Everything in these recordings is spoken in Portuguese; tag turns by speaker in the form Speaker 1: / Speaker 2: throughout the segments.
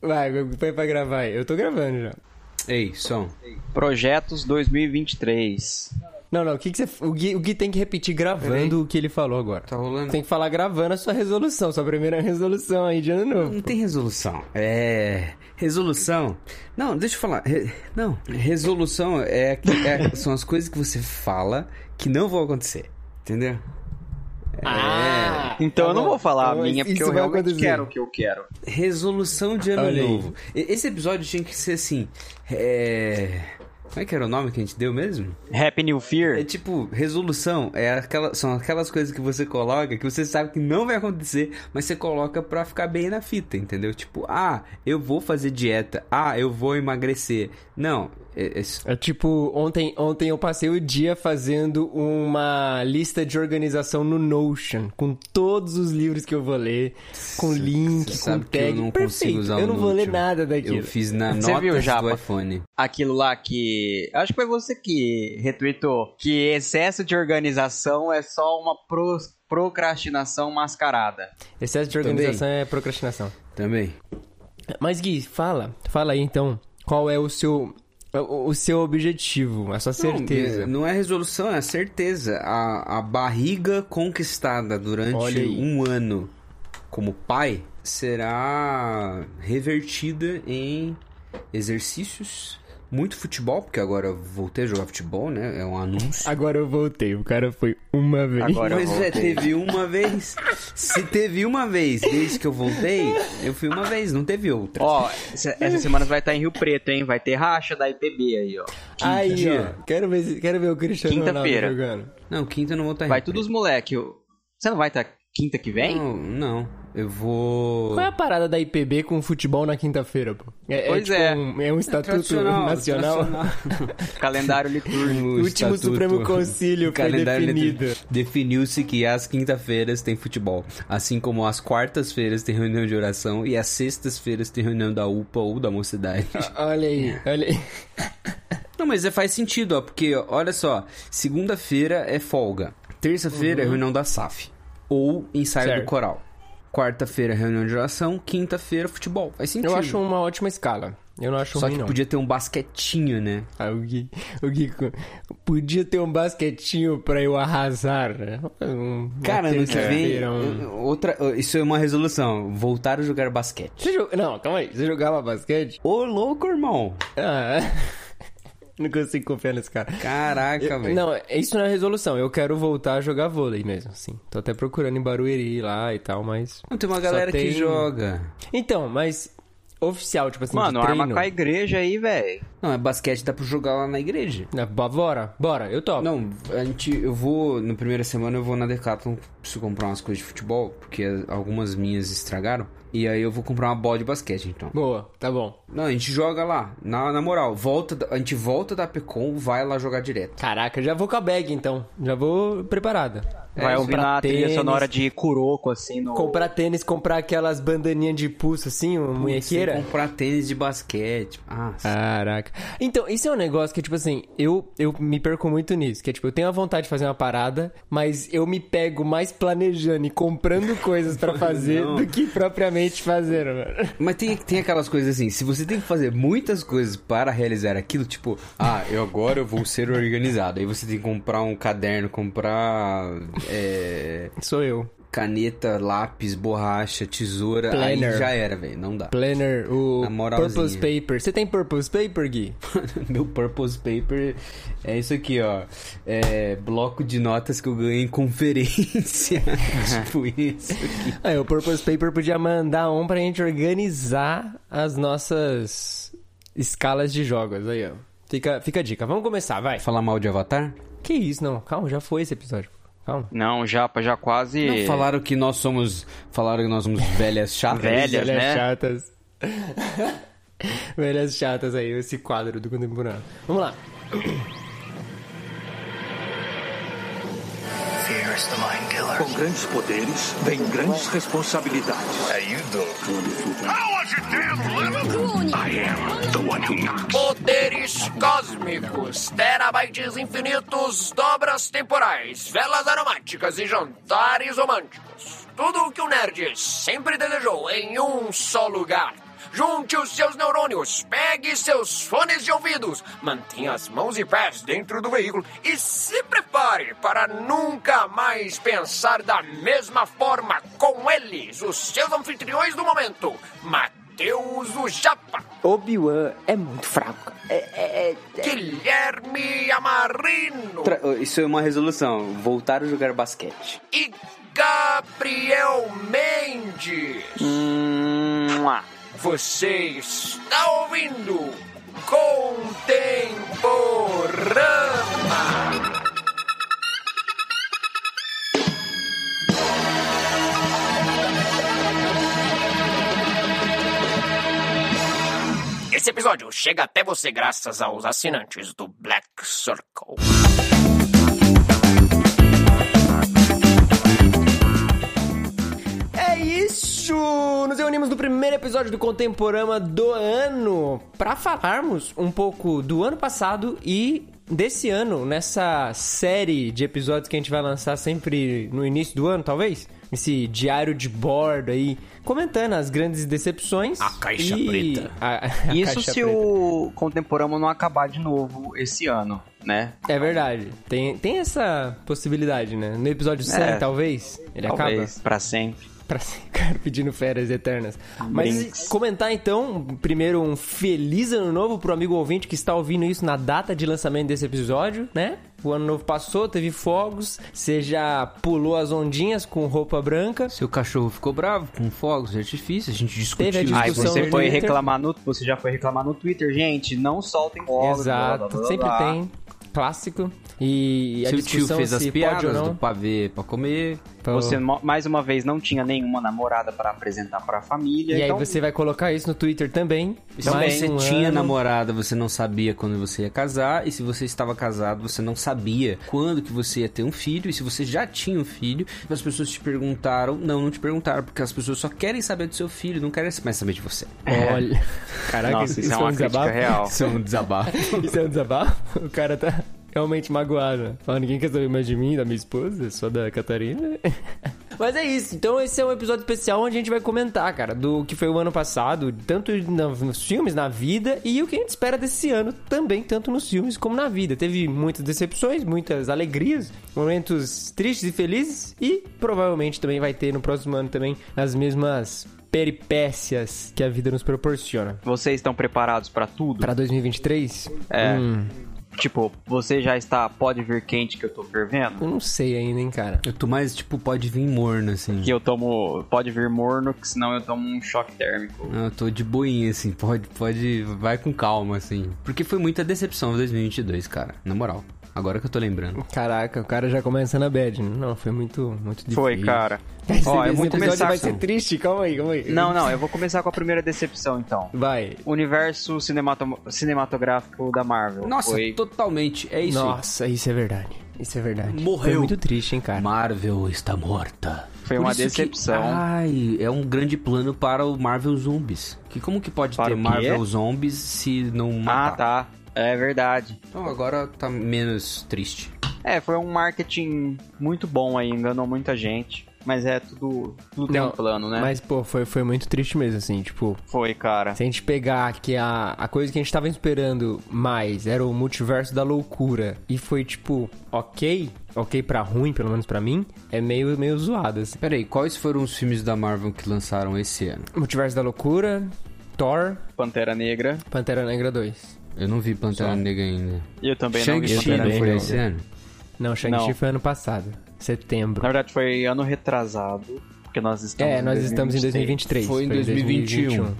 Speaker 1: Vai, põe pra gravar aí. Eu tô gravando já.
Speaker 2: Ei, som.
Speaker 3: Projetos 2023.
Speaker 1: Não, não, o que, que você. O Gui, o Gui tem que repetir gravando o que ele falou agora.
Speaker 2: Tá rolando?
Speaker 1: Tem que falar gravando a sua resolução, sua primeira resolução aí de ano novo.
Speaker 2: Não tem resolução. É. Resolução. Não, deixa eu falar. Re- Não. Resolução é, é- são as coisas que você fala que não vão acontecer. Entendeu?
Speaker 1: Ah!
Speaker 3: Então
Speaker 1: Tá
Speaker 3: eu não
Speaker 1: bom.
Speaker 3: vou falar a
Speaker 1: Então,
Speaker 3: minha, porque
Speaker 1: isso
Speaker 3: eu
Speaker 1: vai
Speaker 3: realmente
Speaker 1: acontecer.
Speaker 3: quero o que eu quero.
Speaker 2: Resolução de ano
Speaker 1: Olha aí.
Speaker 2: novo. E- Esse episódio tinha que ser assim. É. Como é que era o nome que a gente deu mesmo?
Speaker 3: Happy New
Speaker 2: É
Speaker 3: Fear.
Speaker 2: tipo, resolução é aquela, são aquelas coisas que você coloca que você sabe que não vai acontecer, mas você coloca pra ficar bem na fita, entendeu? Tipo, ah, eu vou fazer dieta, ah, eu vou emagrecer. Não, é, é s-
Speaker 1: É tipo, ontem, ontem eu passei o dia fazendo uma lista de organização no Notion, com todos os livros que eu vou ler, com link,
Speaker 2: você
Speaker 1: com
Speaker 2: sabe que
Speaker 1: tag.
Speaker 2: eu não
Speaker 1: Perfeito.
Speaker 2: consigo usar
Speaker 1: eu
Speaker 2: o
Speaker 1: não vou ler
Speaker 2: Notion.
Speaker 1: nada daquilo.
Speaker 2: eu fiz na
Speaker 3: Você
Speaker 2: nota
Speaker 3: viu,
Speaker 2: do
Speaker 3: Japa?
Speaker 2: iPhone.
Speaker 3: Aquilo lá que. Acho que foi você que retweetou. Que excesso de organização é só uma pro- procrastinação mascarada.
Speaker 1: Excesso de
Speaker 2: Também.
Speaker 1: organização é procrastinação.
Speaker 2: Também.
Speaker 1: Mas Gui, fala, fala aí então, qual é o seu o o seu objetivo, a sua certeza?
Speaker 2: Não, é- não é resolução, é certeza. A, a barriga conquistada
Speaker 1: Olha
Speaker 2: durante
Speaker 1: aí.
Speaker 2: um ano como pai será revertida em exercícios, muito futebol, porque agora eu voltei a jogar futebol, né? É um anúncio.
Speaker 1: Agora eu voltei, o cara foi uma vez.
Speaker 3: Agora eu
Speaker 2: Mas é,
Speaker 3: vou.
Speaker 2: teve uma vez. Se teve uma vez desde que eu voltei, eu fui uma vez, não teve outra.
Speaker 3: Ó, essa essa semana vai estar em Rio Preto, hein? Vai ter racha da IPB aí, ó.
Speaker 1: aí,
Speaker 2: dia?
Speaker 1: ó, quero ver, se- quero ver o Cristiano Ronaldo
Speaker 3: Quinta-feira.
Speaker 1: jogando.
Speaker 2: Não, quinta eu não vou estar
Speaker 3: Vai todos os moleque. Eu- Você não vai estar quinta que vem?
Speaker 1: Hum.
Speaker 2: Não, não. Eu vou.
Speaker 1: Qual é a parada da IPB com futebol na quinta-feira, pô? É,
Speaker 3: Pois
Speaker 1: tipo
Speaker 3: é.
Speaker 1: um, é um estatuto
Speaker 2: Tradicional,
Speaker 1: nacional.
Speaker 2: tradicional.
Speaker 3: Calendário litúrgico.
Speaker 2: O
Speaker 1: Último
Speaker 2: estatuto-
Speaker 1: Supremo Concílio
Speaker 2: o
Speaker 1: foi
Speaker 2: calendário
Speaker 1: definido.
Speaker 2: letra- Definiu-se que às quinta-feiras tem futebol, assim como às quartas-feiras tem reunião de oração e às sextas-feiras tem reunião da UPA ou da mocidade.
Speaker 1: Olha aí, olha aí.
Speaker 2: Não, mas é, faz sentido, ó, porque ó, olha só, segunda-feira é folga, terça-feira é reunião da SAF ou ensaio
Speaker 1: Uhum. Certo.
Speaker 2: do coral. Quarta-feira é reunião de oração, quinta-feira é futebol. Faz sentido.
Speaker 1: Eu acho uma ótima escala. Eu não acho
Speaker 2: Só
Speaker 1: ruim,
Speaker 2: que
Speaker 1: não.
Speaker 2: podia ter um basquetinho, né?
Speaker 1: Ah, o Gui, o Gui co- podia ter um basquetinho pra eu arrasar. né? Um, uma
Speaker 2: Cara, ano que vem,
Speaker 1: terça-feira, um-
Speaker 2: outra, isso é uma resolução, voltar a jogar basquete.
Speaker 1: Você jo- Não, calma aí. Você jogava basquete?
Speaker 2: Ô, louco, irmão.
Speaker 1: Ah, não consigo confiar nesse cara.
Speaker 2: Caraca,
Speaker 1: Eu-
Speaker 2: velho.
Speaker 1: não, é- isso não é resolução. Eu quero voltar a jogar vôlei mesmo, assim. Tô até procurando em Barueri lá e tal, mas...
Speaker 2: Não, tem uma galera
Speaker 1: Só tem-
Speaker 2: que joga.
Speaker 1: Então, mas... Oficial, tipo assim,
Speaker 3: Mano,
Speaker 1: de
Speaker 3: arma
Speaker 1: treino...
Speaker 3: com a igreja aí, velho.
Speaker 2: Não, é basquete, dá pra jogar lá na igreja.
Speaker 1: Ah, bo- Bora, bora, eu topo.
Speaker 2: Não, a gente, eu vou, na primeira semana eu vou na Decathlon, preciso comprar umas coisas de futebol, porque algumas minhas estragaram, e aí eu vou comprar uma bola de basquete, então.
Speaker 1: Boa, tá bom.
Speaker 2: Não, a gente joga lá, na, na moral, volta, da- a gente volta da Pecom, vai lá jogar direto.
Speaker 1: Caraca, já vou com a bag, então. Já vou
Speaker 2: É,
Speaker 1: preparada.
Speaker 3: Vai ouvir
Speaker 1: comprar
Speaker 3: na trilha
Speaker 1: É, tênis.
Speaker 3: sonora de Kuroko, assim, no...
Speaker 1: Comprar tênis, comprar aquelas bandaninhas de pulso, assim, uma
Speaker 2: Sem
Speaker 1: munhequeira.
Speaker 2: comprar tênis de basquete. Ah,
Speaker 1: Caraca. Então, isso é um negócio que, tipo assim, eu, eu me perco muito nisso. Que é, tipo, eu tenho a vontade de fazer uma parada, mas eu me pego mais planejando e comprando coisas pra fazer
Speaker 2: não.
Speaker 1: do que propriamente fazer, mano.
Speaker 2: Mas tem, tem aquelas coisas assim, se você tem que fazer muitas coisas para realizar aquilo, tipo, ah, eu agora eu vou ser organizado. Aí você tem que comprar um caderno, comprar é,
Speaker 1: Sou eu.
Speaker 2: caneta, lápis, borracha, tesoura.
Speaker 1: Planner.
Speaker 2: Aí já era, velho. Não dá.
Speaker 1: Planner, o
Speaker 2: Na moralzinha.
Speaker 1: Purpose Paper. Você tem Purpose Paper, Gui?
Speaker 2: Meu purpose paper é isso aqui, ó. É bloco de notas que eu ganhei em conferência. tipo isso aqui.
Speaker 1: Aí, É, o Purpose Paper podia mandar um pra gente organizar as nossas escalas de jogos. Aí, ó. Fica, fica a dica. Vamos começar, vai.
Speaker 2: Falar mal de Avatar?
Speaker 1: Que isso, não. Calma, já foi esse episódio. Calma.
Speaker 3: Não, Japa, já quase...
Speaker 2: Não, falaram que nós somos. Falaram que nós somos velhas chatas.
Speaker 3: Velha. Velhas, né?
Speaker 1: chatas. Velhas chatas aí, esse quadro do contemporâneo. Vamos lá.
Speaker 4: Fear is the mind killer.
Speaker 5: Com grandes poderes, vem grandes responsabilidades.
Speaker 4: How you doing?
Speaker 6: Poderes cósmicos, terabytes infinitos, dobras temporais, velas aromáticas e jantares românticos. Tudo o que o nerd sempre desejou em um só lugar. Junte os seus neurônios, pegue seus fones de ouvidos, mantenha as mãos e pés dentro do veículo e se prepare para nunca mais pensar da mesma forma com eles, os seus anfitriões do momento, Mateus o Japa,
Speaker 1: Obi-Wan é muito fraco. cara.
Speaker 6: Guilherme Amarino
Speaker 2: Tra- Isso é uma resolução. Voltar a jogar basquete.
Speaker 6: e Gabriel Mendes.
Speaker 3: Mua.
Speaker 6: Você está ouvindo Contemporama. Esse episódio chega até você graças aos assinantes do Black Circle.
Speaker 1: É isso! Nos reunimos no primeiro episódio do Contemporama do ano para falarmos um pouco do ano passado e desse ano, nessa série de episódios que a gente vai lançar sempre no início do ano, talvez. Esse diário de bordo aí, comentando as grandes decepções.
Speaker 6: A caixa
Speaker 1: e-
Speaker 6: preta.
Speaker 1: a- a
Speaker 3: Isso
Speaker 1: caixa
Speaker 3: se
Speaker 1: preta.
Speaker 3: o contemporâneo não acabar de novo esse ano, né?
Speaker 1: É verdade. Tem, tem essa possibilidade, né? No episódio 100,
Speaker 3: É.
Speaker 1: talvez, ele acaba.
Speaker 3: Talvez, pra sempre.
Speaker 1: Pra ficar pedindo férias eternas.
Speaker 2: Hum.
Speaker 1: Mas
Speaker 3: Brinks.
Speaker 1: comentar então, primeiro, um feliz ano novo pro amigo ouvinte que está ouvindo isso na data de lançamento desse episódio, né? O ano novo passou, teve fogos, você já pulou as ondinhas com roupa branca.
Speaker 2: Seu cachorro ficou bravo com fogos de artifício, a gente discutiu.
Speaker 1: Teve a discussão.
Speaker 3: Aí
Speaker 1: no
Speaker 3: você foi
Speaker 1: Twitter.
Speaker 3: reclamar no. Você já foi reclamar no Twitter, gente. Não soltem bola.
Speaker 1: Exato, sempre tem. Clássico. E a
Speaker 2: Seu tio
Speaker 1: discussão
Speaker 2: fez as
Speaker 1: se pode ou
Speaker 2: piadas
Speaker 1: não.
Speaker 2: do pavê pra comer.
Speaker 1: Então,
Speaker 3: Você mo- mais uma vez não tinha nenhuma namorada pra apresentar pra família.
Speaker 1: E aí
Speaker 3: então,
Speaker 1: você vai colocar isso no Twitter também.
Speaker 2: Se
Speaker 1: Mais
Speaker 2: você
Speaker 1: um
Speaker 2: tinha
Speaker 1: ano.
Speaker 2: namorada, você não sabia quando você ia casar. E se você estava casado, você não sabia quando que você ia ter um filho. E se você já tinha um filho, as pessoas te perguntaram. Não, não te perguntaram, porque as pessoas só querem saber do seu filho, não querem mais saber de você.
Speaker 1: Olha. Caraca,
Speaker 3: É. Nossa, isso é uma
Speaker 1: um
Speaker 3: crítica
Speaker 1: desabafo.
Speaker 3: real.
Speaker 2: Isso é um desabafo.
Speaker 1: Isso é um desabafo? O cara tá realmente magoado. né? Fala, ninguém quer saber mais de mim, da minha esposa, só da Catarina. Mas é isso, então esse é um episódio especial onde a gente vai comentar, cara, do que foi o ano passado, tanto na- nos filmes, na vida, e o que a gente espera desse ano também, tanto nos filmes como na vida. Teve muitas decepções, muitas alegrias, momentos tristes e felizes, e provavelmente também vai ter no próximo ano também as mesmas peripécias que a vida nos proporciona.
Speaker 3: Vocês estão preparados pra tudo?
Speaker 1: Pra 2023?
Speaker 3: É.
Speaker 1: Hum,
Speaker 3: Tipo, você já está. Pode vir quente que eu tô fervendo?
Speaker 1: eu não sei ainda, hein, cara.
Speaker 2: Eu tô mais, tipo, pode vir morno, assim.
Speaker 3: Que eu tomo. Pode vir morno, que senão eu tomo um choque térmico.
Speaker 2: Não, eu tô de boinha, assim, pode, pode, vai com calma, assim. Porque foi muita decepção em 2022, cara, na moral. Agora que eu tô lembrando.
Speaker 1: Caraca, o cara já começa na bad. né? Não, foi muito, muito difícil.
Speaker 3: Foi, cara.
Speaker 1: Esse,
Speaker 3: Ó, eu
Speaker 1: esse
Speaker 3: vou
Speaker 1: episódio
Speaker 3: começar
Speaker 1: vai
Speaker 3: com-
Speaker 1: ser triste, calma aí, calma aí.
Speaker 3: Não, não, eu vou começar com a primeira decepção então.
Speaker 1: Vai.
Speaker 3: Universo cinemato- cinematográfico da Marvel.
Speaker 2: Nossa,
Speaker 3: Uhum. Foi...
Speaker 2: totalmente, é isso. aí.
Speaker 1: Nossa, isso é verdade. Isso é verdade.
Speaker 2: Morreu.
Speaker 1: Foi muito triste, hein, cara.
Speaker 2: Marvel está morta.
Speaker 3: Foi
Speaker 2: Por
Speaker 3: uma
Speaker 2: isso
Speaker 3: decepção.
Speaker 2: Que, ai, é um grande plano para o Marvel Zombies. Que como que pode
Speaker 3: Para
Speaker 2: ter
Speaker 3: o quê?
Speaker 2: Marvel Zombies se não
Speaker 3: Ah,
Speaker 2: matar?
Speaker 3: tá. É verdade.
Speaker 2: Então agora tá menos triste.
Speaker 3: É, foi um marketing muito bom aí, enganou muita gente. Mas é tudo, tudo tem um
Speaker 1: Não,
Speaker 3: plano, né?
Speaker 1: Mas, pô, foi, foi muito triste mesmo, assim, tipo...
Speaker 3: Foi, cara.
Speaker 1: Se a gente pegar que a, a coisa que a gente tava esperando mais era o multiverso da loucura e foi, tipo, ok, ok pra ruim, pelo menos pra mim, é meio, meio zoado, assim.
Speaker 2: Peraí, quais foram os filmes da Marvel que lançaram esse ano?
Speaker 1: Multiverso da loucura, Thor,
Speaker 3: Pantera Negra.
Speaker 1: Pantera Negra 2.
Speaker 2: Eu não vi Pantera Negra ainda.
Speaker 3: E eu também não vi
Speaker 2: Shang-Chi
Speaker 3: Pantera
Speaker 2: não
Speaker 1: também
Speaker 2: foi
Speaker 1: não.
Speaker 3: Negra.
Speaker 2: esse ano?
Speaker 1: Não, Shang-Chi
Speaker 3: Não.
Speaker 1: foi ano passado. Setembro.
Speaker 3: Na verdade, foi ano retrasado. Porque nós estamos
Speaker 1: É, nós estamos em 2023.
Speaker 2: Foi em 2021.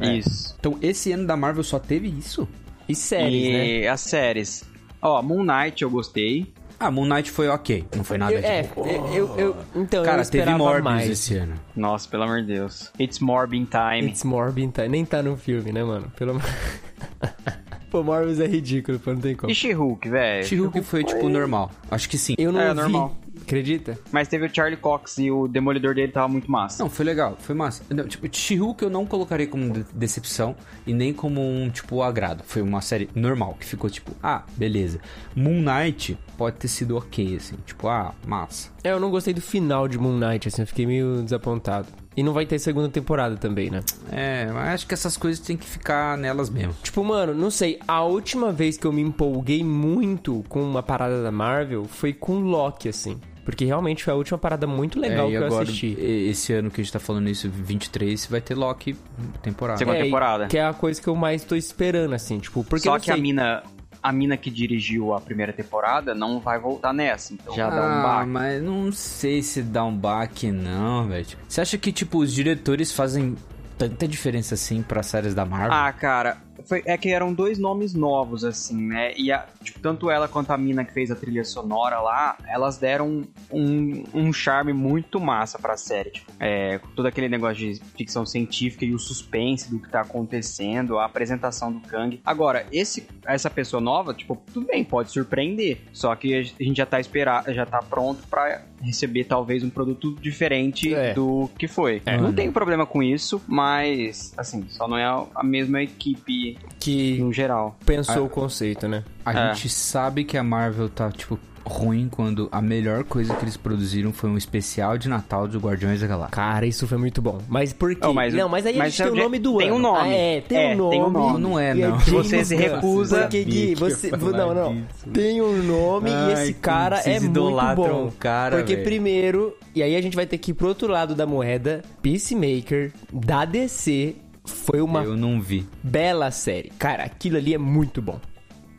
Speaker 3: Isso.
Speaker 2: Então esse ano da Marvel só teve isso?
Speaker 1: E séries, né?
Speaker 3: e as séries. Ó, Moon Knight eu gostei.
Speaker 2: Ah, Moon Knight foi ok. Não foi nada
Speaker 1: Eu- é,
Speaker 2: tipo...
Speaker 1: eu, eu, então eu
Speaker 2: Cara, teve
Speaker 1: esperava
Speaker 2: Morbius
Speaker 1: mais.
Speaker 2: esse ano.
Speaker 3: Nossa, pelo amor de Deus. It's Morbin Time.
Speaker 1: It's Morbin, tá, nem tá no filme, né, mano? Pelo amor- Pô, Morbius é ridículo, pô, não tem como.
Speaker 3: E She-Hulk, velho.
Speaker 2: She-Hulk foi, tipo, normal. Acho que sim.
Speaker 1: Eu não
Speaker 3: É,
Speaker 1: vi,
Speaker 3: normal.
Speaker 1: acredita?
Speaker 3: Mas teve o Charlie Cox e o demolidor dele tava muito massa.
Speaker 2: Não, foi legal, foi massa. Não, tipo, She-Hulk eu não colocaria como de- decepção e nem como um, tipo, agrado. Foi uma série normal, que ficou tipo, ah, beleza. Moon Knight pode ter sido ok, assim, tipo, ah, massa.
Speaker 1: É, eu não gostei do final de Moon Knight, assim, eu fiquei meio desapontado. E não vai ter segunda temporada também, né?
Speaker 2: É, mas acho que essas coisas tem que ficar nelas mesmo.
Speaker 1: Tipo, mano, não sei. A última vez que eu me empolguei muito com uma parada da Marvel foi com Loki, assim. Porque realmente foi a última parada muito legal
Speaker 2: é, e
Speaker 1: que eu
Speaker 2: agora,
Speaker 1: assisti.
Speaker 2: e- esse ano que a gente tá falando isso, 23, vai ter Loki temporada.
Speaker 3: Segunda-
Speaker 1: e-
Speaker 3: temporada.
Speaker 1: Que é a coisa que eu mais tô esperando, assim, tipo, porque
Speaker 3: Só
Speaker 1: não
Speaker 3: que
Speaker 1: sei,
Speaker 3: a mina. A mina que dirigiu a primeira temporada não vai voltar nessa, então já dá um
Speaker 2: Ah,
Speaker 3: baque.
Speaker 2: mas não sei se dá um baque não, velho. Você acha que, tipo, os diretores fazem tanta diferença assim pras séries da Marvel?
Speaker 3: Ah, cara, foi- é que eram dois nomes novos, assim, né? E a- tipo, tanto ela quanto a mina que fez a trilha sonora lá, elas deram um, um charme muito massa pra série. Tipo, é, todo aquele negócio de ficção científica e o suspense do que tá acontecendo, a apresentação do Kang. Agora, esse, essa pessoa nova, tipo, tudo bem, pode surpreender. Só que a gente já tá esperar, já tá pronto pra receber talvez um produto diferente
Speaker 1: É.
Speaker 3: do que foi.
Speaker 1: É.
Speaker 3: Não tem problema com isso, mas assim, só não é a mesma equipe
Speaker 2: Hum.
Speaker 1: que
Speaker 3: no geral.
Speaker 2: Ah.
Speaker 1: pensou o conceito, né?
Speaker 2: a
Speaker 3: é.
Speaker 2: gente sabe que a Marvel tá, tipo, ruim quando a melhor coisa que eles produziram foi um especial de Natal de Guardiões da Galáxia.
Speaker 1: Cara, isso foi muito bom. Mas por quê?
Speaker 3: Não, mas-
Speaker 1: não, mas aí
Speaker 3: mas
Speaker 1: a gente tem
Speaker 3: já-
Speaker 1: o nome do
Speaker 3: tem
Speaker 1: ano.
Speaker 3: um nome.
Speaker 1: Ah, é, tem
Speaker 3: É,
Speaker 1: um
Speaker 3: tem um
Speaker 1: nome.
Speaker 3: nome.
Speaker 2: Não é,
Speaker 1: E
Speaker 2: não.
Speaker 1: James
Speaker 3: Você se
Speaker 1: Gunn.
Speaker 3: recusa-
Speaker 1: Porque, Gui,
Speaker 2: Sabia que ia
Speaker 1: você...
Speaker 2: falar
Speaker 1: Não, não.
Speaker 2: disso.
Speaker 1: Tem um nome e
Speaker 2: Ai,
Speaker 1: esse
Speaker 2: como
Speaker 1: cara
Speaker 2: vocês
Speaker 1: é muito
Speaker 2: idolatram
Speaker 1: bom.
Speaker 2: o cara,
Speaker 1: porque
Speaker 2: velho.
Speaker 1: primeiro... E aí a gente vai ter que ir pro outro lado da moeda. Peacemaker, da DC, foi uma
Speaker 2: Eu não vi.
Speaker 1: bela série. Cara, aquilo ali é muito bom.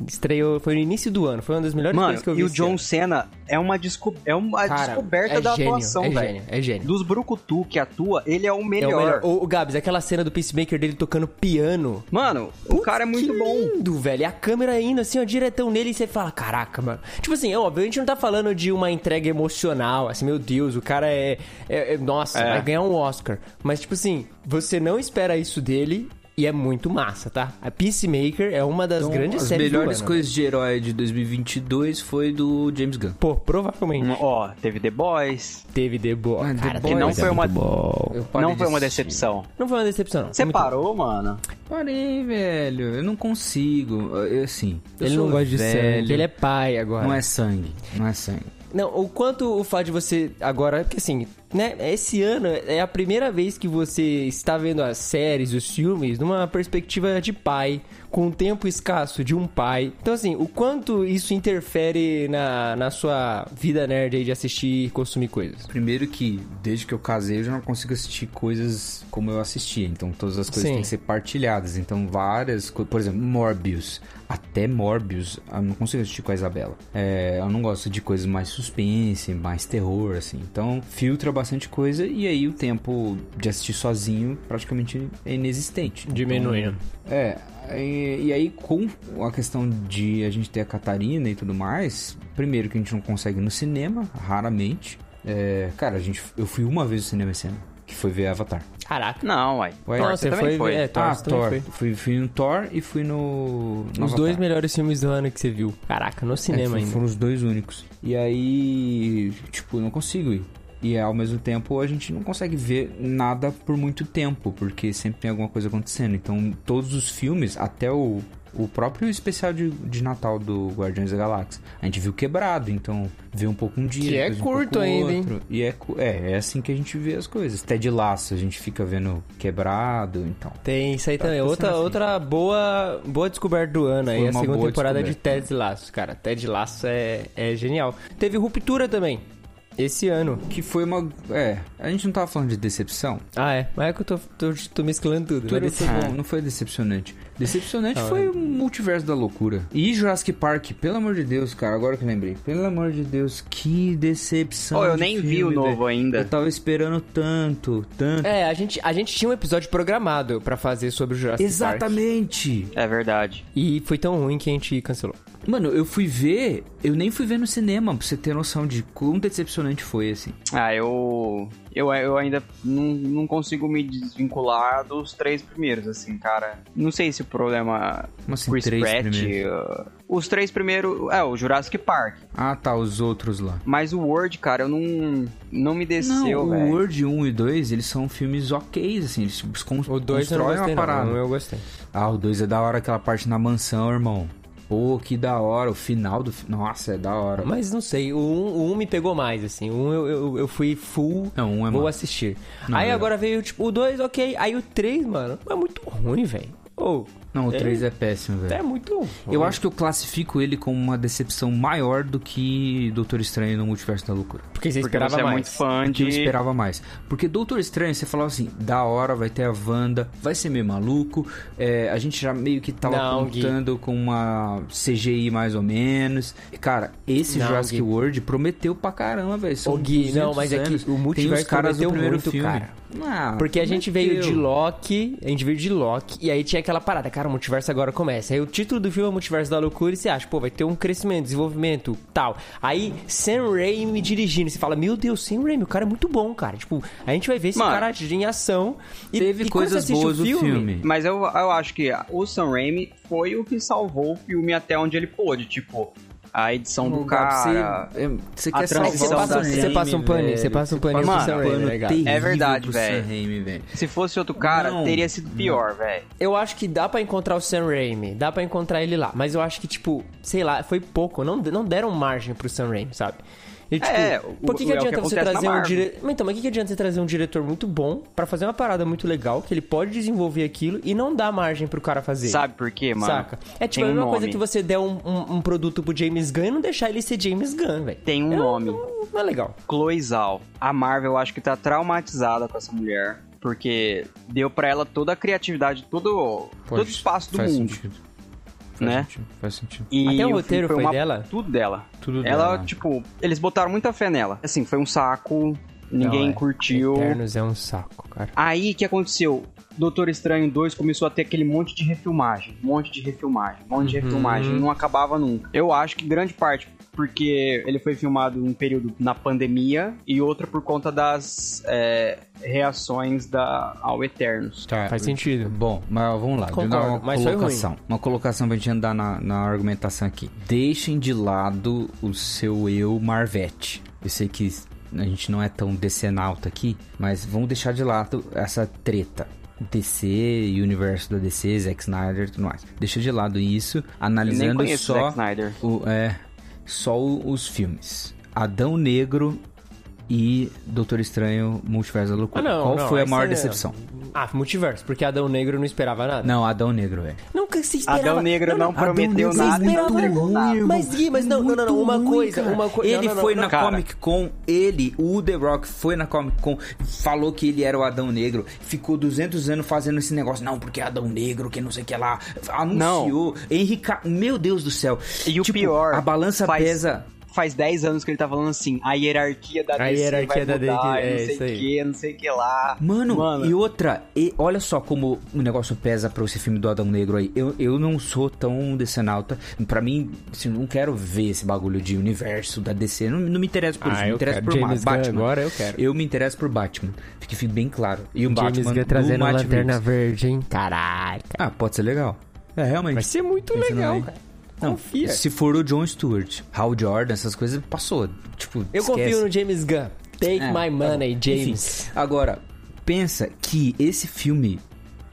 Speaker 1: Estreou... Foi no início do ano. Foi uma das melhores
Speaker 3: Mano,
Speaker 1: coisas que eu vi.
Speaker 3: e o
Speaker 1: esse
Speaker 3: John
Speaker 1: ano.
Speaker 3: Cena é uma, desco é uma
Speaker 1: Cara,
Speaker 3: descoberta
Speaker 1: é
Speaker 3: da
Speaker 1: gênio,
Speaker 3: atuação,
Speaker 1: é
Speaker 3: velho.
Speaker 1: gênio, é gênio.
Speaker 3: Dos Brucutu que atua, ele é o
Speaker 1: É
Speaker 3: melhor.
Speaker 1: o melhor. O, o Gabs, aquela cena do Peacemaker dele tocando piano.
Speaker 3: Mano, o cara é muito
Speaker 1: que
Speaker 3: bom.
Speaker 1: lindo, velho. E a câmera indo assim, ó, diretão nele e você fala, caraca, mano. Tipo assim, é óbvio, a gente não tá falando de uma entrega emocional, assim, meu Deus, o cara é. é- é- nossa,
Speaker 3: É.
Speaker 1: vai ganhar um Oscar. Mas, tipo assim, você não espera isso dele. E é muito massa, tá? A Peacemaker é uma das
Speaker 2: Então,
Speaker 1: grandes
Speaker 2: as
Speaker 1: séries do
Speaker 2: melhores
Speaker 1: ano.
Speaker 2: coisas de herói de 2022 foi do James Gunn.
Speaker 1: Pô, provavelmente
Speaker 3: Ó, teve The Boys.
Speaker 1: teve The Boy.
Speaker 2: Mas The
Speaker 1: cara,
Speaker 2: Boys
Speaker 1: teve-
Speaker 3: não
Speaker 2: é
Speaker 3: foi uma-
Speaker 2: muito bom. Eu parei
Speaker 3: não foi
Speaker 2: de
Speaker 3: uma
Speaker 2: assistir.
Speaker 3: decepção.
Speaker 1: Não foi uma decepção,
Speaker 2: É
Speaker 1: não.
Speaker 3: Você
Speaker 1: Foi muito
Speaker 3: parou, mano?
Speaker 2: Parei, velho. Eu não consigo. Eu, assim,
Speaker 1: bom.
Speaker 2: eu
Speaker 1: Ele não
Speaker 2: sou
Speaker 1: gosta de
Speaker 2: velho.
Speaker 1: sangue, ele é pai agora.
Speaker 2: Não é sangue. Não é sangue.
Speaker 1: Não, o quanto o fato de você agora, porque assim, né, esse ano é a primeira vez que você está vendo as séries, os filmes numa perspectiva de pai, com o tempo escasso de um pai. Então assim, o quanto isso interfere na, na sua vida nerd aí de assistir e consumir coisas.
Speaker 2: Primeiro que, desde que eu casei, eu já não consigo assistir coisas como eu assistia. Então, todas as coisas
Speaker 1: Sim.
Speaker 2: têm que ser partilhadas. Então, várias... co- Por exemplo, Morbius. Até Morbius, eu não consigo assistir com a Isabela. É, eu não gosto de coisas mais suspense, mais terror, assim. Então, filtra bastante coisa. E aí, o tempo de assistir sozinho praticamente é inexistente.
Speaker 1: Diminui, né?
Speaker 2: É, e, e aí com a questão de a gente ter a Catarina e tudo mais, primeiro que a gente não consegue ir no cinema, raramente. É, cara, a gente, eu fui uma vez no cinema esse ano, que foi ver Avatar.
Speaker 1: Caraca.
Speaker 3: Não, uai.
Speaker 2: Ué,
Speaker 1: Não,
Speaker 3: Thor, você também foi.
Speaker 1: É, Thor,
Speaker 2: ah,
Speaker 1: você também
Speaker 2: Thor.
Speaker 1: foi.
Speaker 2: Fui, fui no Thor e fui no. no
Speaker 1: Os
Speaker 2: Avatar.
Speaker 1: dois melhores filmes do ano que você viu. Caraca, no
Speaker 2: É,
Speaker 1: cinema
Speaker 2: foi-
Speaker 1: ainda.
Speaker 2: Foram os dois únicos. E aí, tipo, eu não consigo ir. E ao mesmo tempo a gente não consegue ver nada por muito tempo, porque sempre tem alguma coisa acontecendo. Então, todos os filmes, até o, o próprio especial de, de Natal do Guardiões da Galáxia, a gente viu quebrado. Então, vê um pouco um dia.
Speaker 1: Que é
Speaker 2: depois um pouco
Speaker 1: curto ainda, hein?
Speaker 2: outro. E é, cu- é, é assim que a gente vê as coisas. Até de laço, a gente fica vendo quebrado. Então,
Speaker 1: Tem isso aí também.
Speaker 2: pensando
Speaker 1: Outra,
Speaker 2: assim.
Speaker 1: outra boa, boa descoberta do ano aí.
Speaker 2: Foi
Speaker 1: A
Speaker 2: uma
Speaker 1: segunda
Speaker 2: boa
Speaker 1: temporada de Ted Laço, cara. Ted Laço é, é genial. Teve Ruptura também. Esse ano.
Speaker 2: que foi uma. É, a gente não tava falando de decepção.
Speaker 1: Ah, é. Mas é que eu tô, tô, tô mesclando tudo. né?
Speaker 2: Tudo
Speaker 1: mas
Speaker 2: foi
Speaker 1: esse-
Speaker 2: bom, não foi decepcionante. Decepcionante foi o multiverso da loucura. E Jurassic Park, pelo amor de Deus, cara, agora que eu lembrei. Pelo amor de Deus, que decepção.
Speaker 3: Oh, eu
Speaker 2: de
Speaker 3: nem
Speaker 2: filme,
Speaker 3: vi o
Speaker 2: velho.
Speaker 3: novo ainda.
Speaker 2: Eu tava esperando tanto, tanto.
Speaker 1: É, a gente, a gente tinha um episódio programado pra fazer sobre o Jurassic Park.
Speaker 2: Exatamente!
Speaker 3: É verdade.
Speaker 1: E foi tão ruim que a gente cancelou.
Speaker 2: Mano, eu fui ver, eu nem fui ver no cinema, pra você ter noção de quão decepcionante foi, assim.
Speaker 3: Ah, eu. Eu, eu ainda não, não consigo me desvincular dos três primeiros, assim, cara. Não sei se o problema.
Speaker 2: Como assim,
Speaker 3: Chris
Speaker 2: três
Speaker 3: Pratt.
Speaker 2: primeiros?
Speaker 3: uh, os três primeiros. É, o Jurassic Park.
Speaker 2: Ah, tá, os outros lá.
Speaker 3: Mas o Word, cara, eu não. Não me
Speaker 2: Não,
Speaker 3: desceu,
Speaker 2: o
Speaker 3: velho.
Speaker 2: World 1 e 2, eles são filmes ok, assim, eles tipo, con-
Speaker 1: O 2 eu não
Speaker 2: constroem
Speaker 1: gostei,
Speaker 2: uma
Speaker 1: não.
Speaker 2: parada.
Speaker 1: Um eu gostei.
Speaker 2: Ah, o 2 é da hora aquela parte na mansão, irmão. Pô, que da hora. O final do. fi- Nossa, é da hora.
Speaker 1: Mas não sei, o 1 um, me pegou mais, assim. O 1 um eu, eu, eu fui full,
Speaker 2: Não, um é
Speaker 1: vou
Speaker 2: massa.
Speaker 1: assistir.
Speaker 2: Não, é
Speaker 1: aí
Speaker 2: legal.
Speaker 1: agora veio, tipo, o 2, ok. Aí o 3, mano, é muito ruim, velho. Ou
Speaker 2: Não, o 3 é péssimo, velho.
Speaker 1: É muito ruim.
Speaker 2: Eu acho que eu classifico ele como uma decepção maior do que Doutor Estranho no Multiverso da Loucura.
Speaker 1: Porque você
Speaker 3: Porque
Speaker 1: esperava
Speaker 3: você é
Speaker 1: mais.
Speaker 3: muito fã
Speaker 2: que eu
Speaker 3: de.
Speaker 2: esperava mais. Porque Doutor Estranho, você falava assim, da hora, vai ter a Wanda, vai ser meio maluco. É, a gente já meio que tava
Speaker 1: Não, Gui.
Speaker 2: apontando com uma CGI mais ou menos. E, cara, esse
Speaker 1: Não,
Speaker 2: Jurassic
Speaker 1: Gui.
Speaker 2: World prometeu pra caramba, velho. São
Speaker 1: Ô, Gui, não,
Speaker 2: 200
Speaker 1: mas é que
Speaker 2: anos.
Speaker 1: o multiverso
Speaker 2: Tem os caras do
Speaker 1: prometeu
Speaker 2: primeiro
Speaker 1: muito,
Speaker 2: filme.
Speaker 1: cara.
Speaker 2: Ah,
Speaker 1: Porque a gente veio de
Speaker 2: prometeu.
Speaker 1: Loki, a gente veio de Loki, e aí tinha aquela parada, cara, o multiverso agora começa. Aí o título do filme é Multiverso da Loucura, e você acha, pô, vai ter um crescimento, desenvolvimento, tal. Aí Sam Raimi dirigindo, você fala, meu Deus, Sam Raimi, o cara é muito bom, cara. Tipo, a gente vai ver esse
Speaker 3: Mano,
Speaker 1: cara agir em ação. E,
Speaker 2: Teve
Speaker 1: e quando
Speaker 2: coisas
Speaker 1: você assiste
Speaker 2: boas
Speaker 1: o
Speaker 2: no filme.
Speaker 3: Mas eu, eu acho que o Sam Raimi foi o que salvou o filme até onde ele pôde. Tipo, a edição do cara.
Speaker 2: Você, é, você
Speaker 3: a
Speaker 2: quer
Speaker 3: transição
Speaker 1: É
Speaker 2: salvar
Speaker 1: que você
Speaker 3: Salvação
Speaker 2: o
Speaker 1: passa,
Speaker 3: da
Speaker 2: Sam
Speaker 1: você
Speaker 2: Raimi,
Speaker 1: passa um pano,
Speaker 2: velho.
Speaker 1: você passa um pano
Speaker 2: Mano,
Speaker 1: pro
Speaker 3: passa
Speaker 1: Sam
Speaker 2: um
Speaker 1: Raimi,
Speaker 2: pano
Speaker 1: né, cara?
Speaker 2: terrível
Speaker 3: É verdade,
Speaker 2: pro
Speaker 3: velho.
Speaker 2: Sam Raimi, velho.
Speaker 3: Se fosse outro cara,
Speaker 2: Não.
Speaker 3: teria sido pior, velho.
Speaker 1: Eu acho que dá pra encontrar o Sam Raimi, dá pra encontrar ele lá, mas eu acho que, tipo, sei lá, foi pouco, não, não deram margem pro Sam Raimi, sabe? E, tipo,
Speaker 3: É,
Speaker 1: por que,
Speaker 3: o-
Speaker 1: que
Speaker 3: é o que
Speaker 1: adianta você
Speaker 3: acontece na
Speaker 1: trazer um
Speaker 3: Marvel.
Speaker 1: diretor. Então, mas que, que adianta você trazer um diretor muito bom pra fazer uma parada muito legal, que ele pode desenvolver aquilo e não dá margem pro cara fazer?
Speaker 3: Sabe por quê, mano?
Speaker 1: Saca? É tipo
Speaker 3: Tem
Speaker 1: a
Speaker 3: um
Speaker 1: mesma coisa
Speaker 3: nome.
Speaker 1: que você der um, um- um produto pro James Gunn e não deixar ele ser James Gunn, velho.
Speaker 3: Tem um
Speaker 1: Eu-
Speaker 3: nome.
Speaker 1: Não, não é legal.
Speaker 3: Chloe Zhao. A Marvel, eu acho que tá traumatizada com essa mulher. Porque deu pra ela toda a criatividade, todo, todo o espaço do
Speaker 2: faz
Speaker 3: mundo.
Speaker 2: Sentido. Faz
Speaker 3: né?
Speaker 2: sentido, faz sentido.
Speaker 3: E
Speaker 1: Até o
Speaker 3: filme
Speaker 1: roteiro foi dela?
Speaker 3: Tudo dela.
Speaker 2: Tudo
Speaker 3: ela,
Speaker 2: dela.
Speaker 3: tipo, eles botaram muita fé nela. Assim, foi um saco, ninguém
Speaker 1: Não, é.
Speaker 3: curtiu.
Speaker 1: Eternos é um saco, cara.
Speaker 3: Aí, o que aconteceu? Doutor Estranho 2 começou a ter aquele monte de refilmagem, monte de refilmagem, monte
Speaker 1: Uhum.
Speaker 3: de refilmagem, não acabava nunca. Eu acho que grande parte porque ele foi filmado em um período na pandemia e outra por conta das é, reações da, ao Eternos.
Speaker 2: Tá,
Speaker 1: Faz sentido.
Speaker 2: Bom, mas vamos lá.
Speaker 1: Concordo,
Speaker 2: Concordo, uma
Speaker 1: mas foi
Speaker 2: colocação. Uma colocação pra gente andar na, na argumentação aqui. Deixem de lado o seu eu Marvete. Eu sei que a gente não é tão decenalta aqui, mas vamos deixar de lado essa treta. DC e universo da DC, Zack Snyder e tudo mais. Deixa de lado isso,
Speaker 3: Nem
Speaker 2: analisando
Speaker 3: conheço Zack
Speaker 2: só
Speaker 3: Snyder.
Speaker 2: o, é, só o- os filmes. Adão Negro e Doutor Estranho Multiverso da Loucura.
Speaker 1: Ah, não,
Speaker 2: Qual
Speaker 1: não,
Speaker 2: foi a
Speaker 1: aí
Speaker 2: maior
Speaker 1: você-
Speaker 2: decepção?
Speaker 1: Ah, multiverso, porque Adão Negro não esperava nada.
Speaker 2: Não, Adão Negro, é. velho.
Speaker 1: Nunca se esperava.
Speaker 3: Adão Negro não,
Speaker 2: Adão
Speaker 3: prometeu
Speaker 2: Negro
Speaker 3: nada e não
Speaker 1: esperava.
Speaker 3: entregou nada.
Speaker 1: Mas, Gui, mas não, não, não, não, uma coisa, uma coisa.
Speaker 2: Ele
Speaker 1: não, não,
Speaker 2: foi
Speaker 1: não,
Speaker 2: na
Speaker 3: cara.
Speaker 2: Comic Con, ele, o The Rock, foi na Comic Con, falou que ele era o Adão Negro, ficou 200 anos fazendo esse negócio, não, porque é Adão Negro, que não sei o que lá, anunciou, Henrique, Ca- meu Deus do céu.
Speaker 3: E o
Speaker 2: Tipo,
Speaker 3: pior,
Speaker 2: a balança
Speaker 3: faz-
Speaker 2: pesa...
Speaker 3: Faz 10 anos que ele tá falando assim, a hierarquia da
Speaker 1: A
Speaker 3: DC
Speaker 1: hierarquia
Speaker 3: vai
Speaker 1: da
Speaker 3: mudar,
Speaker 1: DC,
Speaker 3: eu
Speaker 1: é,
Speaker 3: não
Speaker 1: isso
Speaker 3: sei
Speaker 1: aí.
Speaker 3: o que, não sei o que lá.
Speaker 2: Mano, e outra, e olha só como o negócio pesa pra esse filme do Adão Negro aí. Eu, eu não sou tão decenalta. Pra mim, assim, não quero ver esse bagulho de universo da DC. Não, não me interessa por
Speaker 1: Ah,
Speaker 2: isso. Me
Speaker 1: eu
Speaker 2: interessa
Speaker 1: quero.
Speaker 2: por
Speaker 1: James
Speaker 2: Mar-
Speaker 1: Gunn
Speaker 2: Batman.
Speaker 1: agora eu quero.
Speaker 2: Eu me interesso por Batman. Fique, fique bem claro. E o
Speaker 1: James
Speaker 2: Batman
Speaker 1: Gunn
Speaker 2: do
Speaker 1: trazendo a
Speaker 2: Matt
Speaker 1: lanterna
Speaker 2: Reeves.
Speaker 1: verde, hein? Caraca. é.
Speaker 2: Ah, pode ser legal. É, realmente.
Speaker 1: Vai ser muito
Speaker 2: Pensando
Speaker 1: legal,
Speaker 2: aí.
Speaker 1: cara.
Speaker 2: Não,
Speaker 1: Confia.
Speaker 2: se for o John Stewart, Hal Jordan, essas coisas, passou. Tipo,
Speaker 1: Eu
Speaker 2: esquece.
Speaker 1: confio no James Gunn. Take
Speaker 2: É,
Speaker 1: my
Speaker 2: tá
Speaker 1: money,
Speaker 2: bom.
Speaker 1: James.
Speaker 2: Enfim, agora, pensa que esse filme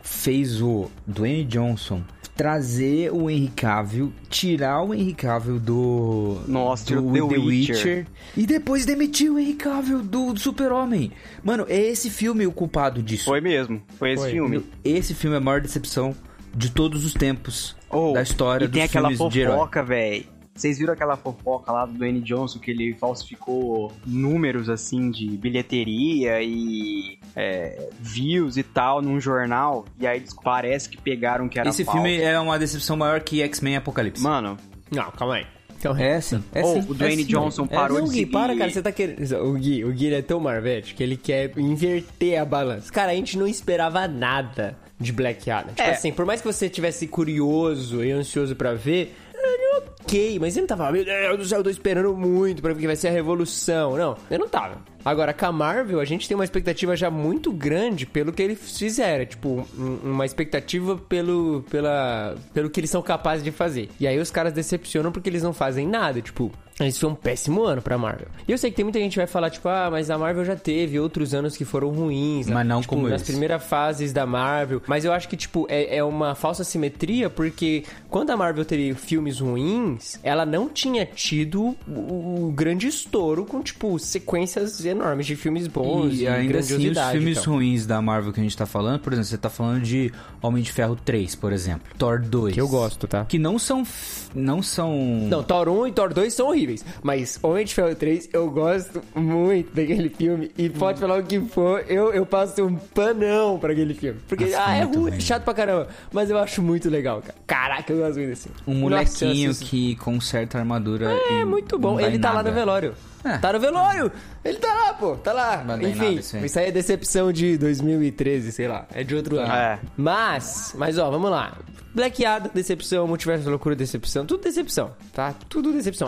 Speaker 2: fez o Dwayne Johnson trazer o Henry Cavill, tirar o Henry Cavill do
Speaker 3: Nossa,
Speaker 2: do
Speaker 3: tirou The Witcher.
Speaker 2: e depois demitir o Henry Cavill do, do Super-Homem. Mano, é esse filme o culpado disso.
Speaker 3: Foi mesmo, foi esse
Speaker 1: Foi.
Speaker 3: filme.
Speaker 2: Esse filme é a maior decepção de todos os tempos
Speaker 3: Oh,
Speaker 2: da história
Speaker 3: e
Speaker 2: dos
Speaker 3: tem aquela
Speaker 2: filmes de herói.
Speaker 3: fofoca, velho. Vocês viram aquela fofoca lá do Dwayne Johnson que ele falsificou números assim de bilheteria e é, views e tal num jornal e aí eles- parece que pegaram que era
Speaker 2: Esse
Speaker 3: falso.
Speaker 2: filme é uma decepção maior que X-Men Apocalipse.
Speaker 3: Mano,
Speaker 1: Não, calma aí. Calma aí.
Speaker 2: É sim, é
Speaker 3: Ou
Speaker 2: sim.
Speaker 3: o
Speaker 2: é
Speaker 3: Dwayne
Speaker 2: sim.
Speaker 3: Johnson
Speaker 2: É
Speaker 3: parou
Speaker 1: não,
Speaker 3: de
Speaker 1: Gui,
Speaker 3: seguir-
Speaker 1: para, cara, você tá querendo. O Gui, o Gui ele é tão marvete que ele quer inverter a balança. Cara, a gente não esperava nada de Black Adam. Tipo
Speaker 3: É.
Speaker 1: assim, por mais que você tivesse curioso e ansioso pra ver, era ok, mas eu não tava, meu Deus do céu, eu tô esperando muito pra ver que vai ser a revolução. Não, eu não tava. Agora, com a Marvel, a gente tem uma expectativa já muito grande pelo que eles fizeram. Tipo, um- uma expectativa pelo, pela, pelo que eles são capazes de fazer. E aí os caras decepcionam porque eles não fazem nada. Tipo, Esse foi um péssimo ano pra Marvel. E eu sei que tem muita gente que vai falar, tipo, ah, mas a Marvel já teve outros anos que foram ruins. né?
Speaker 2: Mas não
Speaker 1: Tipo,
Speaker 2: como
Speaker 1: Nas
Speaker 2: esse.
Speaker 1: primeiras fases da Marvel. Mas eu acho que, tipo, é, é uma falsa simetria, porque quando a Marvel teve filmes ruins, ela não tinha tido o, o grande estouro com, tipo, sequências enormes de filmes bons e,
Speaker 2: E ainda assim, os
Speaker 1: grandiosidade. então. e
Speaker 2: filmes
Speaker 1: tal.
Speaker 2: ruins da Marvel que a gente tá falando, por exemplo, você tá falando de Homem de Ferro 3, por exemplo. Thor 2.
Speaker 1: Que eu gosto, tá?
Speaker 2: Que não são. f- Não são.
Speaker 1: Não, Thor 1 e Thor 2 são horríveis. Mas Homem de Ferro 3, eu gosto muito daquele filme.
Speaker 2: Hum.
Speaker 1: E pode falar o que for, eu, eu passo um panão pra aquele filme. Porque,
Speaker 2: Nossa,
Speaker 1: ah, é
Speaker 2: muito
Speaker 1: ruim,
Speaker 2: ruim.
Speaker 1: chato pra caramba. Mas eu acho muito legal, cara. Caraca, eu gosto muito desse.
Speaker 2: Um
Speaker 1: Nossa, eu
Speaker 2: molequinho
Speaker 1: assisto.
Speaker 2: que conserta a armadura.
Speaker 1: É muito bom. Ele tá lá no velório.
Speaker 2: É.
Speaker 1: Tá no velório! Ele tá lá, pô! Tá lá!
Speaker 2: Não dá em
Speaker 1: Enfim,
Speaker 2: nada isso aí.
Speaker 1: isso aí é decepção de 2013, sei lá. É de outro ano.
Speaker 3: É.
Speaker 1: Mas, mas ó, vamos lá. Black Adam, decepção, multiverso da loucura, decepção. Tudo decepção, tá? Tudo decepção.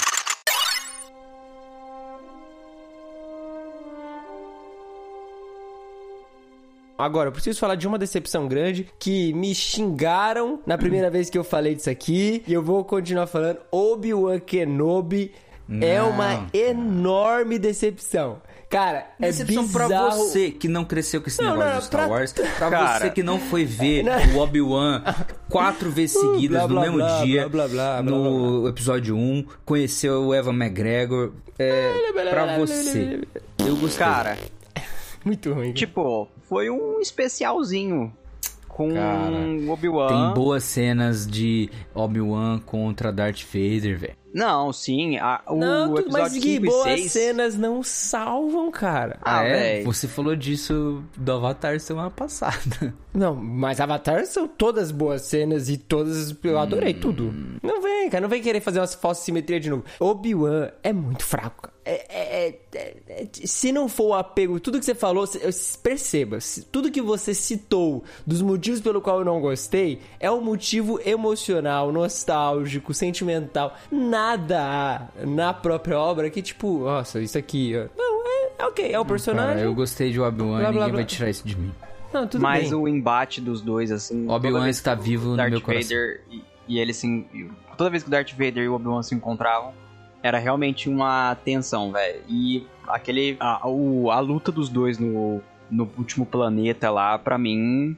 Speaker 1: Agora, eu preciso falar de uma decepção grande que me xingaram na primeira vez que eu falei disso aqui e eu vou continuar falando. Obi-Wan Kenobi é uma enorme decepção. Cara,
Speaker 2: Decepção
Speaker 1: é bizarro.
Speaker 2: pra você que não cresceu com esse
Speaker 1: Não,
Speaker 2: negócio
Speaker 1: não,
Speaker 2: do Star
Speaker 1: pra-
Speaker 2: Wars. Pra
Speaker 3: Cara.
Speaker 2: você que não foi ver
Speaker 1: Não.
Speaker 2: o Obi-Wan quatro vezes seguidas
Speaker 1: Uh, blá, blá,
Speaker 2: no mesmo
Speaker 1: blá,
Speaker 2: dia.
Speaker 1: blá, blá, blá, blá,
Speaker 2: no episódio 1. Conheceu o Evan McGregor. É, pra você. Eu gostei.
Speaker 3: Cara,
Speaker 1: Muito ruim. Tipo,
Speaker 3: tipo, foi um especialzinho com
Speaker 2: Cara,
Speaker 3: o Obi-Wan.
Speaker 2: Tem boas cenas de Obi-Wan contra Darth Vader, velho.
Speaker 3: Não, sim, a, o
Speaker 1: não, tudo,
Speaker 3: episódio
Speaker 1: mas que
Speaker 3: 5 e
Speaker 1: boas
Speaker 3: 6...
Speaker 1: cenas não salvam, cara.
Speaker 3: Ah, véi.
Speaker 2: é? Você falou disso do Avatar semana passada.
Speaker 1: Não, mas Avatar são todas boas cenas e todas. Eu adorei tudo. Não vem, cara, não vem querer fazer umas falsas simetrias de novo. Obi-Wan é muito fraco, cara. É- é- é- é- é- se não for o apego, tudo que você falou, se- eu- se- perceba, se- tudo que você citou dos motivos pelo qual eu não gostei é um motivo emocional, nostálgico, sentimental. Nada há na própria obra que, tipo, nossa, isso aqui. ó. Não, é, é ok, é o personagem.
Speaker 2: Cara, eu gostei de
Speaker 1: Blá,
Speaker 2: Obi-Wan,
Speaker 1: blá,
Speaker 2: ninguém
Speaker 1: blá.
Speaker 2: vai tirar isso de mim.
Speaker 1: Não, tudo
Speaker 3: Mas
Speaker 1: bem.
Speaker 3: o embate dos dois, assim... toda
Speaker 2: Obi-Wan
Speaker 3: vez
Speaker 2: está
Speaker 3: que o
Speaker 2: vivo no
Speaker 3: Darth
Speaker 2: meu coração.
Speaker 3: Vader e, e ele se... Toda vez que o Darth Vader e o Obi-Wan se encontravam, era realmente uma tensão, velho. E aquele... A, o- a luta dos dois no, no último planeta lá, pra mim...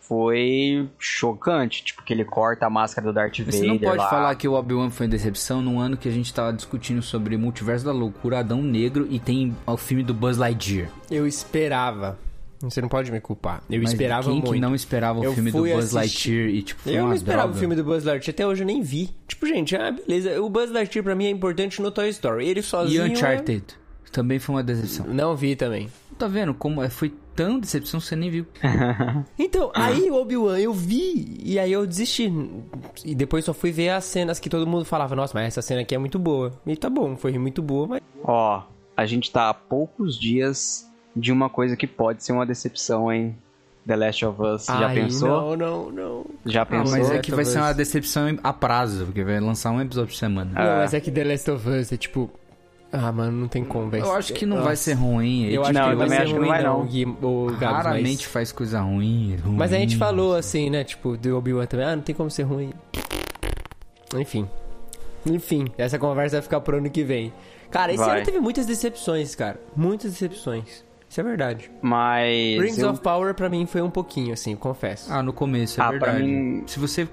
Speaker 3: Foi chocante, tipo, que ele corta a máscara do Darth Vader
Speaker 2: Você não pode
Speaker 3: lá.
Speaker 2: falar que o Obi-Wan foi uma decepção num ano que a gente tava discutindo sobre Multiverso da Loucura, Adão Negro e tem o filme do Buzz Lightyear.
Speaker 1: Eu esperava. Você não pode me culpar. Eu
Speaker 2: Mas
Speaker 1: esperava
Speaker 2: quem
Speaker 1: muito.
Speaker 2: que não esperava o
Speaker 1: Eu
Speaker 2: filme do
Speaker 1: fui
Speaker 2: Buzz
Speaker 1: assistir.
Speaker 2: Lightyear e tipo, foi
Speaker 1: Eu
Speaker 2: uma
Speaker 1: não esperava
Speaker 2: droga.
Speaker 1: o filme do Buzz Lightyear, até hoje eu nem vi. Tipo, gente, ah, beleza. O Buzz Lightyear pra mim é importante no Toy Story. Ele
Speaker 2: E
Speaker 1: sozinho. é-
Speaker 2: Uncharted também foi uma decepção.
Speaker 1: Não vi também.
Speaker 2: Tá vendo como é- foi tão decepção que é um você nem viu.
Speaker 1: Então, aí o Obi-Wan eu vi e aí eu desisti. E depois só fui ver as cenas que todo mundo falava, nossa, mas essa cena aqui é muito boa. E tá bom, foi muito boa, mas.
Speaker 3: Ó, a gente tá a poucos dias de uma coisa que pode ser uma decepção, hein? The Last of Us. Já
Speaker 1: Ai,
Speaker 3: pensou?
Speaker 1: Não, não, não.
Speaker 3: Já
Speaker 2: Ah,
Speaker 3: pensou?
Speaker 2: mas
Speaker 1: The
Speaker 2: é
Speaker 1: Last
Speaker 2: que vai
Speaker 1: of
Speaker 2: ser uma
Speaker 1: Us.
Speaker 2: decepção a prazo, porque vai lançar um episódio por semana.
Speaker 1: Não, mas é que The Last of Us é tipo. Ah, mano, não tem como, velho.
Speaker 2: Eu acho que não
Speaker 1: Nossa.
Speaker 2: vai ser ruim. é tipo,
Speaker 1: Eu acho
Speaker 3: Não,
Speaker 1: que
Speaker 3: eu
Speaker 1: vai
Speaker 3: também
Speaker 1: ser
Speaker 3: acho que
Speaker 1: ruim,
Speaker 3: não vai, não.
Speaker 1: Gui, o Gabs, mas-
Speaker 2: Raramente faz coisa ruim, ruim.
Speaker 1: Mas a gente falou assim, né? Tipo, do Obi-Wan também. Ah, não tem como ser ruim. Enfim. Enfim, essa conversa vai ficar pro ano que vem. Cara, esse
Speaker 3: Vai.
Speaker 1: ano teve muitas decepções, cara. Muitas decepções. Isso é verdade.
Speaker 3: Mas
Speaker 1: Rings
Speaker 3: eu-
Speaker 1: of Power pra mim foi um pouquinho, assim, eu confesso.
Speaker 2: Ah, no começo, é
Speaker 3: Ah, pra
Speaker 2: verdade.
Speaker 3: mim-
Speaker 2: Se você,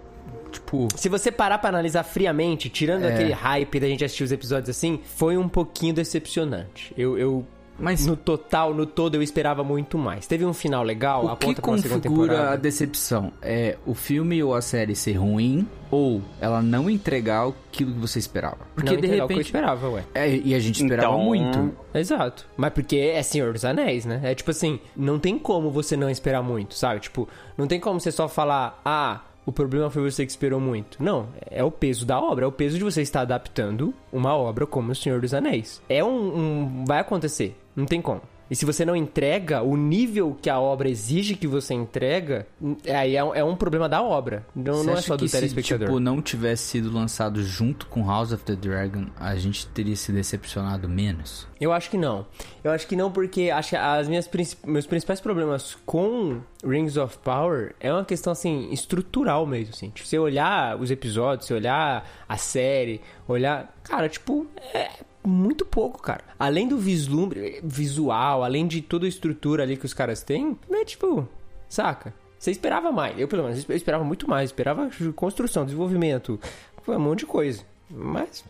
Speaker 2: tipo...
Speaker 1: Se você parar pra analisar friamente, tirando
Speaker 2: É.
Speaker 1: aquele hype da gente assistir os episódios assim, foi um pouquinho decepcionante. Eu, eu
Speaker 2: Mas
Speaker 1: no total, no todo, eu esperava muito mais. Teve um final legal,
Speaker 2: o que
Speaker 1: aponta pra uma segunda
Speaker 2: configura a
Speaker 1: temporada.
Speaker 2: decepção? É o filme ou a série ser ruim ou ela não entregar aquilo que você esperava? Porque
Speaker 1: Não
Speaker 2: de
Speaker 1: entregar o que eu
Speaker 2: repente...
Speaker 1: esperava, ué.
Speaker 2: É, e a gente esperava
Speaker 3: Então-
Speaker 2: muito.
Speaker 1: Exato. Mas porque é Senhor dos Anéis, né? É tipo assim, não tem como você não esperar muito, sabe? Tipo, não tem como você só falar, ah, o problema foi você que esperou muito. Não, é o peso da obra, é o peso de você estar adaptando uma obra como o Senhor dos Anéis. É um. um- vai acontecer, não tem como. E se você não entrega o nível que a obra exige que você entrega, aí é, um- é um problema da obra. Não,
Speaker 2: Você
Speaker 1: não é
Speaker 2: acha
Speaker 1: só do
Speaker 2: que
Speaker 1: telespectador.
Speaker 2: Se, tipo, não tivesse sido lançado junto com House of the Dragon, a gente teria se decepcionado menos.
Speaker 1: Eu acho que não. Eu acho que não porque acho que as minhas princi- meus principais problemas com Rings of Power é uma questão assim estrutural mesmo, assim. Tipo, você olhar os episódios, você olhar a série, olhar, cara, tipo, é muito pouco, cara. Além do vislumbre eh, visual, além de toda a estrutura ali que os caras têm, é tipo, saca? Você esperava mais. Eu pelo menos eu esperava muito mais, esperava construção, desenvolvimento, um monte de coisa. Mas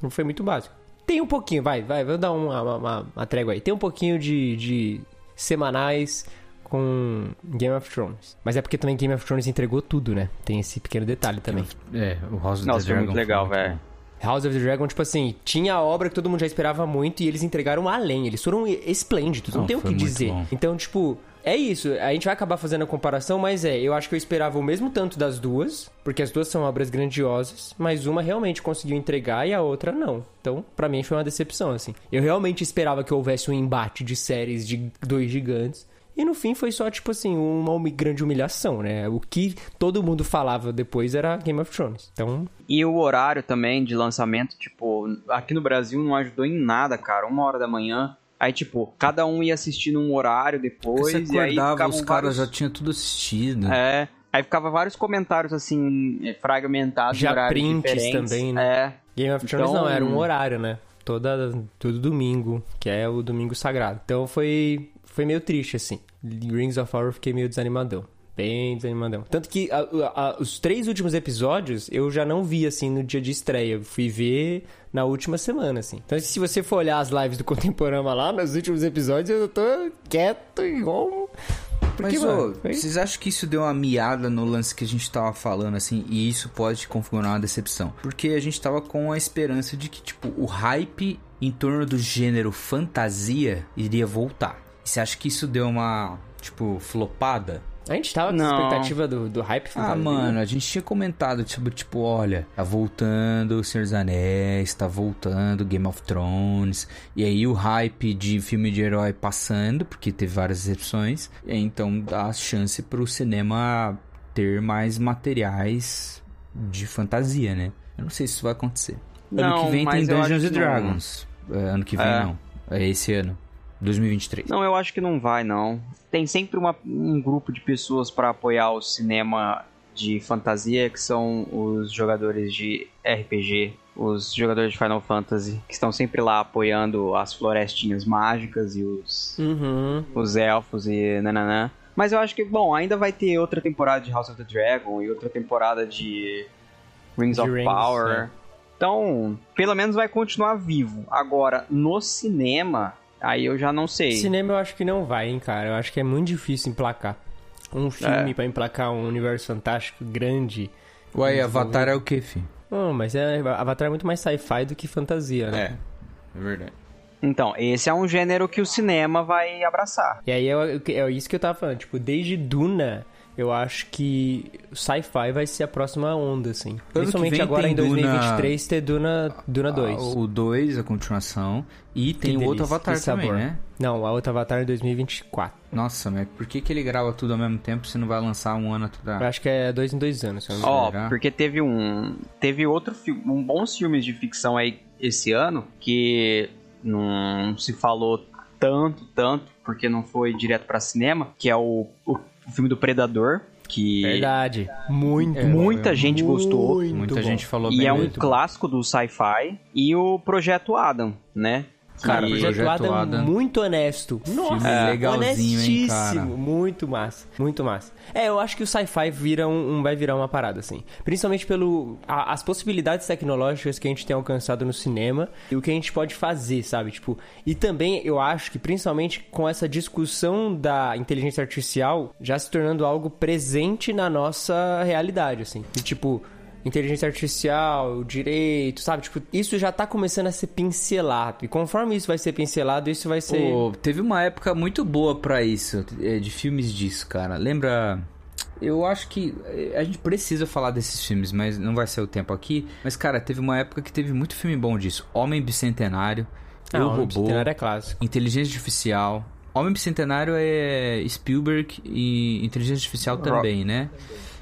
Speaker 1: não foi muito básico. Tem um pouquinho, vai, vai, vamos dar uma, uma, uma- uma trégua aí. Tem um pouquinho de, de semanais com Game of Thrones. Mas é porque também Game of Thrones entregou tudo, né? Tem esse pequeno detalhe também.
Speaker 2: É, o House of
Speaker 3: Nossa,
Speaker 2: the
Speaker 3: foi
Speaker 2: Dragon
Speaker 3: muito legal, velho.
Speaker 1: House of the Dragon, tipo assim, tinha a obra que todo mundo já esperava muito e eles entregaram além. Eles foram esplêndidos, não,
Speaker 2: Não,
Speaker 1: tem o
Speaker 2: foi
Speaker 1: que
Speaker 2: muito
Speaker 1: dizer.
Speaker 2: bom.
Speaker 1: Então, tipo, é isso. A gente vai acabar fazendo a comparação, mas é, eu acho que eu esperava o mesmo tanto das duas, porque as duas são obras grandiosas, mas uma realmente conseguiu entregar e a outra não. Então, pra mim foi uma decepção, assim. Eu realmente esperava que houvesse um embate de séries de dois gigantes. E no fim foi só, tipo assim, uma humi- grande humilhação, né? O que todo mundo falava depois era Game of Thrones. Então,
Speaker 3: E o horário também de lançamento, tipo, aqui no Brasil não ajudou em nada, cara. Uma hora da manhã. Aí, tipo, cada um ia assistindo um horário depois.
Speaker 2: Você
Speaker 3: e aí
Speaker 2: acordava,
Speaker 3: ficavam
Speaker 2: os caras
Speaker 3: vários...
Speaker 2: já tinham tudo assistido.
Speaker 3: É. Aí ficava vários comentários, assim, eh, fragmentados.
Speaker 1: Já
Speaker 3: em horários
Speaker 1: prints
Speaker 3: diferentes.
Speaker 1: também,
Speaker 3: né? É.
Speaker 1: Game of Thrones
Speaker 3: Então-
Speaker 1: não, era um horário, né? Toda, todo domingo, que é o domingo sagrado. Então foi, foi meio triste, assim. Rings of Power eu fiquei meio desanimadão. Bem desanimadão. Tanto que a- a- os três últimos episódios eu já não vi, assim, no dia de estreia. Eu Fui ver na última semana, assim. Então se você for olhar as lives do Contemporama lá, nos últimos episódios eu tô quieto igual... um- Porque,
Speaker 2: Mas,
Speaker 1: mano,
Speaker 2: ô,
Speaker 1: foi-
Speaker 2: vocês acham que isso deu uma miada no lance que a gente tava falando, assim, e isso pode configurar uma decepção? Porque a gente tava com a esperança de que, tipo, o hype em torno do gênero fantasia iria voltar. E você acha que isso deu uma, tipo, flopada?
Speaker 1: A gente tava com essa
Speaker 3: Não.
Speaker 1: expectativa do, do hype.
Speaker 2: Ah,
Speaker 1: fantasma.
Speaker 2: mano, a gente tinha comentado, tipo, tipo, olha, tá voltando o Senhor dos Anéis, tá voltando Game of Thrones, e aí o hype de filme de herói passando, porque teve várias exceções, e aí então dá chance pro cinema ter mais materiais de fantasia, né? Eu não sei se isso vai acontecer. ano
Speaker 3: Não,
Speaker 2: que vem tem
Speaker 3: mas
Speaker 2: Dungeons
Speaker 3: eu acho
Speaker 2: and
Speaker 3: que não.
Speaker 2: Dragons. É, ano que vem
Speaker 3: É.
Speaker 2: não. É esse ano. 2023.
Speaker 3: Não, eu acho que não vai, não. Tem sempre uma- um grupo de pessoas pra apoiar o cinema de fantasia, que são os jogadores de RPG, os jogadores de Final Fantasy, que estão sempre lá apoiando as florestinhas mágicas e os,
Speaker 1: Uhum.
Speaker 3: os elfos e nananã. Mas eu acho que, bom, ainda vai ter outra temporada de House of the Dragon e outra temporada de Rings
Speaker 1: De
Speaker 3: of
Speaker 1: Rings,
Speaker 3: Power.
Speaker 1: é.
Speaker 3: Então, pelo menos vai continuar vivo. Agora, no cinema, aí eu já não sei.
Speaker 1: Cinema eu acho que não vai, hein, cara. Eu acho que é muito difícil emplacar. Um filme pra emplacar um universo fantástico grande.
Speaker 2: É. Ué, Avatar é o que, filho?
Speaker 1: Não, mas é, Avatar é muito mais sci-fi do que fantasia, né?
Speaker 2: é verdade.
Speaker 3: Então, esse é um gênero que o cinema vai abraçar.
Speaker 1: E aí é, o- é isso que eu tava falando. Tipo, desde Duna, eu acho que o sci-fi vai ser a próxima onda, assim. Principalmente
Speaker 2: vem
Speaker 1: agora
Speaker 2: tem
Speaker 1: em 2023 ter Duna, Duna 2.
Speaker 2: Ah, O 2, a continuação. E tem
Speaker 1: Que
Speaker 2: o outro
Speaker 1: delícia,
Speaker 2: Avatar
Speaker 1: que sabor.
Speaker 2: também, né?
Speaker 1: Não, a outra Avatar é em 2024.
Speaker 2: Nossa, mas por que, que ele grava tudo ao mesmo tempo se não vai lançar um ano tudo?
Speaker 1: Eu acho que é dois em dois anos, se eu não me engano.
Speaker 3: Ó,
Speaker 2: Será?
Speaker 3: porque teve um. Teve outro filme. Um bons filmes de ficção aí esse ano que não se falou tanto, tanto, porque não foi direto pra cinema, que é o, o, o filme do Predador. Que
Speaker 1: Verdade. Muito.
Speaker 2: É,
Speaker 3: muita
Speaker 2: é
Speaker 3: gente gostou.
Speaker 1: muito
Speaker 2: Muita
Speaker 1: bom.
Speaker 2: gente falou bem.
Speaker 3: E é um
Speaker 2: muito bom.
Speaker 3: clássico do sci-fi. E o Projeto Adam, né?
Speaker 2: Cara,
Speaker 1: E
Speaker 3: Que-
Speaker 2: Projeto
Speaker 1: Projeto Adam, é
Speaker 2: Adam.
Speaker 1: muito honesto. Nossa,
Speaker 2: É. legalzinho, hein, cara?
Speaker 1: honestíssimo. Muito massa, muito massa. É, eu acho que o sci-fi vira um, um- vai virar uma parada, assim. Principalmente pelo a- as possibilidades tecnológicas que a gente tem alcançado no cinema e o que a gente pode fazer, sabe? Tipo, e também eu acho que principalmente com essa discussão da inteligência artificial já se tornando algo presente na nossa realidade, assim. E tipo, inteligência artificial, direito, sabe? Tipo, isso já tá começando a ser pincelado. E conforme isso vai ser pincelado, isso vai ser.
Speaker 2: Pô, teve uma época muito boa pra isso, é, de filmes disso, cara. Lembra? Eu acho que é, a gente precisa falar desses filmes, mas não vai ser o tempo aqui. Mas, cara, teve uma época que teve muito filme bom disso. Homem Bicentenário,
Speaker 1: Ah,
Speaker 2: Eu
Speaker 1: o
Speaker 2: Robô,
Speaker 1: Centenário é clássico.
Speaker 2: Inteligência Artificial, Homem Bicentenário é Spielberg e Inteligência Artificial também, né?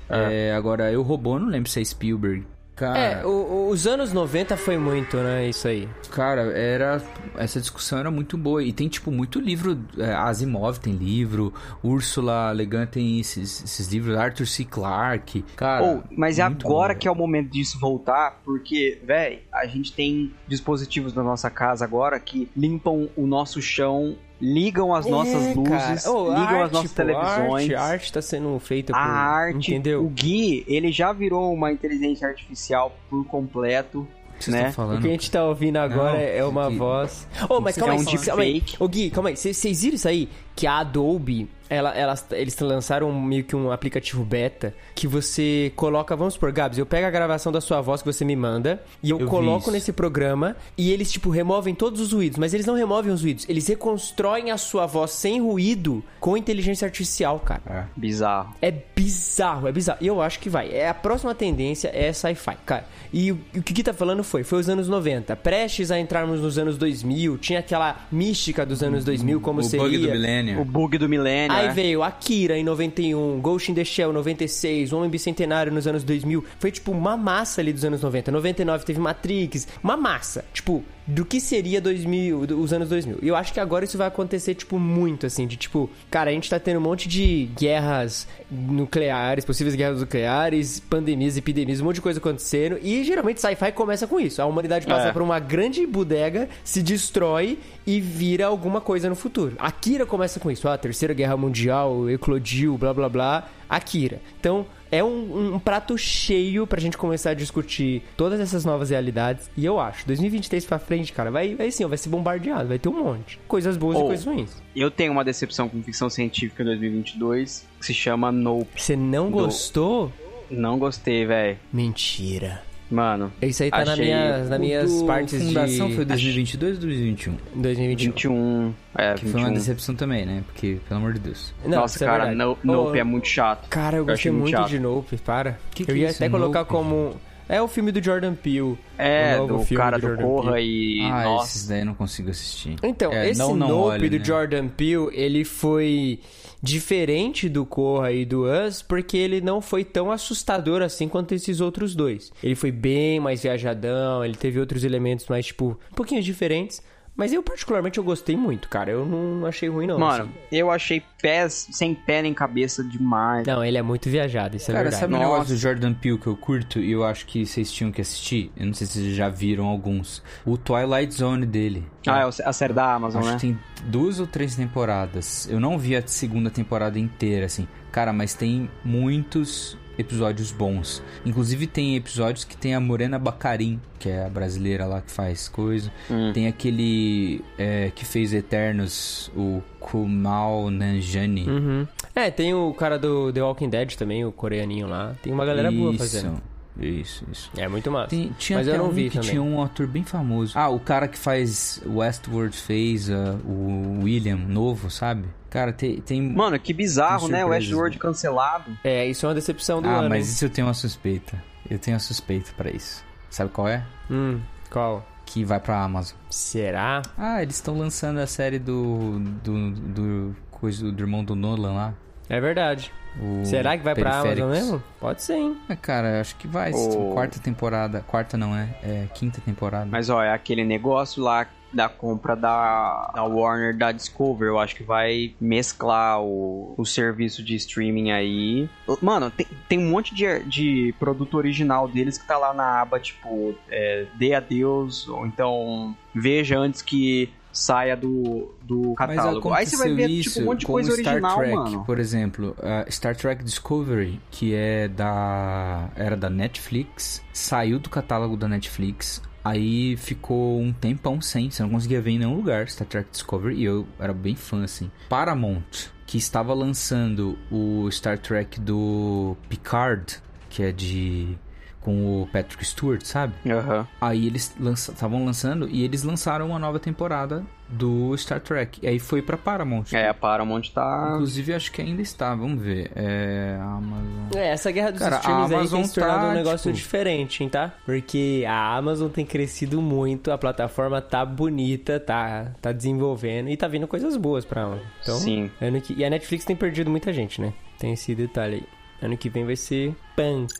Speaker 2: É, agora, Eu Robô, eu não lembro se é Spielberg. Cara,
Speaker 1: É, o- o- os anos 90 foi muito, né? Isso aí.
Speaker 2: Cara, era. Essa discussão era muito boa. E tem, tipo, muito livro. É, Asimov tem livro. Úrsula Le Guin tem esses, esses livros. Arthur C. Clarke. Cara.
Speaker 3: Ou, mas é
Speaker 2: muito
Speaker 3: agora
Speaker 2: bom.
Speaker 3: que é o momento disso voltar, porque, véi, a gente tem dispositivos na nossa casa agora que limpam o nosso chão, ligam as nossas
Speaker 1: É,
Speaker 3: luzes,
Speaker 1: cara. Ô, a
Speaker 3: ligam as
Speaker 1: arte,
Speaker 3: nossas
Speaker 1: pô,
Speaker 3: televisões.
Speaker 1: A arte, a arte tá sendo feita por...
Speaker 3: a arte, o
Speaker 1: Entendeu?
Speaker 3: Gui, ele já virou uma inteligência artificial por completo,
Speaker 2: que vocês
Speaker 3: né?
Speaker 2: estão
Speaker 1: O
Speaker 2: falando.
Speaker 1: que a gente tá ouvindo agora
Speaker 2: Não,
Speaker 1: é uma
Speaker 2: que-
Speaker 1: voz... Ô, mas
Speaker 3: que
Speaker 1: calma
Speaker 3: é
Speaker 1: aí,
Speaker 3: um
Speaker 1: vocês- calma aí.
Speaker 3: deepfake.
Speaker 1: Ô, Gui, calma aí. Vocês- Vocês viram isso aí? Que a Adobe, ela, elas- eles lançaram meio que um aplicativo beta que você coloca... Vamos supor, Gabs, eu pego a gravação da sua voz que você me manda e eu,
Speaker 2: Eu vi
Speaker 1: coloco
Speaker 2: isso.
Speaker 1: nesse programa e eles, tipo, removem todos os ruídos. Mas eles não removem os ruídos. Eles reconstroem a sua voz sem ruído com inteligência artificial, cara.
Speaker 3: Bizarro.
Speaker 1: É bizarro, é bizarro. E eu acho que vai. É a próxima tendência é sci-fi, cara. E o, o que o Gui tá falando foi, foi os anos 90. Prestes a entrarmos nos anos 2000, tinha aquela mística dos anos 2000, como
Speaker 2: o
Speaker 1: seria.
Speaker 2: bug do
Speaker 3: O
Speaker 2: milênio.
Speaker 3: bug do milênio,
Speaker 1: Aí
Speaker 3: né?
Speaker 1: veio Akira em 91, Ghost in the Shell 96, Homem Bicentenário nos anos 2000. Foi tipo uma massa ali dos anos 90. 99 teve Matrix, uma massa. Tipo, do que seria 2000, do- os anos 2000. E eu acho que agora isso vai acontecer, tipo, muito assim. De tipo, cara, a gente tá tendo um monte de guerras nucleares, possíveis guerras nucleares, pandemias, epidemias, um monte de coisa acontecendo. E geralmente sci-fi começa com isso. A humanidade passa
Speaker 3: É.
Speaker 1: por uma grande bodega, se destrói e vira alguma coisa no futuro. Akira começa com isso. Ah, Terceira Guerra Mundial, eclodiu, blá blá blá. Akira. Então, é um, um prato cheio pra gente começar a discutir todas essas novas realidades. E eu acho, 2023 pra frente, cara, vai, vai sim, ó, vai ser bombardeado, vai ter um monte. Coisas boas e
Speaker 3: Oh.
Speaker 1: coisas ruins.
Speaker 3: Eu tenho uma decepção com ficção científica em 2022 que se chama Nope.
Speaker 1: Você não
Speaker 3: Do-
Speaker 1: gostou?
Speaker 3: Não gostei, velho.
Speaker 1: Mentira.
Speaker 3: Mano,
Speaker 1: Isso aí tá na
Speaker 3: Achei
Speaker 1: minha, nas minhas
Speaker 2: O do
Speaker 1: partes
Speaker 2: Fundação
Speaker 1: de
Speaker 2: foi 2022 ou 2021?
Speaker 1: 2021.
Speaker 3: 21. É,
Speaker 2: Que
Speaker 3: 21.
Speaker 2: foi uma decepção também, né? Porque, pelo amor de Deus.
Speaker 1: Não,
Speaker 3: Nossa,
Speaker 1: isso é
Speaker 3: cara,
Speaker 1: verdade.
Speaker 3: no- Nope
Speaker 1: Ô,
Speaker 3: é muito chato.
Speaker 1: Cara, eu
Speaker 3: Eu
Speaker 1: gostei
Speaker 3: achei muito
Speaker 1: muito
Speaker 3: chato.
Speaker 1: de Nope, para.
Speaker 2: Que que
Speaker 1: eu ia
Speaker 2: é
Speaker 1: até
Speaker 2: isso,
Speaker 1: colocar
Speaker 2: Nope,
Speaker 1: como. É o filme do Jordan Peele.
Speaker 3: É,
Speaker 1: o novo
Speaker 3: do
Speaker 1: filme
Speaker 3: cara
Speaker 1: do
Speaker 3: do
Speaker 1: Jordan
Speaker 3: Corra e.
Speaker 2: ah,
Speaker 3: nossa.
Speaker 2: esses daí eu não consigo assistir.
Speaker 1: Então,
Speaker 2: É,
Speaker 1: esse
Speaker 2: não, não
Speaker 1: Nope
Speaker 2: olhe,
Speaker 1: do
Speaker 2: né?
Speaker 1: Jordan Peele, ele foi diferente do Corra e do Us, porque ele não foi tão assustador assim quanto esses outros dois. Ele foi bem mais viajadão, ele teve outros elementos mais, tipo, um pouquinho diferentes. Mas eu, particularmente, eu gostei muito, cara. Eu não achei ruim, não.
Speaker 3: Mano,
Speaker 1: assim.
Speaker 3: eu achei pés sem pé nem cabeça demais.
Speaker 1: Não, ele é muito viajado, isso é
Speaker 2: Cara,
Speaker 1: verdade.
Speaker 2: sabe o
Speaker 3: Nossa.
Speaker 2: negócio do Jordan Peele que eu curto e eu acho que vocês tinham que assistir? Eu não sei se vocês já viram alguns. O Twilight Zone dele.
Speaker 3: Ah, é o- a série da Amazon,
Speaker 2: Acho
Speaker 3: né?
Speaker 2: que tem duas ou três temporadas. Eu não vi a segunda temporada inteira, assim. Cara, mas tem muitos episódios bons. Inclusive tem episódios que tem a Morena Bacarin, que é a brasileira lá que faz coisa. Tem aquele é, que fez Eternos, o Kumal Nanjani.
Speaker 1: Uhum. É, tem o cara do The Walking Dead também, o coreaninho lá. Tem uma galera boa fazendo.
Speaker 2: Isso, isso.
Speaker 1: É muito massa.
Speaker 2: é Tem- tinha
Speaker 1: Mas eu
Speaker 2: até
Speaker 1: não
Speaker 2: um
Speaker 1: vi
Speaker 2: que
Speaker 1: também.
Speaker 2: tinha um ator bem famoso. Ah, o cara que faz Westworld fez ah, o William novo, sabe? Cara, tem, tem...
Speaker 3: Mano, que bizarro,
Speaker 2: Tem
Speaker 3: né? O
Speaker 2: surpresas,
Speaker 3: Westworld
Speaker 2: né?
Speaker 3: cancelado.
Speaker 1: É, isso é uma decepção do
Speaker 2: ah,
Speaker 1: ano.
Speaker 2: mas
Speaker 1: hein?
Speaker 2: isso eu tenho uma suspeita. Eu tenho uma suspeita pra isso. Sabe qual é?
Speaker 1: Hum, qual?
Speaker 2: Que vai pra Amazon.
Speaker 1: Será?
Speaker 2: Ah, eles estão lançando a série do do do coisa do irmão do Nolan lá.
Speaker 1: É verdade.
Speaker 2: o
Speaker 1: Será que vai pra Amazon
Speaker 2: Periféricos.
Speaker 1: mesmo? Pode ser, hein?
Speaker 2: Ah, cara, eu acho que vai.
Speaker 3: O-
Speaker 2: Quarta temporada. Quarta não é, é quinta temporada.
Speaker 3: Mas ó, é aquele negócio lá da compra da, da Warner da Discover. Eu acho que vai mesclar o, o serviço de streaming aí. Mano, tem, tem um monte de, de produto original deles que tá lá na aba, tipo, é, dê adeus, ou então veja antes que saia do, do catálogo. Aí você vai ver,
Speaker 2: aconteceu
Speaker 3: tipo, um monte de
Speaker 2: com
Speaker 3: coisa
Speaker 2: Star
Speaker 3: original,
Speaker 2: Trek,
Speaker 3: mano.
Speaker 2: Por exemplo, a Star Trek Discovery, que é da era da Netflix, saiu do catálogo da Netflix. Aí ficou um tempão sem, você não conseguia ver em nenhum lugar Star Trek Discovery, e eu era bem fã, assim. Paramount, que estava lançando o Star Trek do Picard, que é de com o Patrick Stewart, sabe?
Speaker 3: Aham.
Speaker 2: Aí eles estavam lançando e eles lançaram uma nova temporada do Star Trek. E aí foi pra Paramount.
Speaker 3: É, a Paramount
Speaker 1: Ah.
Speaker 3: tá.
Speaker 2: Inclusive, acho que ainda está, vamos ver. É. Amazon.
Speaker 1: É, essa guerra dos
Speaker 2: Cara, a
Speaker 1: streams aí
Speaker 2: Amazon
Speaker 1: tem se tornado
Speaker 2: tá,
Speaker 1: um negócio
Speaker 2: tipo-
Speaker 1: diferente, hein, tá? Porque a Amazon tem crescido muito, a plataforma tá bonita, tá, tá desenvolvendo e tá vindo coisas boas pra Amazon. Então,
Speaker 3: Sim.
Speaker 1: ano que- E a Netflix tem perdido muita gente, né? Tem esse detalhe aí. Ano que vem vai ser punk.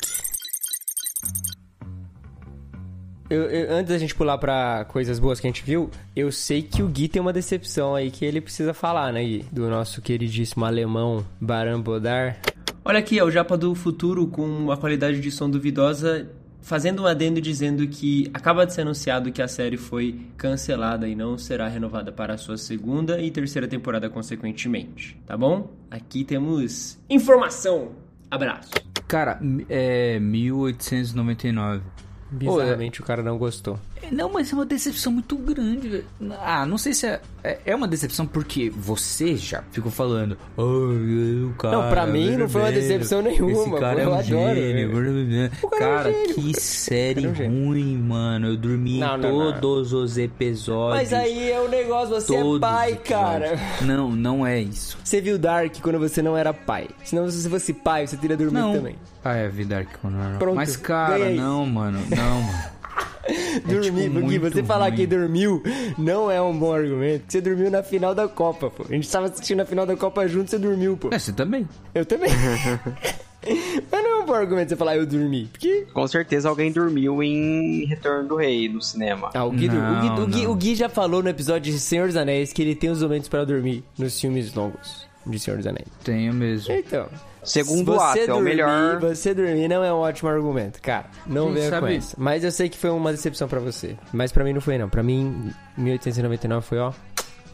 Speaker 1: Eu- eu- antes da gente pular pra coisas boas que a gente viu, eu sei que o Gui tem uma decepção aí que ele precisa falar, né, Gui? Do nosso queridíssimo alemão Baran Bodar.
Speaker 7: Olha aqui, é o Japa do Futuro com uma qualidade de som duvidosa, fazendo um adendo dizendo que acaba de ser anunciado que a série foi cancelada e não será renovada para a sua segunda e terceira temporada consequentemente, tá bom? Aqui temos informação. Abraço.
Speaker 2: Cara, é. 1899.
Speaker 1: Bizarramente o cara não gostou.
Speaker 2: Não, mas é uma decepção muito grande, velho. Ah, não sei se é. É é uma decepção porque você já ficou falando. "Ai, é o cara,
Speaker 1: Não, pra mim não foi uma
Speaker 2: verdadeiro,
Speaker 1: decepção nenhuma,
Speaker 2: Esse cara
Speaker 1: pô,
Speaker 2: é
Speaker 1: eu
Speaker 2: um
Speaker 1: adoro, né?
Speaker 2: gênio.
Speaker 1: O cara é um
Speaker 2: cara,
Speaker 1: gênio,
Speaker 2: que série
Speaker 1: é um gênio.
Speaker 2: ruim, mano. Eu dormi
Speaker 1: Não,
Speaker 2: em
Speaker 1: não, não.
Speaker 2: todos os episódios.
Speaker 1: Mas aí é o negócio, você
Speaker 2: todos
Speaker 1: é pai,
Speaker 2: os
Speaker 1: cara.
Speaker 2: episódios. Não, não é isso.
Speaker 1: Você viu Dark quando você não era pai. Senão, se você fosse pai, você teria dormido
Speaker 2: Não.
Speaker 1: também.
Speaker 2: Ah, é vida arquiconora.
Speaker 1: Pronto,
Speaker 2: Mas, cara,
Speaker 1: ganhei.
Speaker 2: não, mano. Não, mano.
Speaker 1: Dormir,
Speaker 2: tipo,
Speaker 1: porque
Speaker 2: muito
Speaker 1: você falar
Speaker 2: ruim.
Speaker 1: que dormiu não é um bom argumento. Você dormiu na final da Copa, pô. A gente tava assistindo a final da Copa junto, você dormiu, pô.
Speaker 2: É, você também.
Speaker 1: Eu também. Mas não é um bom argumento você falar eu dormi. Porque
Speaker 3: Com certeza alguém dormiu em Retorno do Rei no cinema.
Speaker 1: Ah, o Gui,
Speaker 2: Não,
Speaker 1: o Gui- o Gui-
Speaker 2: não.
Speaker 1: o Gui já falou no episódio de Senhor dos Anéis que ele tem os momentos pra dormir nos filmes longos de Senhor dos Anéis.
Speaker 2: Tenho mesmo.
Speaker 1: Então.
Speaker 3: Segundo
Speaker 1: se
Speaker 3: ato,
Speaker 1: você
Speaker 3: é o
Speaker 1: dormir,
Speaker 3: melhor.
Speaker 1: Você dormir não é um ótimo argumento, cara. Não
Speaker 2: Gente,
Speaker 1: venha com
Speaker 2: sabe-
Speaker 1: isso. Mas eu sei que foi uma decepção pra você. Mas pra mim não foi, não. Pra mim, 1899 foi, ó,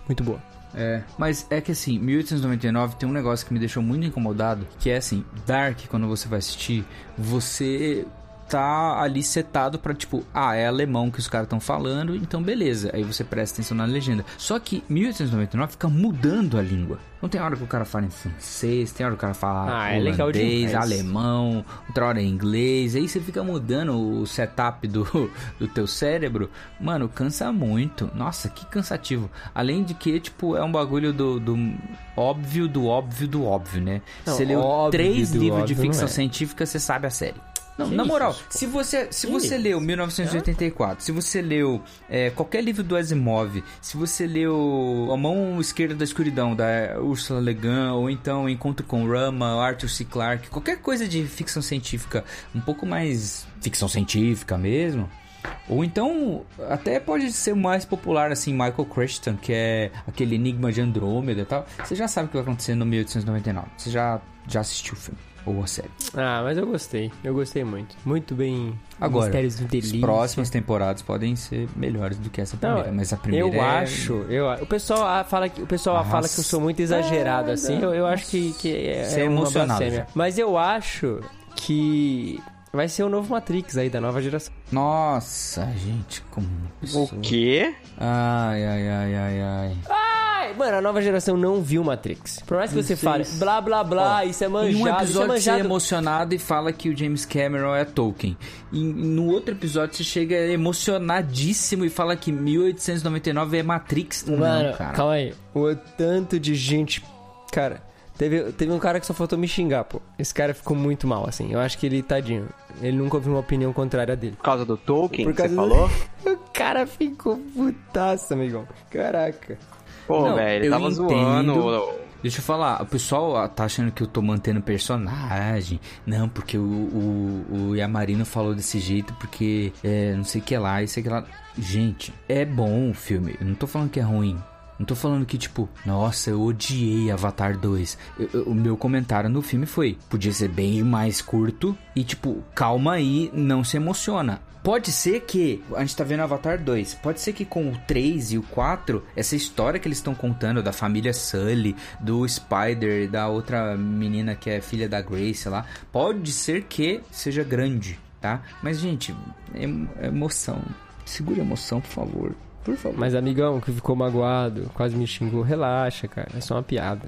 Speaker 1: muito boa.
Speaker 2: É, mas é que assim, 1899 tem um negócio que me deixou muito incomodado, que é assim, Dark, quando você vai assistir, você tá ali setado pra tipo, ah, é alemão que os caras estão falando, então beleza. Aí você presta atenção na legenda. Só que 1899 fica mudando a língua. Não tem hora que o cara fala em francês, tem hora que o cara fala
Speaker 1: Ah, é
Speaker 2: holandês,
Speaker 1: legal demais.
Speaker 2: alemão, outra hora em inglês. Aí você fica mudando o setup do, do teu cérebro. Mano, cansa muito. Nossa, que cansativo. Além de que, tipo, é um bagulho do, do óbvio, do óbvio, do óbvio, né?
Speaker 1: Não,
Speaker 2: você leu
Speaker 1: óbvio
Speaker 2: três
Speaker 1: do
Speaker 2: livros de
Speaker 1: óbvio não
Speaker 2: ficção
Speaker 1: é.
Speaker 2: científica, você sabe a série. Não,
Speaker 1: Que
Speaker 2: na
Speaker 1: isso,
Speaker 2: moral,
Speaker 1: pô?
Speaker 2: se você, se
Speaker 1: Que
Speaker 2: você
Speaker 1: isso?
Speaker 2: leu 1984, se você leu é, qualquer livro do Asimov, se você leu A Mão Esquerda da Escuridão, da Ursula Le Guin, ou então Encontro com Rama, Arthur C. Clarke, qualquer coisa de ficção científica um pouco mais ficção científica mesmo, ou então, até pode ser o mais popular, assim, Michael Crichton, que é aquele Enigma de Andrômeda e tal. Você já sabe o que vai acontecer no 1899. Você já, já assistiu o filme, ou a série.
Speaker 1: Ah, mas eu gostei. Eu gostei muito. Muito bem.
Speaker 2: Agora,
Speaker 1: Mistérios do
Speaker 2: As
Speaker 1: Delírio.
Speaker 2: próximas temporadas podem ser melhores do que essa
Speaker 1: Não,
Speaker 2: primeira, mas a primeira
Speaker 1: Eu
Speaker 2: é...
Speaker 1: acho, eu a- o pessoal ah, fala que o pessoal ah, fala que eu sou muito exagerado assim. Eu, eu acho que, que é,
Speaker 2: Você é
Speaker 1: uma
Speaker 2: emocionado
Speaker 1: blasfêmia.
Speaker 2: já.
Speaker 1: Mas eu acho que vai ser o novo Matrix aí da nova geração.
Speaker 2: Nossa, gente, como uma pessoa...
Speaker 3: O quê?
Speaker 2: Ai, ai, ai, ai, ai.
Speaker 1: Ah, Ai, mano, a nova geração não viu Matrix. Por mais que você fale blá blá blá, isso é
Speaker 2: Em
Speaker 1: manjado,
Speaker 2: um
Speaker 1: isso é
Speaker 2: episódio você é
Speaker 1: manjado.
Speaker 2: emocionado e fala que o James Cameron é Tolkien. E no outro episódio você chega emocionadíssimo e fala que 1899 é Matrix.
Speaker 1: Mano,
Speaker 2: não, cara.
Speaker 1: calma aí. O tanto de gente. Cara, teve, teve um cara que só faltou me xingar, pô. Esse cara ficou muito mal, assim. Eu acho que ele, tadinho, ele nunca ouviu uma opinião contrária dele.
Speaker 3: Por causa do Tolkien,
Speaker 1: Por
Speaker 3: que
Speaker 1: causa
Speaker 3: você
Speaker 1: do-
Speaker 3: falou?
Speaker 1: O cara ficou putaço, amigão. Caraca.
Speaker 3: Pô,
Speaker 2: Não,
Speaker 3: velho, ele
Speaker 2: eu
Speaker 3: tava
Speaker 2: entendo.
Speaker 3: zoando.
Speaker 2: Deixa eu falar, o pessoal ah, tá achando que eu tô mantendo personagem. Não, porque o, o, o Yamarino falou desse jeito, porque é, não sei o que lá, e sei o que lá. Gente, é bom o filme. Eu não tô falando que é ruim. Não tô falando que, tipo, nossa, eu odiei Avatar 2. Eu- eu- o meu comentário no filme foi: podia ser bem mais curto e, tipo, calma aí, não se emociona. Pode ser que a gente tá vendo Avatar 2. Pode ser que com o 3 e o 4, essa história que eles estão contando da família Sully, do Spider e da outra menina que é filha da Grace lá, pode ser que seja grande, tá? Mas gente, em- emoção. Segura a emoção, por favor. Por favor.
Speaker 1: Mas amigão que ficou magoado, quase me xingou, relaxa, cara. É só uma piada.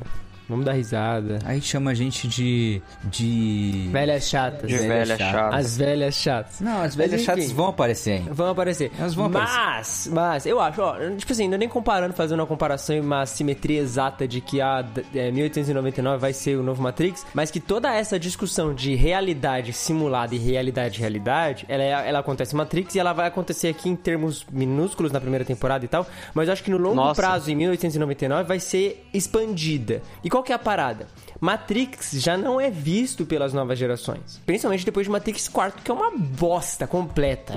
Speaker 1: Vamos dar risada.
Speaker 2: Aí chama a gente de. de.
Speaker 1: Velhas chatas. né?
Speaker 3: De
Speaker 2: é
Speaker 3: velha
Speaker 2: chata.
Speaker 3: chata.
Speaker 1: As velhas chatas.
Speaker 2: Não, as velhas
Speaker 1: Mas,
Speaker 2: chatas
Speaker 1: enfim.
Speaker 2: vão aparecer ainda.
Speaker 1: Vão aparecer.
Speaker 2: Elas vão
Speaker 1: mas, mas, eu acho, ó, tipo assim, não nem comparando, fazendo uma comparação e uma simetria exata de que a d- é, 1899 vai ser o novo Matrix, mas que toda essa discussão de realidade simulada e realidade realidade, ela, é- ela acontece em Matrix e ela vai acontecer aqui em termos minúsculos na primeira temporada e tal, mas eu acho que no longo
Speaker 3: Nossa.
Speaker 1: prazo, em 1899, vai ser expandida. E qual que é a parada? Matrix já não é visto pelas novas gerações. Principalmente depois de Matrix 4, que é uma bosta completa.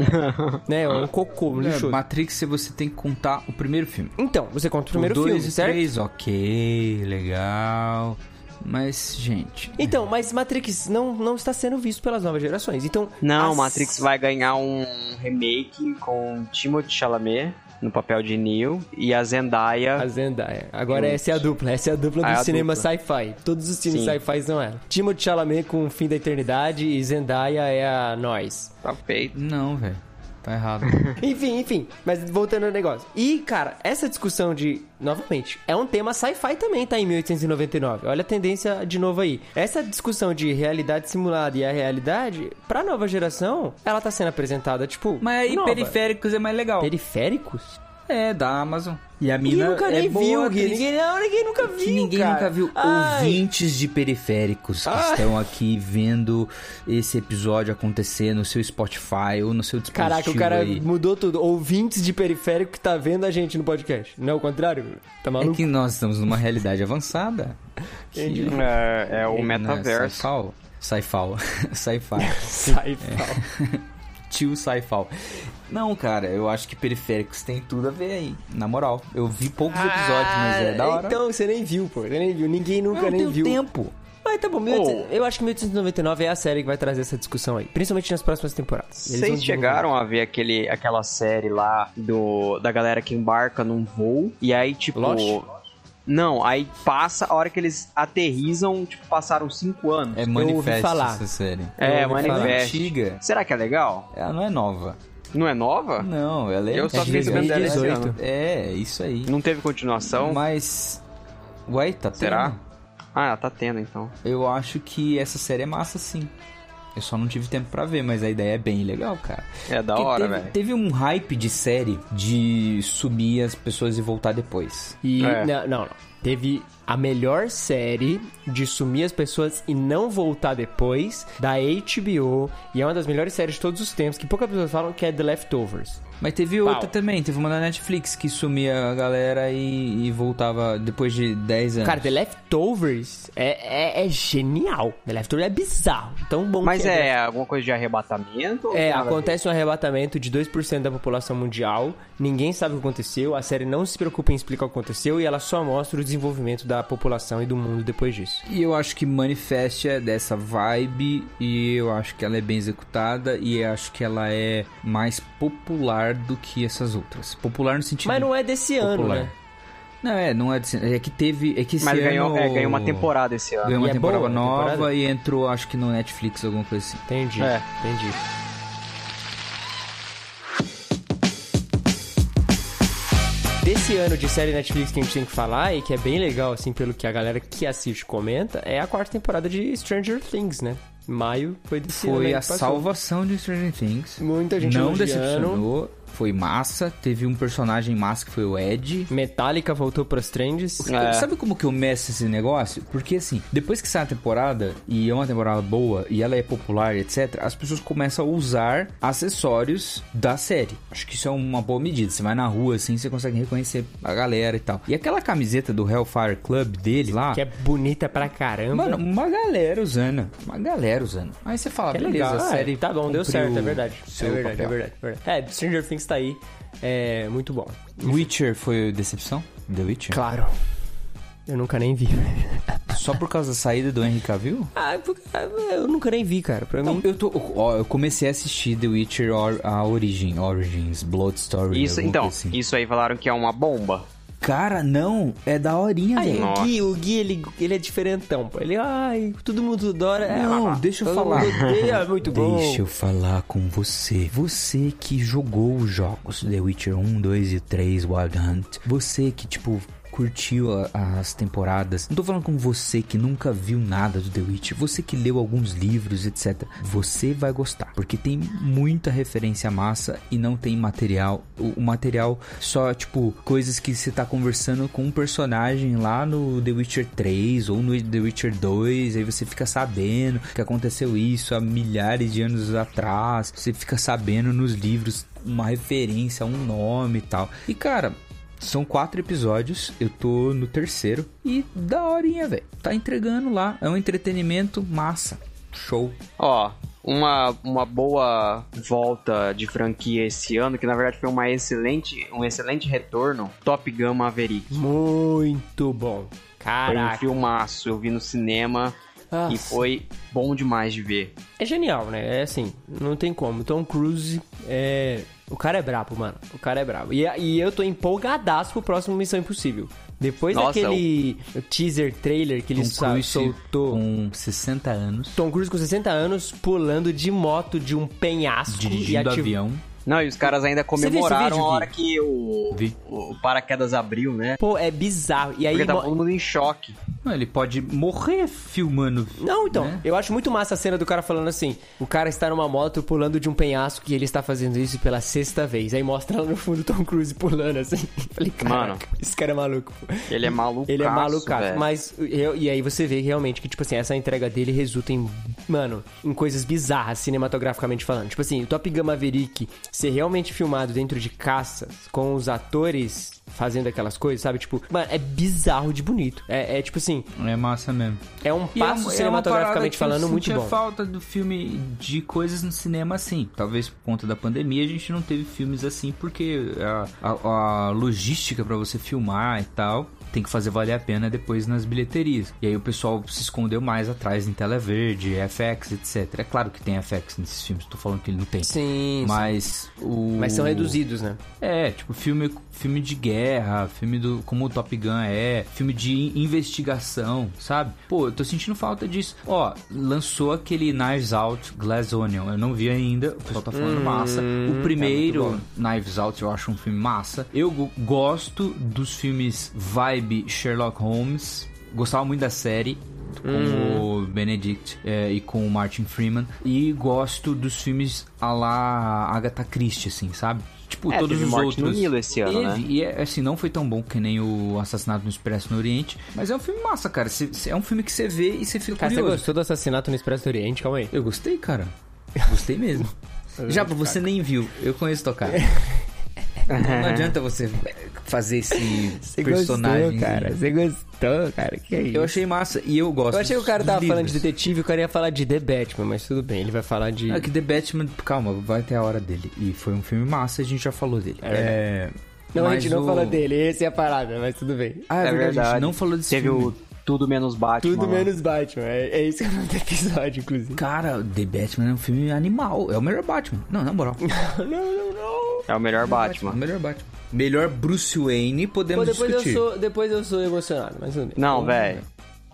Speaker 1: né? É um cocô, um
Speaker 2: É,
Speaker 1: lixo.
Speaker 2: Matrix, você tem que contar o primeiro filme.
Speaker 1: Então, você conta o primeiro
Speaker 2: Os dois
Speaker 1: filme,
Speaker 2: e
Speaker 1: certo?
Speaker 2: três, ok, legal. Mas, gente.
Speaker 1: Então, mas Matrix não, não está sendo visto pelas novas gerações. Então,
Speaker 3: Não,
Speaker 1: as-
Speaker 3: Matrix vai ganhar um remake com Timothée Chalamet no papel de Neo e a Zendaya.
Speaker 1: A Zendaya. Agora essa é a dupla, essa é a dupla do
Speaker 3: Ah, é a
Speaker 1: cinema
Speaker 3: dupla.
Speaker 1: sci-fi. Todos os filmes
Speaker 3: Sim.
Speaker 1: sci-fi são ela. Timothée Chalamet com o Fim da Eternidade e Zendaya é a nós.
Speaker 3: Tá feito.
Speaker 2: Não, velho. Tá errado.
Speaker 1: Enfim, enfim, mas voltando ao negócio. E, cara, essa discussão de, novamente, é um tema sci-fi também, tá? Em 1899. Olha a tendência de novo aí. Essa discussão de realidade simulada e a realidade, pra nova geração, ela tá sendo apresentada, tipo.
Speaker 2: Mas aí,
Speaker 1: nova.
Speaker 2: periféricos é mais legal.
Speaker 1: Periféricos?
Speaker 2: É, da Amazon. E a
Speaker 1: Ninguém
Speaker 2: mina
Speaker 1: nunca
Speaker 2: é
Speaker 1: nem
Speaker 2: boa
Speaker 1: viu, Gui.
Speaker 2: atriz.
Speaker 1: Ninguém, não, ninguém nunca viu.
Speaker 2: Que ninguém
Speaker 1: cara.
Speaker 2: nunca viu.
Speaker 1: Ai.
Speaker 2: Ouvintes de periféricos que
Speaker 1: Ai.
Speaker 2: estão aqui vendo esse episódio acontecer no seu Spotify ou no seu dispositivo.
Speaker 1: Caraca, o cara é
Speaker 2: aí. É
Speaker 1: mudou tudo. Ouvintes de periférico que tá vendo a gente no podcast. Não é o contrário? Tá
Speaker 2: É
Speaker 1: maluco?
Speaker 2: que nós estamos numa realidade avançada. Que-
Speaker 3: É, é o
Speaker 2: né,
Speaker 3: metaverso.
Speaker 2: Sci-fal. Sci-fal. Sci-fi.
Speaker 1: Sai,
Speaker 2: é.
Speaker 1: fala.
Speaker 2: Tio sci-fal. Não, cara, eu acho que periféricos tem tudo a ver aí. Na moral, eu vi poucos
Speaker 3: Ah,
Speaker 2: episódios, mas é da hora.
Speaker 1: Então, você nem viu, pô. Você nem viu. Ninguém
Speaker 2: eu
Speaker 1: nunca
Speaker 2: não
Speaker 1: nem
Speaker 2: tenho
Speaker 1: viu.
Speaker 2: tempo.
Speaker 1: Mas tá bom, 1800 eu acho que 1899 é a série que vai trazer essa discussão aí. Principalmente nas próximas temporadas. Eles vão
Speaker 3: Vocês
Speaker 1: desenvolver.
Speaker 3: chegaram a ver aquele, aquela série lá do, da galera que embarca num voo e aí, tipo.
Speaker 1: Lost?
Speaker 3: Não, aí passa a hora que eles aterrizam, tipo, passaram cinco anos.
Speaker 2: É
Speaker 1: ouvi
Speaker 2: manifesto
Speaker 1: falar.
Speaker 2: essa série.
Speaker 3: É,
Speaker 1: eu ouvi
Speaker 2: Ela é
Speaker 3: Manifest.
Speaker 2: antiga.
Speaker 3: Será que é legal?
Speaker 2: Ela não é nova.
Speaker 3: Não é nova?
Speaker 2: Não, ela é
Speaker 3: Eu só
Speaker 1: de
Speaker 3: fiz
Speaker 2: antiga.
Speaker 3: vendo dela esse
Speaker 1: 2018.
Speaker 3: ano.
Speaker 2: É, isso aí.
Speaker 3: Não teve continuação?
Speaker 2: Mas. Uai, tá tendo?
Speaker 3: Será? Ah, tá tendo então.
Speaker 2: Eu acho que essa série é massa sim. Eu só não tive tempo pra ver, mas a ideia é bem legal, cara.
Speaker 3: É da
Speaker 2: Porque
Speaker 3: hora,
Speaker 2: teve,
Speaker 3: velho.
Speaker 2: teve um hype de série de subir as pessoas e voltar depois.
Speaker 1: E.
Speaker 3: É.
Speaker 1: Não, não, não. Teve a melhor série de sumir as pessoas e não voltar depois da HBO. E é uma das melhores séries de todos os tempos, que poucas pessoas falam que é The Leftovers.
Speaker 2: Mas teve outra também, teve uma da Netflix que sumia a galera e, e voltava depois de 10 anos.
Speaker 1: Cara, The Leftovers é, é, é genial. The Leftovers é bizarro. Tão bom
Speaker 3: Mas
Speaker 1: que é The
Speaker 3: é alguma coisa de arrebatamento? ou
Speaker 1: É,
Speaker 3: nada a ver?
Speaker 1: acontece um arrebatamento de 2% da população mundial, ninguém sabe o que aconteceu, a série não se preocupa em explicar o que aconteceu e ela só mostra o desenvolvimento da população e do mundo depois disso.
Speaker 2: E eu acho que Manifest é dessa vibe e eu acho que ela é bem executada e eu acho que ela é mais popular do que essas outras. Popular no sentido
Speaker 1: Mas não é desse ano,
Speaker 2: popular.
Speaker 1: né?
Speaker 2: Não, é, não é de, é que teve, é que esse
Speaker 3: Mas ganhou,
Speaker 2: ano-
Speaker 3: é, ganhou uma temporada esse ano.
Speaker 2: Ganhou uma
Speaker 1: E é
Speaker 2: temporada
Speaker 1: boa a
Speaker 2: nova
Speaker 1: temporada?
Speaker 2: e entrou acho que no Netflix alguma coisa assim.
Speaker 1: Entendi,
Speaker 3: É.
Speaker 1: entendi. Desse ano de série Netflix que a gente tem que falar e que é bem legal, assim, pelo que a galera que assiste comenta, é a quarta temporada de Stranger Things, né? Maio foi desse ano.
Speaker 2: Foi
Speaker 1: aí
Speaker 2: a
Speaker 1: que passou.
Speaker 2: salvação de Stranger Things.
Speaker 1: Muita gente
Speaker 2: não
Speaker 1: elogiando.
Speaker 2: decepcionou, foi massa, teve um personagem massa que foi o Ed.
Speaker 1: Metallica voltou pras trends.
Speaker 3: É.
Speaker 2: Sabe como que eu meço esse negócio? Porque assim, depois que sai a temporada, e é uma temporada boa, e ela é popular, etc., as pessoas começam a usar acessórios da série. Acho que isso é uma boa medida. Você vai na rua assim, você consegue reconhecer a galera e tal. E aquela camiseta do Hellfire Club dele lá.
Speaker 1: Que é bonita pra caramba.
Speaker 2: Mano, uma galera usando. Uma galera usando. Aí você fala,
Speaker 1: que é
Speaker 2: beleza,
Speaker 1: legal.
Speaker 2: a
Speaker 1: Ah,
Speaker 2: série.
Speaker 1: tá bom,
Speaker 2: cumpriu
Speaker 1: deu certo, é verdade. É
Speaker 2: seu
Speaker 1: verdade, é
Speaker 2: papel.
Speaker 1: verdade, é verdade. É, Stranger Things tá aí. É muito bom.
Speaker 2: Witcher foi decepção? The Witcher?
Speaker 1: Claro. Eu nunca nem vi.
Speaker 2: Só por causa da saída do Henry Cavill?
Speaker 1: ah, porque- ah, eu nunca nem vi, cara. Pra
Speaker 2: Não,
Speaker 1: mim.
Speaker 2: eu, tô, ó, eu comecei a assistir The Witcher Or- a Origin, Origins, Blood Story.
Speaker 3: Isso,
Speaker 2: alguma
Speaker 3: então,
Speaker 2: coisa assim.
Speaker 3: isso aí falaram que é uma bomba.
Speaker 2: Cara, não, é da horinha,
Speaker 1: Ai,
Speaker 2: velho.
Speaker 1: o Gui, o Gui ele, ele é diferentão, pô. Ele, ai, todo mundo adora. É,
Speaker 2: Não,
Speaker 1: blá, blá.
Speaker 2: deixa eu
Speaker 1: Todo
Speaker 2: falar.
Speaker 1: mundo odeia, é muito bom.
Speaker 2: Deixa eu falar com você. Você um, que jogou os jogos The Witcher 1, 2 e 3 Wild Hunt. Você que, tipo, curtiu a- as temporadas, não tô falando com você que nunca viu nada do The Witch, você que leu alguns livros, etc. Você vai gostar, porque tem muita referência massa e não tem material. O, o material só, tipo, coisas que você tá conversando com um personagem lá no The Witcher 3 ou no The Witcher 2, aí você fica sabendo que aconteceu isso há milhares de anos atrás, você fica sabendo nos livros uma referência, um nome e tal. E cara, são quatro episódios, eu tô no terceiro. E da horinha, velho. Tá entregando lá. É um entretenimento massa. Show.
Speaker 3: Ó, uma, uma boa volta de franquia esse ano, que na verdade foi uma excelente, um excelente retorno, Top Gun Maverick. um
Speaker 1: Muito bom.
Speaker 3: Foi um
Speaker 1: Caraca.
Speaker 3: filmaço, eu vi no cinema
Speaker 2: Ah.
Speaker 3: e
Speaker 1: Nossa.
Speaker 3: foi bom demais de ver.
Speaker 1: É genial, né? É assim, não tem como. Tom Cruise é. O cara é brabo, mano. O cara é brabo. E, e eu tô empolgadaço pro próximo Missão Impossível. Depois
Speaker 3: Nossa, é
Speaker 1: daquele teaser trailer que ele
Speaker 2: Tom
Speaker 1: sa-
Speaker 2: Cruise
Speaker 1: soltou.
Speaker 2: com 60 anos,
Speaker 1: Tom Cruise com 60 anos pulando de moto de um penhasco e
Speaker 2: dirigindo
Speaker 1: ativ-
Speaker 2: avião.
Speaker 3: Não, e os caras ainda
Speaker 1: viu esse
Speaker 3: comemoraram
Speaker 1: vídeo,
Speaker 3: a
Speaker 1: Gui?
Speaker 3: hora que o,
Speaker 2: Vi.
Speaker 3: o paraquedas abriu, né?
Speaker 1: Pô, é bizarro. E aí.
Speaker 3: Porque tá
Speaker 1: mo-
Speaker 3: tava todo mundo em choque.
Speaker 2: Não, ele pode morrer filmando.
Speaker 1: Não, então,
Speaker 2: né?
Speaker 1: eu acho muito massa a cena do cara falando assim: o cara está numa moto pulando de um penhasco e ele está fazendo isso pela sexta vez. Aí mostra lá no fundo o Tom Cruise pulando assim. Eu Falei, cara,
Speaker 3: Mano.
Speaker 1: esse cara é maluco. pô."
Speaker 3: Ele é maluco.
Speaker 1: Ele é malucaço,
Speaker 3: velho.
Speaker 1: mas. eu- e aí você vê realmente que, tipo assim, essa entrega dele resulta em. Mano, em coisas bizarras cinematograficamente falando. Tipo assim, o Top Gun Maverick ser realmente filmado dentro de caças com os atores fazendo aquelas coisas, sabe? Tipo, mano, é bizarro de bonito. É, é tipo assim,
Speaker 2: É massa mesmo.
Speaker 1: é um
Speaker 2: E é uma-
Speaker 1: passo
Speaker 2: é uma parada
Speaker 1: cinematograficamente
Speaker 2: que
Speaker 1: falando
Speaker 2: eu
Speaker 1: muito
Speaker 2: sentia
Speaker 1: bom.
Speaker 2: falta do filme de coisas no cinema assim. Talvez por conta da pandemia a gente não teve filmes assim, porque a, a- a logística pra você filmar e tal tem que fazer valer a pena depois nas bilheterias. E aí o pessoal se escondeu mais atrás em tela verde, FX, etc. É claro que tem FX nesses filmes, tô falando que ele não tem.
Speaker 1: Sim, sim.
Speaker 2: Mas o
Speaker 1: mas são reduzidos, né?
Speaker 2: é, tipo, filme, filme de guerra, filme do. como o Top Gun é, filme de in- investigação, sabe? Pô, eu tô sentindo falta disso. Ó, lançou aquele Knives Out Glass Onion. Eu não vi ainda, o pessoal tá falando massa. O primeiro, Knives Out, eu acho um filme massa. Eu go- gosto dos filmes vibe Sherlock Holmes. Gostava muito da série com o Benedict é, e com o Martin Freeman. E gosto dos filmes a lá Agatha Christie, assim, sabe? Tipo,
Speaker 3: É,
Speaker 2: todos
Speaker 3: teve
Speaker 2: os
Speaker 3: Morte
Speaker 2: outros.
Speaker 3: no Nilo esse ano,
Speaker 2: Teve,
Speaker 3: né?
Speaker 2: E é, assim, não foi tão bom que nem o Assassinato no Expresso no Oriente. Mas é um filme massa, cara. Cê- cê- é um filme que você vê e você fica
Speaker 1: Cara, você
Speaker 2: curioso.
Speaker 1: gostou do assassinato no Expresso do Oriente? Calma aí.
Speaker 2: Eu gostei, cara. Gostei mesmo. Já você nem viu, eu conheço teu cara. Não adianta você fazer esse personagem.
Speaker 1: Você gostou, cara? Que é isso?
Speaker 2: Eu achei massa e eu gosto.
Speaker 1: Eu achei que o cara
Speaker 2: dos
Speaker 1: tava falando
Speaker 2: livros.
Speaker 1: de detetive e o cara ia falar de The Batman, mas tudo bem, ele vai falar de.
Speaker 2: É que The Batman, calma, vai ter a hora dele. E foi um filme massa, a gente já falou dele. É.
Speaker 1: não, a
Speaker 2: mas
Speaker 1: gente não
Speaker 2: o-
Speaker 1: falou dele, esse é a parada, mas tudo bem.
Speaker 2: Ah, é, verdade, a gente não falou desse
Speaker 3: Teve
Speaker 2: filme.
Speaker 3: o Tudo Menos Batman.
Speaker 1: Tudo
Speaker 3: lá.
Speaker 1: menos Batman, é, é isso que é o nome do episódio, inclusive.
Speaker 2: Cara, The Batman é um filme animal. É o melhor Batman. Não, na moral.
Speaker 1: Não, não, não.
Speaker 3: É o melhor
Speaker 2: o
Speaker 3: Batman.
Speaker 2: melhor Batman. Melhor Bruce Wayne,
Speaker 1: Pô,
Speaker 2: podemos
Speaker 1: depois eu,
Speaker 2: discutir.
Speaker 1: sou, depois eu sou emocionado, mas tudo bem.
Speaker 3: Não, velho.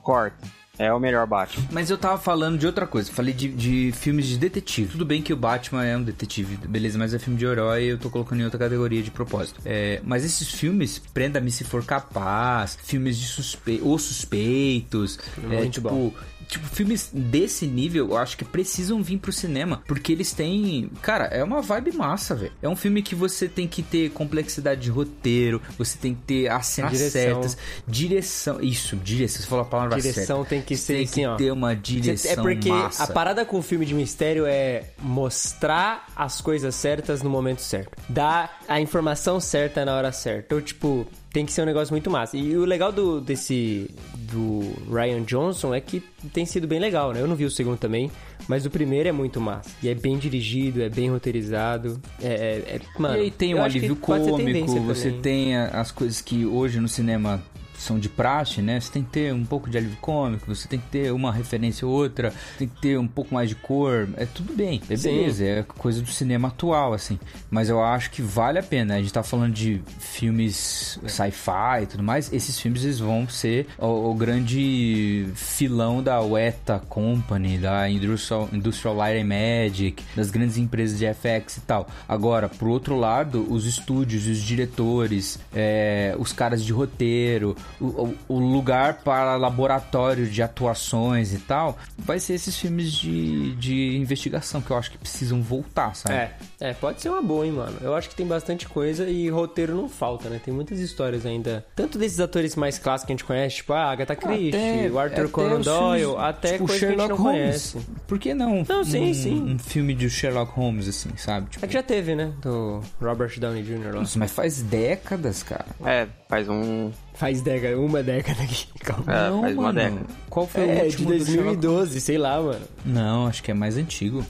Speaker 3: Corta. É o melhor Batman.
Speaker 2: Mas eu tava falando de outra coisa. Falei de, de filmes de detetive. Tudo bem que o Batman é um detetive, beleza, mas é filme de herói eu tô colocando em outra categoria de propósito. É, mas esses filmes, Prenda-me Se For Capaz, filmes de suspe... Os Suspeitos, é,
Speaker 1: Muito
Speaker 2: tipo,
Speaker 1: bom.
Speaker 2: Tipo, filmes desse nível, eu acho que precisam vir pro cinema. Porque eles têm. Cara, é uma vibe massa, velho. É um filme que você tem que ter complexidade de roteiro, você tem que ter as cenas
Speaker 1: Direção.
Speaker 2: certas, direção. Isso, direção. Você falou a palavra certa.
Speaker 1: Direção tem que
Speaker 2: Você
Speaker 1: ser
Speaker 2: tem
Speaker 1: assim,
Speaker 2: que
Speaker 1: ó.
Speaker 2: ter uma
Speaker 1: Cê-
Speaker 2: direção
Speaker 1: É porque
Speaker 2: massa.
Speaker 1: a parada com o filme de mistério é mostrar as coisas certas no momento certo. Dar a informação certa na hora certa. Então, tipo, tem que ser um negócio muito massa. E o legal do, desse. do Ryan Johnson é que tem sido bem legal, né? Eu não vi o segundo também, mas o primeiro é muito massa. E é bem dirigido, é bem roteirizado. É. é- é- mano,
Speaker 2: e aí tem
Speaker 1: eu
Speaker 2: um
Speaker 1: acho que
Speaker 2: alívio
Speaker 1: pode ser
Speaker 2: cômico,
Speaker 1: tendência
Speaker 2: você
Speaker 1: também.
Speaker 2: tem a- as coisas que hoje no cinema são de praxe, né? Você tem que ter um pouco de alívio cômico, você tem que ter uma referência ou outra, tem que ter um pouco mais de cor. É tudo bem, é
Speaker 1: Sim.
Speaker 2: beleza, é coisa do cinema atual, assim. Mas eu acho que vale a pena. A gente tá falando de filmes
Speaker 1: É.
Speaker 2: sci-fi e tudo mais. Esses filmes eles vão ser o, o grande filão da Weta Company, da Industrial, Industrial Light and Magic, das grandes empresas de FX e tal. Agora, pro outro lado, os estúdios, os diretores, é, os caras de roteiro, o, o- o lugar para laboratório de atuações e tal, vai ser esses filmes de, de investigação que eu acho que precisam voltar, sabe?
Speaker 1: É, é, pode ser uma boa, hein, mano. Eu acho que tem bastante coisa e roteiro não falta, né? Tem muitas histórias ainda. Tanto desses atores mais clássicos que a gente conhece, tipo a Agatha
Speaker 2: Ah,
Speaker 1: Christie, o Arthur
Speaker 2: até
Speaker 1: Conan
Speaker 2: é, os
Speaker 1: Doyle,
Speaker 2: filmes,
Speaker 1: até
Speaker 2: tipo,
Speaker 1: coisa que a
Speaker 2: Sherlock
Speaker 1: gente não
Speaker 2: Holmes.
Speaker 1: conhece.
Speaker 2: Por que não?
Speaker 1: Não, sim,
Speaker 2: um,
Speaker 1: sim.
Speaker 2: Um filme de Sherlock Holmes, assim, sabe? Tipo,
Speaker 1: É que já teve, né? Do Robert Downey Jr. lá.
Speaker 2: Nossa, mas faz décadas, cara.
Speaker 3: É, faz um.
Speaker 1: Faz década, uma década aqui. Calma.
Speaker 3: É, faz uma década.
Speaker 2: Qual foi o
Speaker 1: É, de
Speaker 2: último do Sherlock
Speaker 1: 2012, sei lá, mano.
Speaker 2: Holmes? Não, acho que é mais antigo.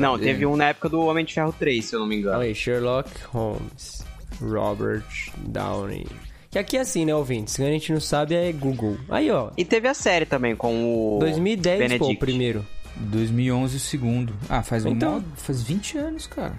Speaker 3: não, teve um na época do Homem de Ferro 3, se eu não me engano.
Speaker 1: É, Olha aí, Sherlock Holmes, Robert Downey. Que aqui é assim, né, ouvintes? Se a gente não sabe, é Google. Aí, ó.
Speaker 3: E teve a série também com o.
Speaker 1: 2010, pô, o
Speaker 3: Benedict.
Speaker 1: primeiro.
Speaker 2: 2011 o segundo. Ah, faz um
Speaker 1: Então-
Speaker 2: mal- faz 20 anos, cara.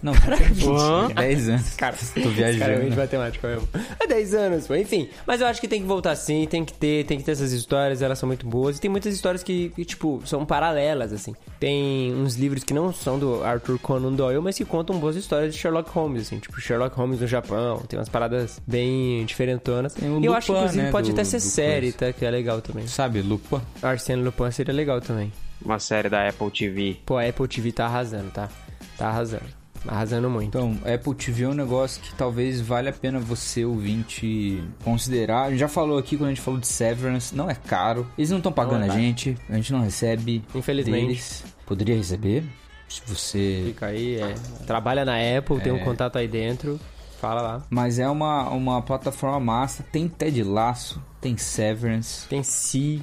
Speaker 2: Não, 20 anos,
Speaker 3: Hã?
Speaker 2: 10 anos.
Speaker 1: Cara,
Speaker 2: Tô viajando.
Speaker 1: Cara, é muito matemático mesmo. Há 10 anos, pô. Enfim. Mas eu acho que tem que voltar sim, tem que ter, tem que ter essas histórias, elas são muito boas. E tem muitas histórias que, que, tipo, são paralelas, assim. Tem uns livros que não são do Arthur Conan Doyle, mas que contam boas histórias de Sherlock Holmes, assim. Tipo, Sherlock Holmes no Japão, tem umas paradas bem diferentonas.
Speaker 2: Tem o
Speaker 1: e eu
Speaker 2: Lupin,
Speaker 1: acho que, inclusive,
Speaker 2: né,
Speaker 1: pode
Speaker 2: do-
Speaker 1: até ser
Speaker 2: do
Speaker 1: série,
Speaker 2: coisa.
Speaker 1: tá? Que é legal também.
Speaker 2: Sabe, Lupa?
Speaker 1: Arsene Lupin seria legal também.
Speaker 3: Uma série da Apple TV.
Speaker 1: Pô, a Apple TV tá arrasando, tá? Tá arrasando. Arrasando muito.
Speaker 2: Então, Apple TV é um negócio que talvez valha a pena você, ouvinte, considerar. A gente já falou aqui quando a gente falou de Severance, não é caro. Eles não estão pagando a gente, a gente não recebe.
Speaker 1: é Infelizmente.
Speaker 2: deles. Poderia receber, se você...
Speaker 1: Fica aí, é. Trabalha na Apple,
Speaker 2: É.
Speaker 1: tem um contato aí dentro. Fala lá.
Speaker 2: Mas é uma, uma plataforma massa, tem Ted Laço, tem Severance.
Speaker 1: Tem Si,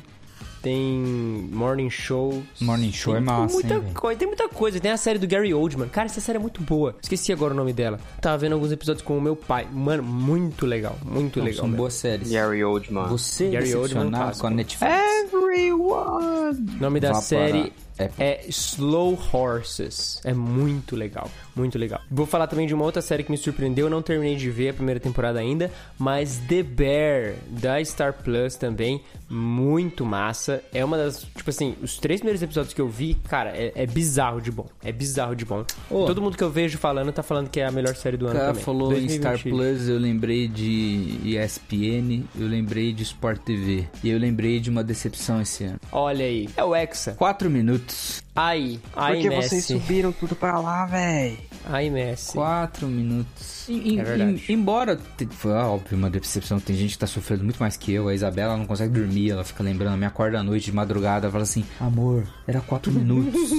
Speaker 1: tem Morning Show.
Speaker 2: Morning Show
Speaker 1: tem
Speaker 2: é massa,
Speaker 1: Muita
Speaker 2: hein, velho?
Speaker 1: coisa, tem muita coisa. Tem a série do Gary Oldman. Cara, essa série é muito boa. Esqueci agora o nome dela. Tava vendo alguns episódios com o meu pai. Mano, muito legal. Muito
Speaker 2: Então,
Speaker 1: legal. né?
Speaker 2: São
Speaker 1: mesmo.
Speaker 2: boas séries.
Speaker 3: Gary
Speaker 1: Ah.
Speaker 3: Oldman.
Speaker 2: Você
Speaker 1: Gary Oldman é um
Speaker 2: decepcionado
Speaker 1: clássico.
Speaker 2: com a Netflix.
Speaker 3: Everyone!
Speaker 1: O nome da
Speaker 2: Vá
Speaker 1: série
Speaker 2: para Apple.
Speaker 1: é Slow Horses. É muito legal, muito legal. Vou falar também de uma outra série que me surpreendeu, eu não terminei de ver a primeira temporada ainda, mas The Bear, da Star Plus também, muito massa. É uma das, tipo assim, os três primeiros episódios que eu vi, cara, é, é bizarro de bom. É bizarro de bom.
Speaker 2: Ô.
Speaker 1: Todo mundo que eu vejo falando tá falando que é a melhor série do
Speaker 2: O
Speaker 1: ano
Speaker 2: cara
Speaker 1: também.
Speaker 2: falou em Star
Speaker 1: 2020.
Speaker 2: Plus, eu lembrei de ESPN, eu lembrei de Sport TV. E eu lembrei de uma decepção esse ano.
Speaker 1: Olha aí, é o Hexa.
Speaker 2: 4 minutos.
Speaker 1: Aí, aí
Speaker 3: Porque
Speaker 1: Messi.
Speaker 3: vocês subiram tudo pra lá, véi.
Speaker 1: Aí Messi.
Speaker 2: 4 minutos. E- e-
Speaker 1: É verdade.
Speaker 2: e- embora te- foi ah, óbvio uma decepção, tem gente que tá sofrendo muito mais que eu. A Isabela não consegue dormir, ela fica lembrando, me acorda à noite de madrugada, fala assim: "Amor, era 4 minutos".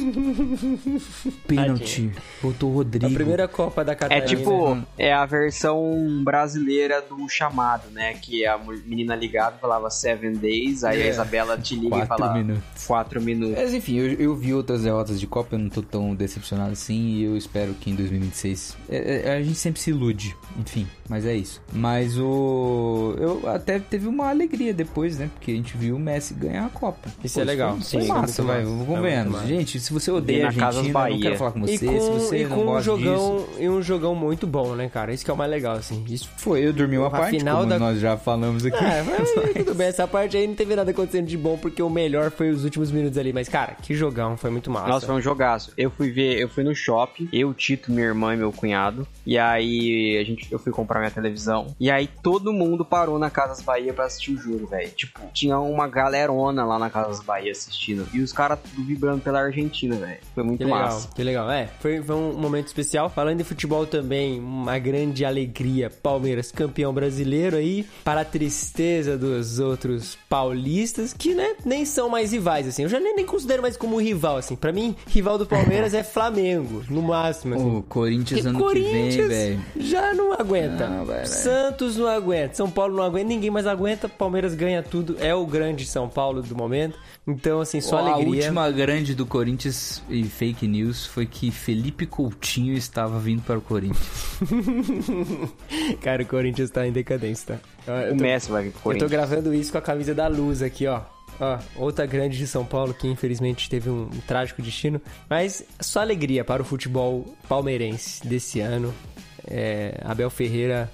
Speaker 2: Pênalti. Botou o Rodrigo.
Speaker 1: A primeira Copa da
Speaker 3: É
Speaker 1: Catarina. né?
Speaker 3: tipo, é a versão brasileira do chamado, né? Que a mu- menina ligava e falava Seven Days, aí
Speaker 1: É.
Speaker 3: a Isabela te liga e
Speaker 2: Quatro
Speaker 3: fala
Speaker 2: minutos.
Speaker 3: quatro minutos.
Speaker 2: Mas enfim, eu, eu vi outras derrotas de Copa, eu não tô tão decepcionado assim e eu espero que em 2026. é- é- a gente sempre se ilude, enfim, mas é isso. Mas o. Eu até teve uma alegria depois, né? Porque a gente viu o Messi ganhar a Copa.
Speaker 1: Isso é legal,
Speaker 2: Foi,
Speaker 1: sim,
Speaker 2: foi
Speaker 1: isso é
Speaker 2: massa,
Speaker 1: muito
Speaker 2: vai.
Speaker 1: massa, é muito
Speaker 2: Convenhamos.
Speaker 1: massa.
Speaker 2: gente, se você odeia a
Speaker 3: na Casas
Speaker 2: Argentina, eu não
Speaker 3: Bahia.
Speaker 2: quero falar com
Speaker 1: E
Speaker 2: você.
Speaker 1: com,
Speaker 2: se você
Speaker 1: e
Speaker 2: não
Speaker 1: com um
Speaker 2: gosta
Speaker 1: jogão
Speaker 2: disso.
Speaker 1: e um jogão muito bom, né, cara? Isso que é o mais legal, assim. Isso
Speaker 2: Foi, eu dormi uma
Speaker 1: A
Speaker 2: parte,
Speaker 1: final
Speaker 2: como
Speaker 1: da-
Speaker 2: nós já falamos aqui.
Speaker 1: é, mas tudo bem, essa parte aí não teve nada acontecendo de bom, porque o melhor foi os últimos minutos ali. Mas, cara, que jogão, foi muito massa.
Speaker 3: Nossa, foi um jogaço. Eu fui ver, eu fui no shopping, eu, Tito, minha irmã e meu cunhado. E aí a gente, eu fui comprar minha televisão. E aí todo mundo parou na Casas Bahia pra assistir o jogo, velho. Tipo, tinha uma galerona lá na Casas Bahia assistindo. E os caras tudo vibrando pela Argentina, velho. Foi muito
Speaker 1: que legal,
Speaker 3: massa.
Speaker 1: que legal. É, foi, foi um momento especial. Falando de futebol também, uma grande alegria. Palmeiras campeão brasileiro aí, para a tristeza dos outros paulistas, que, né, nem são mais rivais, assim. Eu já nem, nem considero mais como rival, assim. assim, pra mim, rival do Palmeiras é Flamengo, no máximo, assim.
Speaker 2: O Corinthians
Speaker 1: Porque
Speaker 2: ano que vem,
Speaker 1: Corinthians
Speaker 2: velho.
Speaker 1: já não aguenta.
Speaker 2: Não, velho.
Speaker 1: Santos não aguenta. São Paulo não aguenta. Ninguém mais aguenta. Palmeiras ganha tudo. É o grande São Paulo do momento. Então, assim, só
Speaker 2: a
Speaker 1: alegria.
Speaker 2: última grande do Corinthians e fake news foi que Felipe Coutinho estava vindo para o Corinthians.
Speaker 1: Cara, o Corinthians tá em decadência, tá? Eu
Speaker 3: O
Speaker 1: tô-
Speaker 3: Messi vai pro
Speaker 1: Eu tô
Speaker 3: Corinthians.
Speaker 1: gravando isso com a camisa da Luz aqui, ó. Ó, outra grande de São Paulo que infelizmente teve um, trágico destino. Mas só alegria para o futebol palmeirense desse ano. É, Abel Ferreira,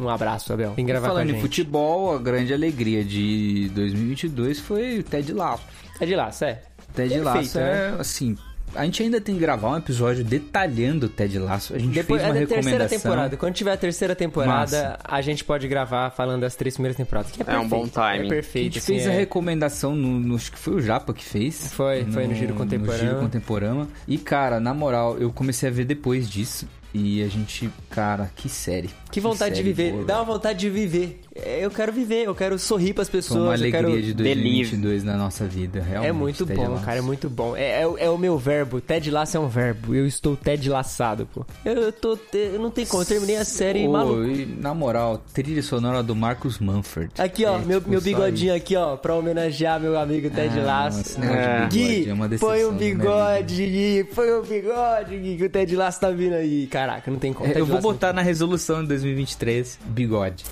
Speaker 1: um abraço, Abel. Vem gravar com a
Speaker 2: Falando
Speaker 1: gente.
Speaker 2: de futebol, a grande alegria de 2022 foi o Ted Lasso.
Speaker 1: É de laço, é.
Speaker 2: Ted
Speaker 1: Perfeito, né?
Speaker 2: Lasso é, assim... A gente ainda tem que gravar um episódio detalhando o Ted Lasso. A gente
Speaker 1: Depois
Speaker 2: fez
Speaker 1: é
Speaker 2: uma
Speaker 1: da terceira
Speaker 2: recomendação.
Speaker 1: temporada. Quando tiver a terceira temporada,
Speaker 2: Massa.
Speaker 1: a gente pode gravar falando das três primeiras temporadas. Que é,
Speaker 3: É um
Speaker 1: perfeito,
Speaker 3: bom timing.
Speaker 1: É
Speaker 2: A
Speaker 1: perfeito.
Speaker 2: gente
Speaker 1: assim,
Speaker 2: fez a
Speaker 1: é.
Speaker 2: recomendação no, no- Acho que foi o Japa que fez.
Speaker 1: Foi, foi no Giro Contemporâneo.
Speaker 2: Giro Contemporâneo. E, cara, na moral, eu comecei a ver depois disso. E a gente, cara, que série.
Speaker 1: Que vontade de
Speaker 2: série
Speaker 1: viver.
Speaker 2: boa,
Speaker 1: Dá uma vontade de viver. É, Eu quero viver, eu quero sorrir pras
Speaker 2: Foi uma
Speaker 1: pessoas. eu
Speaker 2: alegria
Speaker 1: quero...
Speaker 2: de
Speaker 3: delírio.
Speaker 2: 2022 na nossa vida, realmente.
Speaker 1: É muito
Speaker 2: Ted
Speaker 1: bom,
Speaker 2: Lasso.
Speaker 1: cara, é muito bom. É, é o- é o meu verbo. Ted laço é um verbo. Eu estou Ted laçado, pô. Eu, eu tô. te- Eu não tem como. Eu terminei a série
Speaker 2: Ô,
Speaker 1: maluco.
Speaker 2: e, na moral, trilha sonora do Marcos Manford.
Speaker 1: Aqui, ó,
Speaker 2: É,
Speaker 1: meu,
Speaker 2: tipo,
Speaker 1: meu
Speaker 2: só
Speaker 1: bigodinho aqui, ó, pra homenagear meu amigo Ted
Speaker 2: Ah,
Speaker 1: Laço.
Speaker 2: esse negócio de
Speaker 1: Gui,
Speaker 2: bigode é uma
Speaker 1: põe um
Speaker 2: decepção, né,
Speaker 1: bigode, Gui, põe um bigode, Gui, que o Ted Laço tá vindo aí. Caraca, não tem como.
Speaker 2: É,
Speaker 1: Ted
Speaker 2: eu vou
Speaker 1: Lasso não-
Speaker 2: botar na resolução de 2023 bigode.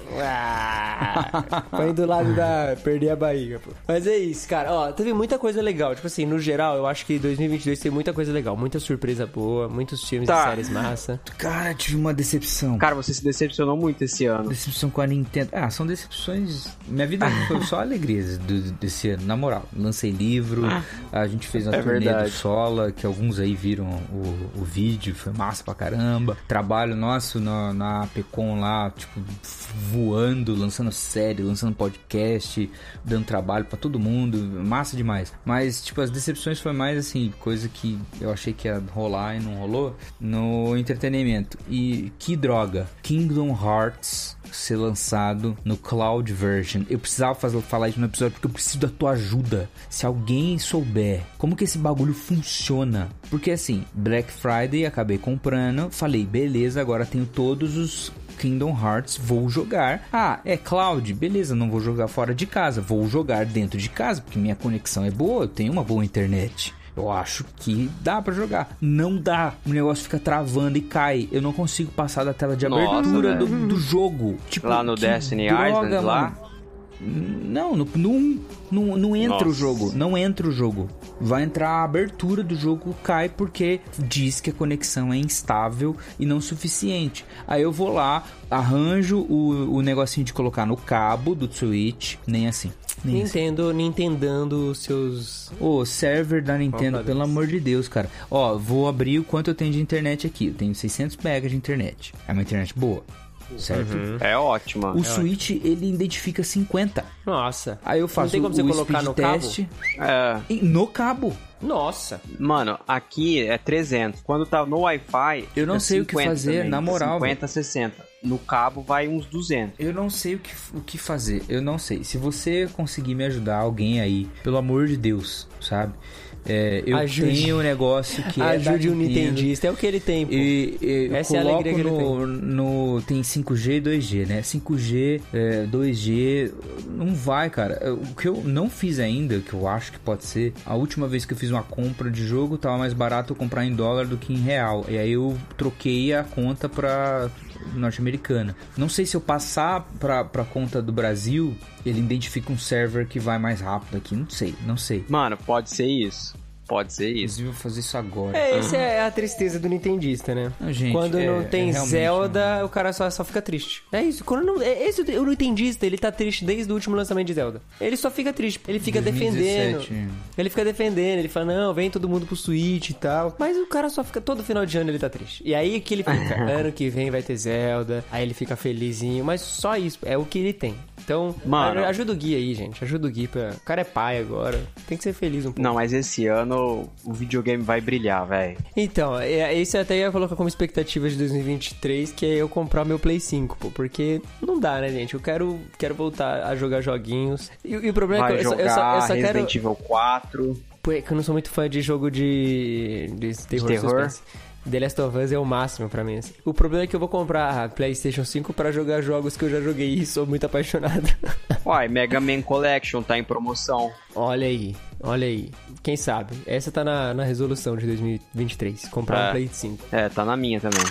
Speaker 1: Ah, Foi do lado da. Perder a barriga, pô. Mas é isso, cara. Ó, teve muita coisa legal. Tipo assim, no geral, eu acho que 2022 tem muita coisa legal. Muita surpresa boa, muitos filmes
Speaker 3: Tá.
Speaker 1: e séries massa.
Speaker 2: Cara, tive uma decepção.
Speaker 3: Cara, você se decepcionou muito esse ano.
Speaker 2: Decepção com a Nintendo. Ah, são decepções. Minha vida foi só alegrias do- desse ano, na moral. Lancei livro, a gente fez uma
Speaker 3: É
Speaker 2: turnê
Speaker 3: verdade.
Speaker 2: do Sola, que alguns aí viram o, o vídeo, foi massa pra caramba. Trabalho nosso na, na Pecon lá, tipo, voando, lançando série, lançando podcast, dando trabalho pra todo mundo, massa demais. Mas, tipo, as decepções foi mais assim, coisa que eu achei que ia rolar e não rolou no entretenimento. E que droga! Kingdom Hearts ser lançado no cloud version. Eu precisava fazer, falar isso no episódio porque eu preciso da tua ajuda. Se alguém souber como que esse bagulho funciona. Porque assim, Black Friday acabei comprando, falei, beleza, agora tenho todos os Kingdom Hearts, vou jogar. Ah, é cloud, beleza, não vou jogar fora de casa, vou jogar dentro de casa, porque minha conexão é boa, eu tenho uma boa internet. Eu acho que dá pra jogar. Não dá. O negócio fica travando e cai. Eu não consigo passar da tela de
Speaker 3: Nossa,
Speaker 2: abertura do,
Speaker 3: velho.
Speaker 2: do jogo. Tipo,
Speaker 3: Lá no
Speaker 2: que
Speaker 3: Destiny
Speaker 2: droga,
Speaker 3: Island,
Speaker 2: mano.
Speaker 3: lá?
Speaker 2: Não, no, no um, não, não entra o
Speaker 3: Nossa.
Speaker 2: jogo. Não entra o jogo. Vai entrar a abertura do jogo, cai porque diz que a conexão é instável e não suficiente. Aí eu vou lá, arranjo o, o negocinho de colocar no cabo do Switch. Nem assim. Nem assim.
Speaker 1: Nintendo, Nintendando os seus.
Speaker 2: Ô, server da Nintendo,
Speaker 1: Opa,
Speaker 2: pelo
Speaker 1: Deus.
Speaker 2: amor de Deus, cara. Ó, vou abrir o quanto eu tenho de internet aqui. Eu tenho 600 MB de internet. É uma internet boa, certo?
Speaker 3: É ótima.
Speaker 2: O Switch, ele identifica 50.
Speaker 1: Nossa.
Speaker 2: Aí eu faço
Speaker 1: Não tem como
Speaker 2: o
Speaker 1: você colocar
Speaker 2: speed
Speaker 1: no
Speaker 2: test
Speaker 1: cabo?
Speaker 3: É,
Speaker 2: e- no cabo.
Speaker 1: Nossa.
Speaker 3: mano, aqui é 300. Quando tá no Wi-Fi,
Speaker 2: Eu não
Speaker 3: é
Speaker 2: sei o que
Speaker 3: 50
Speaker 2: fazer,
Speaker 3: também,
Speaker 2: na
Speaker 3: tá
Speaker 2: moral,
Speaker 3: 50, 60. No cabo vai uns 200.
Speaker 2: Eu não sei o que, o que fazer. Eu não sei. Se você conseguir me ajudar, alguém aí, pelo amor de Deus, sabe? É, eu
Speaker 1: Ajude.
Speaker 2: tenho um negócio que é da
Speaker 1: Ajude o
Speaker 2: Nintendo.
Speaker 1: Nintendista. É o que ele tem, pô.
Speaker 2: E, e eu
Speaker 1: Essa é a
Speaker 2: coloco
Speaker 1: alegria que ele
Speaker 2: no, no- tem 5G e 2G, né? 5G, é, 2G, não vai, cara. O que eu não fiz ainda, que eu acho que pode ser, a última vez que eu fiz uma compra de jogo, tava mais barato eu comprar em dólar do que em real. E aí eu troquei a conta pra norte-americana. Não sei se eu passar pra, pra conta do Brasil, ele identifica um server que vai mais rápido aqui. Não sei, não sei.
Speaker 3: Mano, pode ser isso. Pode ser isso.
Speaker 2: Inclusive, eu vou fazer isso agora.
Speaker 1: É, essa é a tristeza do Nintendista, né?
Speaker 2: Ah, gente,
Speaker 1: quando
Speaker 2: é-
Speaker 1: não
Speaker 2: é
Speaker 1: tem
Speaker 2: realmente, né?
Speaker 1: Zelda, o cara só, só fica triste. É isso. Quando não, é, esse, o Nintendista, ele tá triste desde o último lançamento de Zelda. Ele só fica triste. Ele fica
Speaker 2: 2017.
Speaker 1: defendendo. Ele fica defendendo. Ele fala, não, vem todo mundo pro Switch e tal. Mas o cara só fica... Todo final de ano ele tá triste. E aí que ele fica, ano que vem vai ter Zelda. Aí ele fica felizinho. Mas só isso. É o que ele tem. Então,
Speaker 3: Mano.
Speaker 1: a- ajuda o Gui aí, gente. Ajuda o Gui. Pra... O cara é pai agora. Tem que ser feliz um pouco.
Speaker 3: Não, mas esse ano o videogame vai brilhar, velho.
Speaker 1: Então, é- esse eu até ia colocar como expectativa de 2023, que é eu comprar meu Play 5, pô. Porque não dá, né, gente? Eu quero, quero voltar a jogar joguinhos. E, e o problema
Speaker 3: Vai
Speaker 1: é que eu, eu
Speaker 3: jogar
Speaker 1: só, eu só- eu só quero...
Speaker 3: Resident Evil 4.
Speaker 1: Pô, é que eu não sou muito fã de jogo de, de terror.
Speaker 3: terror?
Speaker 1: suspense. The Last of Us é o máximo pra mim. assim. O problema é que eu vou comprar a PlayStation 5 pra jogar jogos que eu já joguei e sou muito apaixonado.
Speaker 3: Uai, Mega Man Collection tá em promoção.
Speaker 1: olha aí, olha aí. Quem sabe? Essa tá na, na resolução de 2023. Comprar
Speaker 3: É.
Speaker 1: um Play 5.
Speaker 3: É, tá na minha também.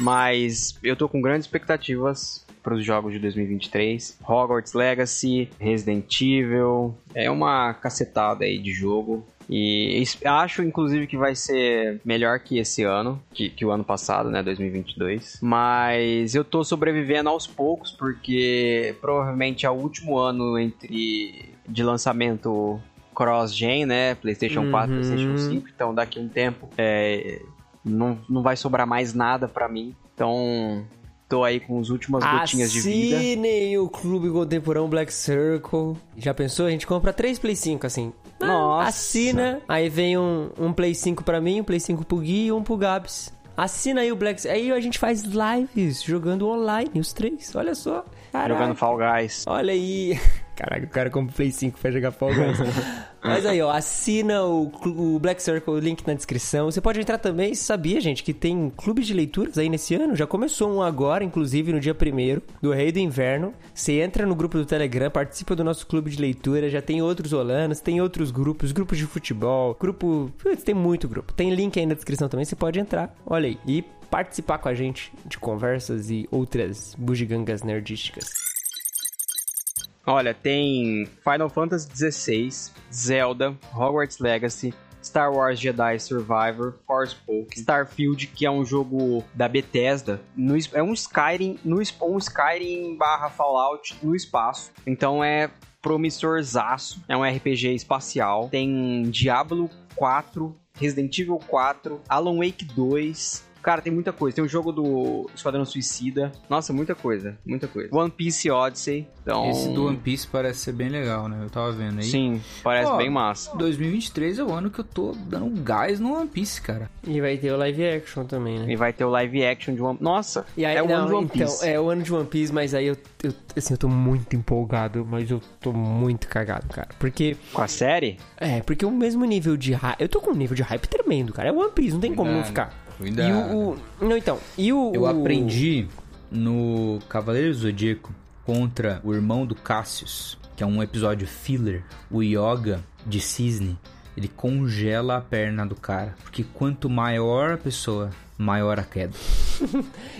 Speaker 3: Mas eu tô com grandes expectativas pros jogos de 2023. Hogwarts Legacy, Resident Evil, é uma cacetada aí de jogo. E es- acho, inclusive, que vai ser melhor que esse ano, que, que o ano passado, né, 2022. Mas eu tô sobrevivendo aos poucos, porque provavelmente é o último ano entre de lançamento cross-gen, né, PlayStation 4
Speaker 1: Uhum.
Speaker 3: PlayStation 5. Então daqui a um tempo é, não, não vai sobrar mais nada pra mim. Então, tô aí com as últimas
Speaker 1: Ah,
Speaker 3: gotinhas de vida.
Speaker 1: Assinem o Clube Contemporâneo Black Circle. Já pensou? A gente compra três Play 5, assim. Ah,
Speaker 3: Nossa.
Speaker 1: Assina, aí vem um, um Play 5 pra mim, um Play 5 pro Gui e um pro Gabs. Assina aí o Black Aí a gente faz lives jogando online, os três. Olha só. Caraca.
Speaker 3: Jogando Fall Guys.
Speaker 1: Olha aí. Caraca, o cara compra o Play 5 pra jogar Fall Guys. Mas aí, ó, assina o, clu- o Black Circle, o link na descrição. Você pode entrar também, Você sabia, gente, que tem clube de leituras aí nesse ano? Já começou um agora, inclusive, no dia 1 do Rei do Inverno. Você entra no grupo do Telegram, participa do nosso clube de leitura, já tem outros olanos, tem outros grupos, grupos de futebol, grupo... Putz, tem muito grupo. Tem link aí na descrição também, você pode entrar. Olha aí. E participar com a gente de conversas e outras bugigangas nerdísticas.
Speaker 3: Olha, tem Final Fantasy XVI, Zelda, Hogwarts Legacy, Star Wars Jedi Survivor, Forspoken, Starfield, que é um jogo da Bethesda, no es- é um Skyrim, no, es- um Skyrim barra Fallout no espaço. Então é promissorzaço, é um RPG espacial. Tem Diablo 4, Resident Evil 4, Alan Wake 2. Cara, tem muita coisa. Tem o jogo do Esquadrão Suicida. Nossa, muita coisa, muita coisa. One Piece Odyssey. Então,
Speaker 2: Esse do One Piece parece ser bem legal, né? Eu tava vendo aí.
Speaker 3: Sim, parece
Speaker 2: Ó,
Speaker 3: bem massa.
Speaker 2: 2023 é o ano que eu tô dando um gás no One Piece, cara.
Speaker 1: E vai ter o live action também, né?
Speaker 3: E vai ter o live action de One Nossa,
Speaker 1: E aí,
Speaker 3: é o
Speaker 1: não,
Speaker 3: ano de One
Speaker 1: então,
Speaker 3: Piece.
Speaker 1: é o ano de One Piece, mas aí eu, eu- assim, eu tô muito empolgado, mas eu tô muito cagado, cara. Porque,
Speaker 3: Com a série?
Speaker 1: é, porque o mesmo nível de hype, eu tô com um nível de hype tremendo, cara. É One Piece, não tem como não
Speaker 2: Cuidado,
Speaker 1: ficar.
Speaker 2: cuidado.
Speaker 1: E o, o- não, então, e o...
Speaker 2: Eu
Speaker 1: o-
Speaker 2: aprendi no Cavaleiro Zodíaco contra o irmão do Cassius, que é um episódio filler, o Yoga de Cisne. Ele congela a perna do cara, porque quanto maior a pessoa, maior a queda.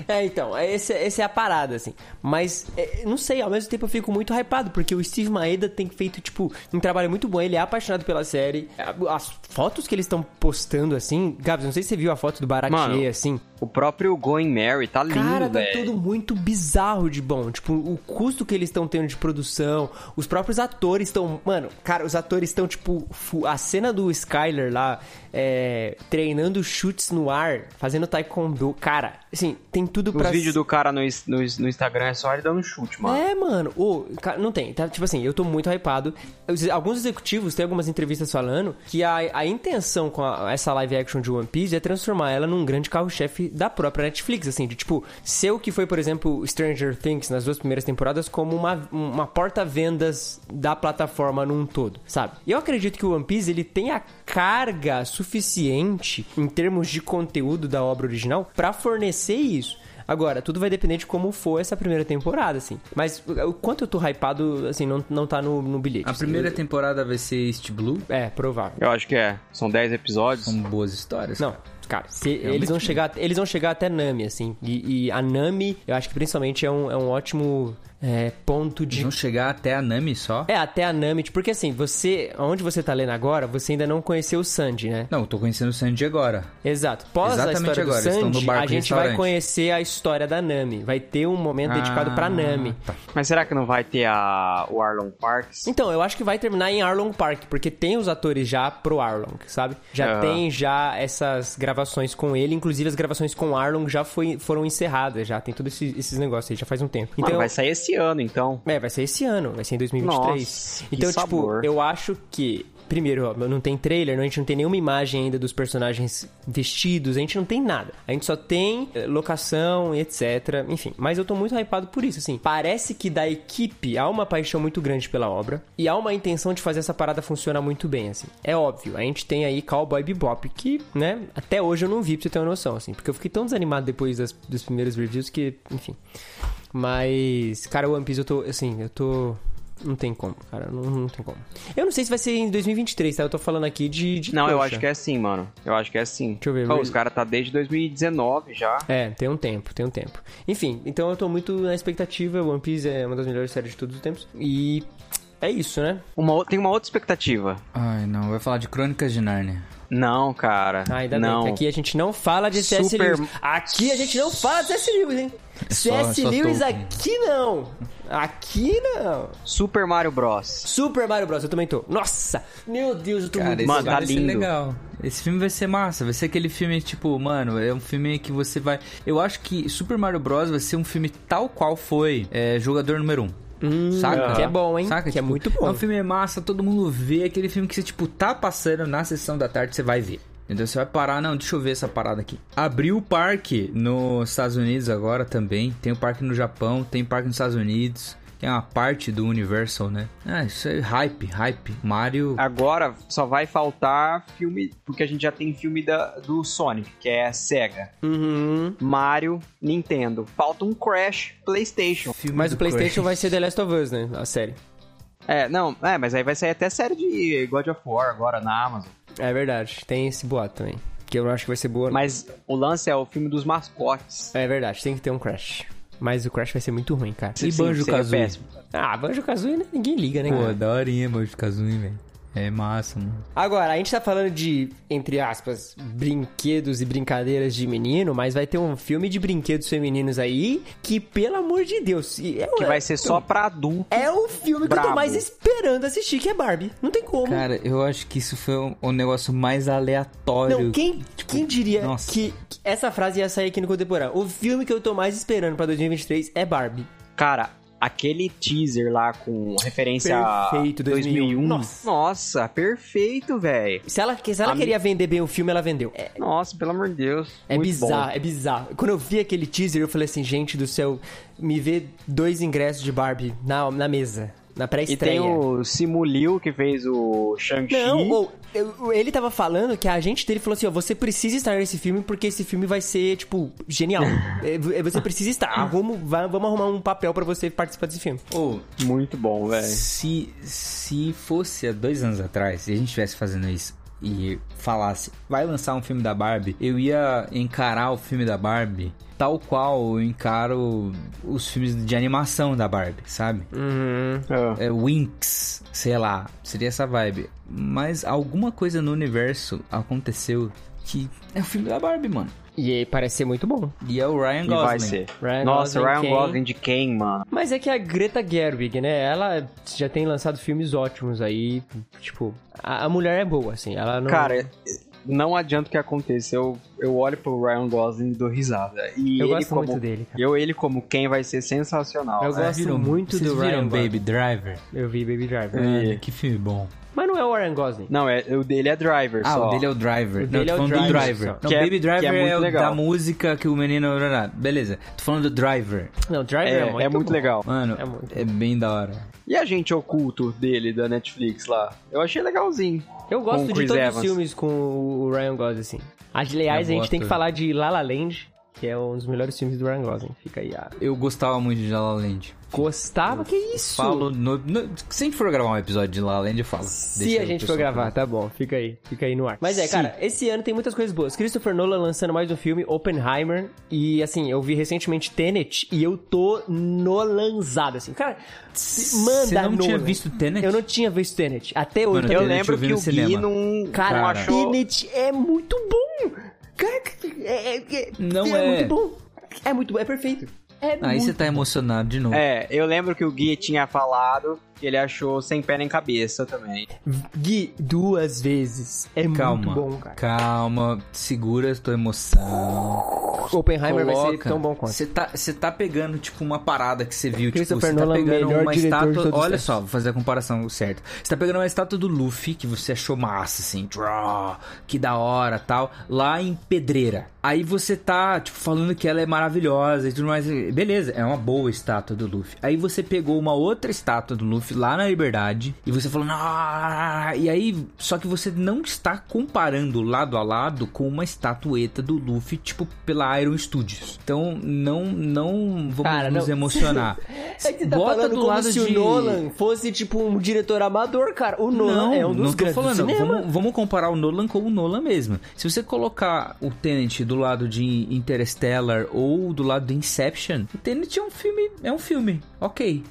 Speaker 1: É, então, é- esse- essa é a parada, assim. Mas, é, não sei, ao mesmo tempo eu fico muito hypado, porque o Steve Maeda tem feito, tipo, um trabalho muito bom. Ele é apaixonado pela série. As fotos que eles estão postando, assim... Gabs, não sei se você viu a foto do Baratie,
Speaker 3: Mano,
Speaker 1: assim...
Speaker 3: O próprio Going Mary tá lindo,
Speaker 1: Cara, tá
Speaker 3: velho.
Speaker 1: tudo muito bizarro de bom. Tipo, o custo que eles estão tendo de produção, os próprios atores estão. Mano, cara, os atores estão, tipo, fu- a cena do Skyler lá, é, treinando chutes no ar, fazendo taekwondo. Cara, assim, tem tudo
Speaker 3: Os
Speaker 1: pra.
Speaker 3: vídeos do cara no, is- no is- no Instagram é só ele dando chute, mano.
Speaker 1: É, mano. Ô, cara, não tem. Tá, tipo assim, eu tô muito hypado. Os- Alguns executivos têm algumas entrevistas falando que a, a intenção com a- essa live action de One Piece é transformar ela num grande carro-chefe da própria Netflix, assim, de tipo, ser o que foi, por exemplo, Stranger Things nas duas primeiras temporadas como uma, uma porta-vendas da plataforma num todo, sabe? E eu acredito que o One Piece, ele tem a carga suficiente em termos de conteúdo da obra original pra fornecer isso. Agora, tudo vai depender de como for essa primeira temporada, assim. Mas o o quanto eu tô hypado, assim, não, não tá no, no bilhete.
Speaker 2: A
Speaker 1: assim.
Speaker 2: primeira temporada vai ser East Blue,
Speaker 1: É, provável.
Speaker 3: Eu acho que é. São 10 episódios.
Speaker 2: são boas histórias.
Speaker 1: Não,
Speaker 2: cara.
Speaker 1: cara, se- eles, vão chegar, eles vão chegar até Nami, assim. E, e a Nami, eu acho que principalmente é um, é um ótimo é, ponto de
Speaker 2: Vão chegar até a Nami só?
Speaker 1: É, até a Nami, tipo, porque assim, você, onde você tá lendo agora, você ainda não conheceu o Sanji, né?
Speaker 2: Não, eu tô conhecendo o Sanji agora.
Speaker 1: Exato. Pós
Speaker 2: Exatamente
Speaker 1: a história
Speaker 2: agora,
Speaker 1: do
Speaker 2: eles estão no
Speaker 1: Sanji,
Speaker 2: barco
Speaker 1: a
Speaker 2: no
Speaker 1: gente vai
Speaker 2: restaurante.
Speaker 1: conhecer a história da Nami. Vai ter um momento dedicado pra
Speaker 2: Ah,
Speaker 1: Nami.
Speaker 3: Mas será que não vai ter a, o Arlon Parks?
Speaker 1: Então, eu acho que vai terminar em Arlong Park, porque tem os atores já pro Arlong, sabe? Já
Speaker 3: Aham.
Speaker 1: tem já essas gravações com ele, inclusive as gravações com o Arlong já foi, foram encerradas, já tem todos esses, esses negócios aí, já faz um tempo.
Speaker 3: Mano,
Speaker 1: Então,
Speaker 3: vai sair esse ano, então.
Speaker 1: é, vai ser esse ano, vai ser em 2023.
Speaker 3: Nossa, que
Speaker 1: então, tipo,
Speaker 3: sabor.
Speaker 1: eu acho que Primeiro, ó, não tem trailer, não- a gente não tem nenhuma imagem ainda dos personagens vestidos, a gente não tem nada. A gente só tem eh, locação e etc. Enfim, mas eu tô muito hypado por isso, assim. Parece que da equipe há uma paixão muito grande pela obra e há uma intenção de fazer essa parada funcionar muito bem, assim. É óbvio, a gente tem aí Cowboy Bebop, que, né, até hoje eu não vi, pra você ter uma noção, assim. Porque eu fiquei tão desanimado depois das- dos primeiros reviews que, enfim... Mas, cara, One Piece eu tô, assim, eu tô. Não tem como, cara, não, não tem como. Eu não sei se vai ser em 2023, tá? Eu tô falando aqui de. de
Speaker 3: Não, eu
Speaker 1: coxa.
Speaker 3: acho que é assim, mano. Eu acho que é assim.
Speaker 1: Deixa eu ver,
Speaker 3: Pô,
Speaker 1: mas-
Speaker 3: os caras tá desde 2019 já.
Speaker 1: É, tem um tempo, tem um tempo. Enfim, então eu tô muito na expectativa. One Piece é uma das melhores séries de todos os tempos. E. É isso, né?
Speaker 3: Uma o- tem uma outra expectativa.
Speaker 2: Ai, não, vai falar de Crônicas de Nárnia.
Speaker 3: Não, cara.
Speaker 1: Ah, ainda
Speaker 3: não.
Speaker 1: bem que aqui a gente não fala de C.S.
Speaker 3: Super-
Speaker 1: Lewis. Aqui a gente não fala de C.S. Lewis, hein?
Speaker 2: É Só-
Speaker 1: C.S.
Speaker 2: só
Speaker 1: Lewis
Speaker 2: Tolkien.
Speaker 1: aqui não! Aqui não!
Speaker 3: Super Mario Bros.
Speaker 1: Super Mario Bros, eu também tô. Nossa! Meu Deus, eu tô muito
Speaker 2: Cara, esse
Speaker 3: Mano,
Speaker 2: filme
Speaker 3: tá
Speaker 2: vai ser
Speaker 3: lindo.
Speaker 2: legal. Esse filme vai ser massa. Vai ser aquele filme, tipo, mano, é um filme que você vai. Eu acho que Super Mario Bros. vai ser um filme tal qual foi é, jogador número 1. Um. Saca?
Speaker 1: que é bom, hein?
Speaker 2: Saca?
Speaker 1: Que é
Speaker 2: Tipo,
Speaker 1: muito bom.
Speaker 2: É um filme massa, todo mundo vê. Aquele filme que você, tipo, tá passando na sessão da tarde, você vai ver. Então você vai parar, não, deixa eu ver essa parada aqui. Abriu o parque nos Estados Unidos agora também. Tem o parque no Japão, tem parque nos Estados Unidos. Que é uma parte do Universal, né? Ah, isso é hype, hype. Mario.
Speaker 1: Ah,
Speaker 3: Agora só vai faltar filme, porque a gente já tem filme da, do Sonic, que é Sega,
Speaker 1: Uhum.
Speaker 3: Mario, Nintendo. Falta um Crash, PlayStation.
Speaker 2: filme
Speaker 1: Mas
Speaker 2: do
Speaker 1: o PlayStation
Speaker 2: Crash.
Speaker 1: vai ser The Last of Us, né? A série.
Speaker 3: É, não, é, mas aí vai sair até série de God of War agora na Amazon.
Speaker 1: É verdade, tem esse boato também. Que eu não acho que vai ser boa. não.
Speaker 3: Mas o lance é o filme dos mascotes.
Speaker 1: É verdade, tem que ter um Crash. Mas o Crash vai ser muito ruim, cara.
Speaker 2: E Banjo
Speaker 3: seria
Speaker 2: Kazooie?
Speaker 3: é péssimo.
Speaker 1: Ah, Banjo Kazooie né? ninguém liga,
Speaker 3: Ah.
Speaker 1: né?
Speaker 2: Pô,
Speaker 1: cara?
Speaker 2: daorinha Banjo Kazooie, velho. É massa, mano.
Speaker 1: Agora, a gente tá falando de, entre aspas, brinquedos e brincadeiras de menino, mas vai ter um filme de brinquedos femininos aí que, pelo amor de Deus, e é,
Speaker 3: Que vai ser só pra adulto.
Speaker 1: é o filme que eu tô
Speaker 3: Brabo.
Speaker 1: mais esperando assistir, que é Barbie. Não tem como.
Speaker 2: Cara, eu acho que isso foi um, um negócio mais aleatório.
Speaker 1: Não, quem,
Speaker 3: tipo,
Speaker 1: quem diria
Speaker 2: nossa.
Speaker 1: que que essa frase ia sair aqui no contemporâneo? O filme que eu tô mais esperando pra 2023 é Barbie.
Speaker 3: Cara, aquele teaser lá com referência
Speaker 1: Perfeito,
Speaker 3: a 2001.
Speaker 1: 2001. Nossa.
Speaker 3: Nossa, perfeito, velho.
Speaker 1: Se ela, se ela
Speaker 3: A
Speaker 1: queria vender bem o filme, ela vendeu. É,
Speaker 3: Nossa, pelo amor de Deus.
Speaker 1: é
Speaker 3: Muito
Speaker 1: bizarro, é bizarro. Quando eu vi aquele teaser, eu falei assim, gente do céu, me vê dois ingressos de Barbie na, na mesa, na
Speaker 3: bom. E tem
Speaker 1: pré-estreia.
Speaker 3: o Simu Liu que fez o Shang-Chi.
Speaker 1: Não, ou, eu- ele tava falando que a agente dele falou assim, ó, você precisa estar nesse filme porque esse filme vai ser, tipo, genial. É, v- é, você precisa estar, arruma, va- vamos arrumar um papel pra você participar desse filme.
Speaker 2: Ou,
Speaker 3: Muito bom, velho.
Speaker 2: se, se fosse há dois anos atrás, e a gente estivesse fazendo isso e falasse, vai lançar um filme da Barbie, eu ia encarar o filme da Barbie tal qual eu encaro os filmes de animação da Barbie, sabe?
Speaker 1: Uhum.
Speaker 2: é, Winx, sei lá, seria essa vibe. Mas alguma coisa no universo aconteceu que é o filme da Barbie, mano.
Speaker 1: E aí, parece ser muito bom.
Speaker 2: E é o Ryan
Speaker 3: E
Speaker 2: Gosling.
Speaker 3: vai ser.
Speaker 1: Ryan
Speaker 3: Nossa,
Speaker 1: Gosling,
Speaker 3: Ryan
Speaker 1: Ken.
Speaker 3: Gosling de quem, mano?
Speaker 1: Mas é que a Greta Gerwig, né? Ela já tem lançado filmes ótimos aí. Tipo, a, a mulher é boa, assim. Ela não.
Speaker 3: Cara, não adianta o que aconteça. Eu, eu olho pro Ryan Gosling e dou risada. E
Speaker 1: eu
Speaker 3: ele
Speaker 1: gosto
Speaker 3: como,
Speaker 1: muito dele, cara.
Speaker 3: Eu, ele como quem vai ser sensacional.
Speaker 1: Eu
Speaker 3: né?
Speaker 1: gosto
Speaker 2: Viram-
Speaker 1: muito
Speaker 2: É, vocês
Speaker 1: do Ryan
Speaker 2: viram Baby Driver?
Speaker 1: Gosling. Eu vi Baby
Speaker 3: É.
Speaker 1: Driver. né?
Speaker 2: Mano, que filme bom.
Speaker 1: Mas não é o Ryan Gosling.
Speaker 3: Não, é, o dele é driver
Speaker 2: Ah,
Speaker 3: só.
Speaker 2: o dele é o Driver.
Speaker 1: O
Speaker 2: Não,
Speaker 1: dele é
Speaker 2: tô
Speaker 1: o
Speaker 2: falando do
Speaker 1: Driver
Speaker 2: Driver.
Speaker 1: só.
Speaker 2: Não,
Speaker 3: Que é-
Speaker 2: Baby
Speaker 3: que é
Speaker 2: Driver é,
Speaker 3: muito
Speaker 2: o da
Speaker 3: legal.
Speaker 2: música que o menino... Beleza, tô falando do Driver.
Speaker 1: Não, Driver
Speaker 3: É,
Speaker 1: é,
Speaker 3: é muito,
Speaker 1: bom.
Speaker 3: legal.
Speaker 2: Mano,
Speaker 1: É muito
Speaker 2: é bem da hora.
Speaker 3: E a gente oculto dele da Netflix lá? Eu achei legalzinho.
Speaker 1: Eu
Speaker 3: Com
Speaker 1: gosto de
Speaker 3: Chris
Speaker 1: todos os
Speaker 3: Evans.
Speaker 1: filmes com o Ryan Gosling, assim. Aliás, a gente
Speaker 2: gosto.
Speaker 1: tem que falar de La La Land, que é um dos melhores filmes do Ryan Gosling. Fica aí. Ah,
Speaker 2: Eu gostava muito de La La Land.
Speaker 1: gostava? Que isso?
Speaker 2: Falo no, no- se a gente for gravar um episódio de La La Land, eu falo.
Speaker 1: Se
Speaker 2: Deixa
Speaker 1: a
Speaker 2: o
Speaker 1: gente for
Speaker 2: pessoal
Speaker 1: gravar, tá bom, fica aí, fica aí no ar. Mas é, cara, esse ano tem muitas coisas boas. Christopher Nolan lançando mais um filme, Oppenheimer, e assim, eu vi recentemente Tenet e eu tô nolanzado, assim. Cara, se manda
Speaker 2: Você não tinha
Speaker 1: Nolan.
Speaker 2: visto Tenet?
Speaker 1: Eu não tinha visto Tenet, até hoje.
Speaker 2: Mano,
Speaker 1: eu
Speaker 2: Tenet
Speaker 1: lembro.
Speaker 3: Lembro
Speaker 2: eu vi
Speaker 3: que
Speaker 2: no
Speaker 3: o Gui
Speaker 2: cinema.
Speaker 3: não,
Speaker 1: Cara,
Speaker 3: não
Speaker 2: Cara.
Speaker 3: achou.
Speaker 1: Tenet é muito bom! Cara, é, é- é-
Speaker 2: Não
Speaker 1: é
Speaker 2: é.
Speaker 1: muito bom. É muito bom, é perfeito. É
Speaker 2: Aí
Speaker 1: muito
Speaker 2: você tá emocionado de novo.
Speaker 3: É, eu lembro que o Gui tinha falado que ele achou sem pé nem cabeça também.
Speaker 1: Gui, duas vezes. É
Speaker 2: calma,
Speaker 1: muito bom, cara.
Speaker 2: calma, segura a tua emoção.
Speaker 1: Oppenheimer vai ser
Speaker 2: coloca-
Speaker 1: tão bom quanto.
Speaker 2: Você tá, você tá pegando, tipo, uma parada que você viu. Tipo,
Speaker 1: Christopher
Speaker 2: você tá
Speaker 1: Nolan, é
Speaker 2: pegando
Speaker 1: melhor
Speaker 2: uma
Speaker 1: diretor de
Speaker 2: estátua.
Speaker 1: todos os
Speaker 2: Olha
Speaker 1: tempos.
Speaker 2: só, vou fazer a comparação certa. Você tá pegando uma estátua do Luffy, que você achou massa, assim, draw, que da hora tal, lá em pedreira. Aí você tá, tipo, falando que ela é maravilhosa e tudo mais. Beleza, é uma boa estátua do Luffy. Aí você pegou uma outra estátua do Luffy lá na Liberdade e você falou, ah, e aí, só que você não está comparando lado a lado com uma estatueta do Luffy, tipo, pela Iron Studios. Então, não, não vamos
Speaker 1: Cara,
Speaker 2: nos
Speaker 1: não.
Speaker 2: emocionar.
Speaker 1: É que você tá
Speaker 2: Bota
Speaker 1: falando
Speaker 2: do
Speaker 1: como
Speaker 2: lado
Speaker 1: se
Speaker 2: de...
Speaker 1: o Nolan fosse, tipo, um diretor amador, cara. O Nolan é um dos
Speaker 2: tô
Speaker 1: grandes do cinema.
Speaker 2: Vamos, vamos comparar o Nolan com o Nolan mesmo. Se você colocar o Tenet do lado de Interstellar ou do lado de Inception, o Tenet é um filme, é um filme. OK.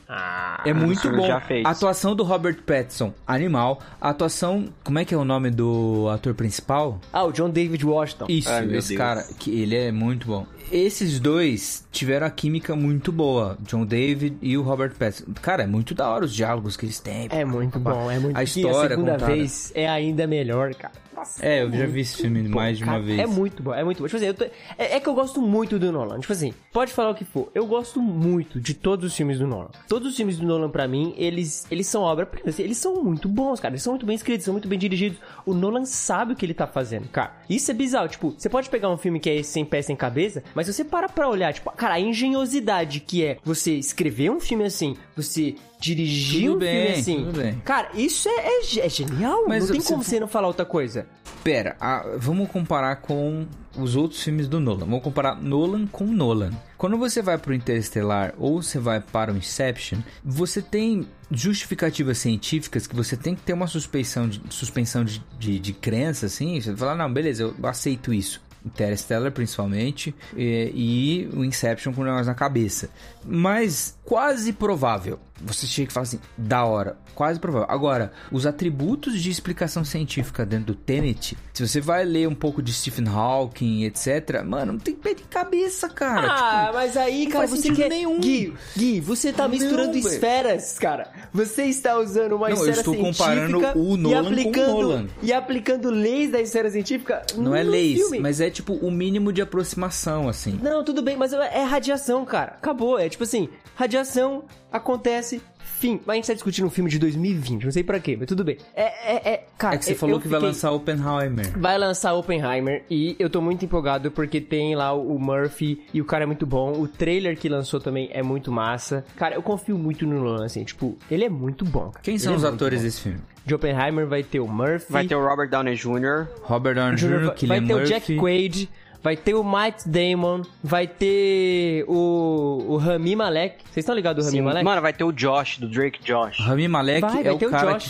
Speaker 2: é muito
Speaker 3: isso
Speaker 2: bom.
Speaker 3: já fez.
Speaker 2: A atuação do Robert Pattinson, animal. A atuação, como é que é o nome do ator principal?
Speaker 1: Ah, o John David Washington.
Speaker 2: Isso, esse cara, que ele é muito bom. Esses dois tiveram a química muito boa, John David e o Robert Pattinson. Cara, é muito da hora os diálogos que eles têm.
Speaker 1: É muito bom, é muito
Speaker 2: A
Speaker 1: E
Speaker 2: história
Speaker 1: a segunda
Speaker 2: contada.
Speaker 1: vez é ainda melhor, cara.
Speaker 2: É, eu já vi esse filme mais de uma
Speaker 1: Cara,
Speaker 2: vez.
Speaker 1: É muito bom, é muito bom. Tipo assim, eu tô- é, é que eu gosto muito do Nolan. Tipo assim, pode falar o que for. Eu gosto muito de todos os filmes do Nolan. Todos os filmes do Nolan, pra mim, eles, eles são obra-prima. assim, eles são muito bons, cara. Eles são muito bem escritos, são muito bem dirigidos. O Nolan sabe o que ele tá fazendo, cara. Isso é bizarro. Tipo, você pode pegar um filme que é sem pé, sem cabeça, mas se você para pra olhar, tipo, cara, a engenhosidade que é você escrever um filme assim, você dirigir
Speaker 2: Tudo
Speaker 1: um
Speaker 2: bem,
Speaker 1: filme assim.
Speaker 2: tudo bem.
Speaker 1: Cara, isso é, é ge- é genial.
Speaker 2: Mas
Speaker 1: não tem
Speaker 2: você-
Speaker 1: como você não falar outra coisa.
Speaker 2: Pera, ah, vamos comparar com os outros filmes do Nolan. Vamos comparar Nolan com Nolan. Quando você vai pro Interestelar ou você vai para o Inception, você tem justificativas científicas que você tem que ter uma suspeição de, suspensão de, de, de crença, assim. Você fala, não, beleza, eu aceito isso. Interstellar principalmente e, e o Inception com o negócio na cabeça. Mas quase provável. Você chega e fala assim, da hora, quase provável. Agora, os atributos de explicação científica dentro do Tenet, se você vai ler um pouco de Stephen Hawking, etc, mano, não tem pé de cabeça, cara.
Speaker 1: Ah, mas aí, cara,
Speaker 2: faz
Speaker 1: você
Speaker 2: sentido
Speaker 1: quer...
Speaker 2: nenhum.
Speaker 1: Gui, Gui, você tá misturando
Speaker 2: velho.
Speaker 1: esferas, cara. Você está usando uma
Speaker 2: Não, eu
Speaker 1: esfera
Speaker 2: estou
Speaker 1: científica
Speaker 2: comparando o
Speaker 1: e
Speaker 2: Nolan com o
Speaker 1: aplicando,
Speaker 2: Nolan.
Speaker 1: E aplicando leis da esfera científica
Speaker 2: Tipo, não é
Speaker 1: no
Speaker 2: leis,
Speaker 1: filme.
Speaker 2: mas é tipo o mínimo de aproximação, assim.
Speaker 1: Não, tudo bem, mas é radiação, cara. Acabou, é tipo assim, radiação acontece... Fim, mas a gente tá discutindo um filme de 2020, não sei pra quê, mas tudo bem. É, é, é, cara.
Speaker 2: É que você
Speaker 1: eu-
Speaker 2: falou
Speaker 1: eu
Speaker 2: que vai
Speaker 1: fiquei-
Speaker 2: lançar Oppenheimer.
Speaker 1: Vai lançar Oppenheimer e eu tô muito empolgado porque tem lá o Murphy e o cara é muito bom. O trailer que lançou também é muito massa. Cara, eu confio muito no Nolan, assim, tipo, ele é muito bom. Cara.
Speaker 2: Quem
Speaker 1: Ele
Speaker 2: são
Speaker 1: é
Speaker 2: os
Speaker 1: muito
Speaker 2: atores
Speaker 1: bom.
Speaker 2: desse filme?
Speaker 1: De Oppenheimer vai ter o Murphy,
Speaker 3: Vai ter o Robert Downey Jr.
Speaker 2: Robert Downey
Speaker 1: Jr.
Speaker 2: Jr.,
Speaker 1: vai-
Speaker 2: Cillian
Speaker 3: é
Speaker 1: vai ter o
Speaker 2: Murphy.
Speaker 1: Jack Quaid, vai ter o Matt Damon, vai ter o, o Rami Malek. Vocês estão ligados do Rami
Speaker 3: Sim.
Speaker 1: Malek?
Speaker 3: Mano, vai ter o Josh, do Drake Josh.
Speaker 2: Rami Malek
Speaker 1: Vai,
Speaker 2: é
Speaker 1: vai
Speaker 2: o
Speaker 1: ter o
Speaker 2: cara
Speaker 1: Josh.
Speaker 2: que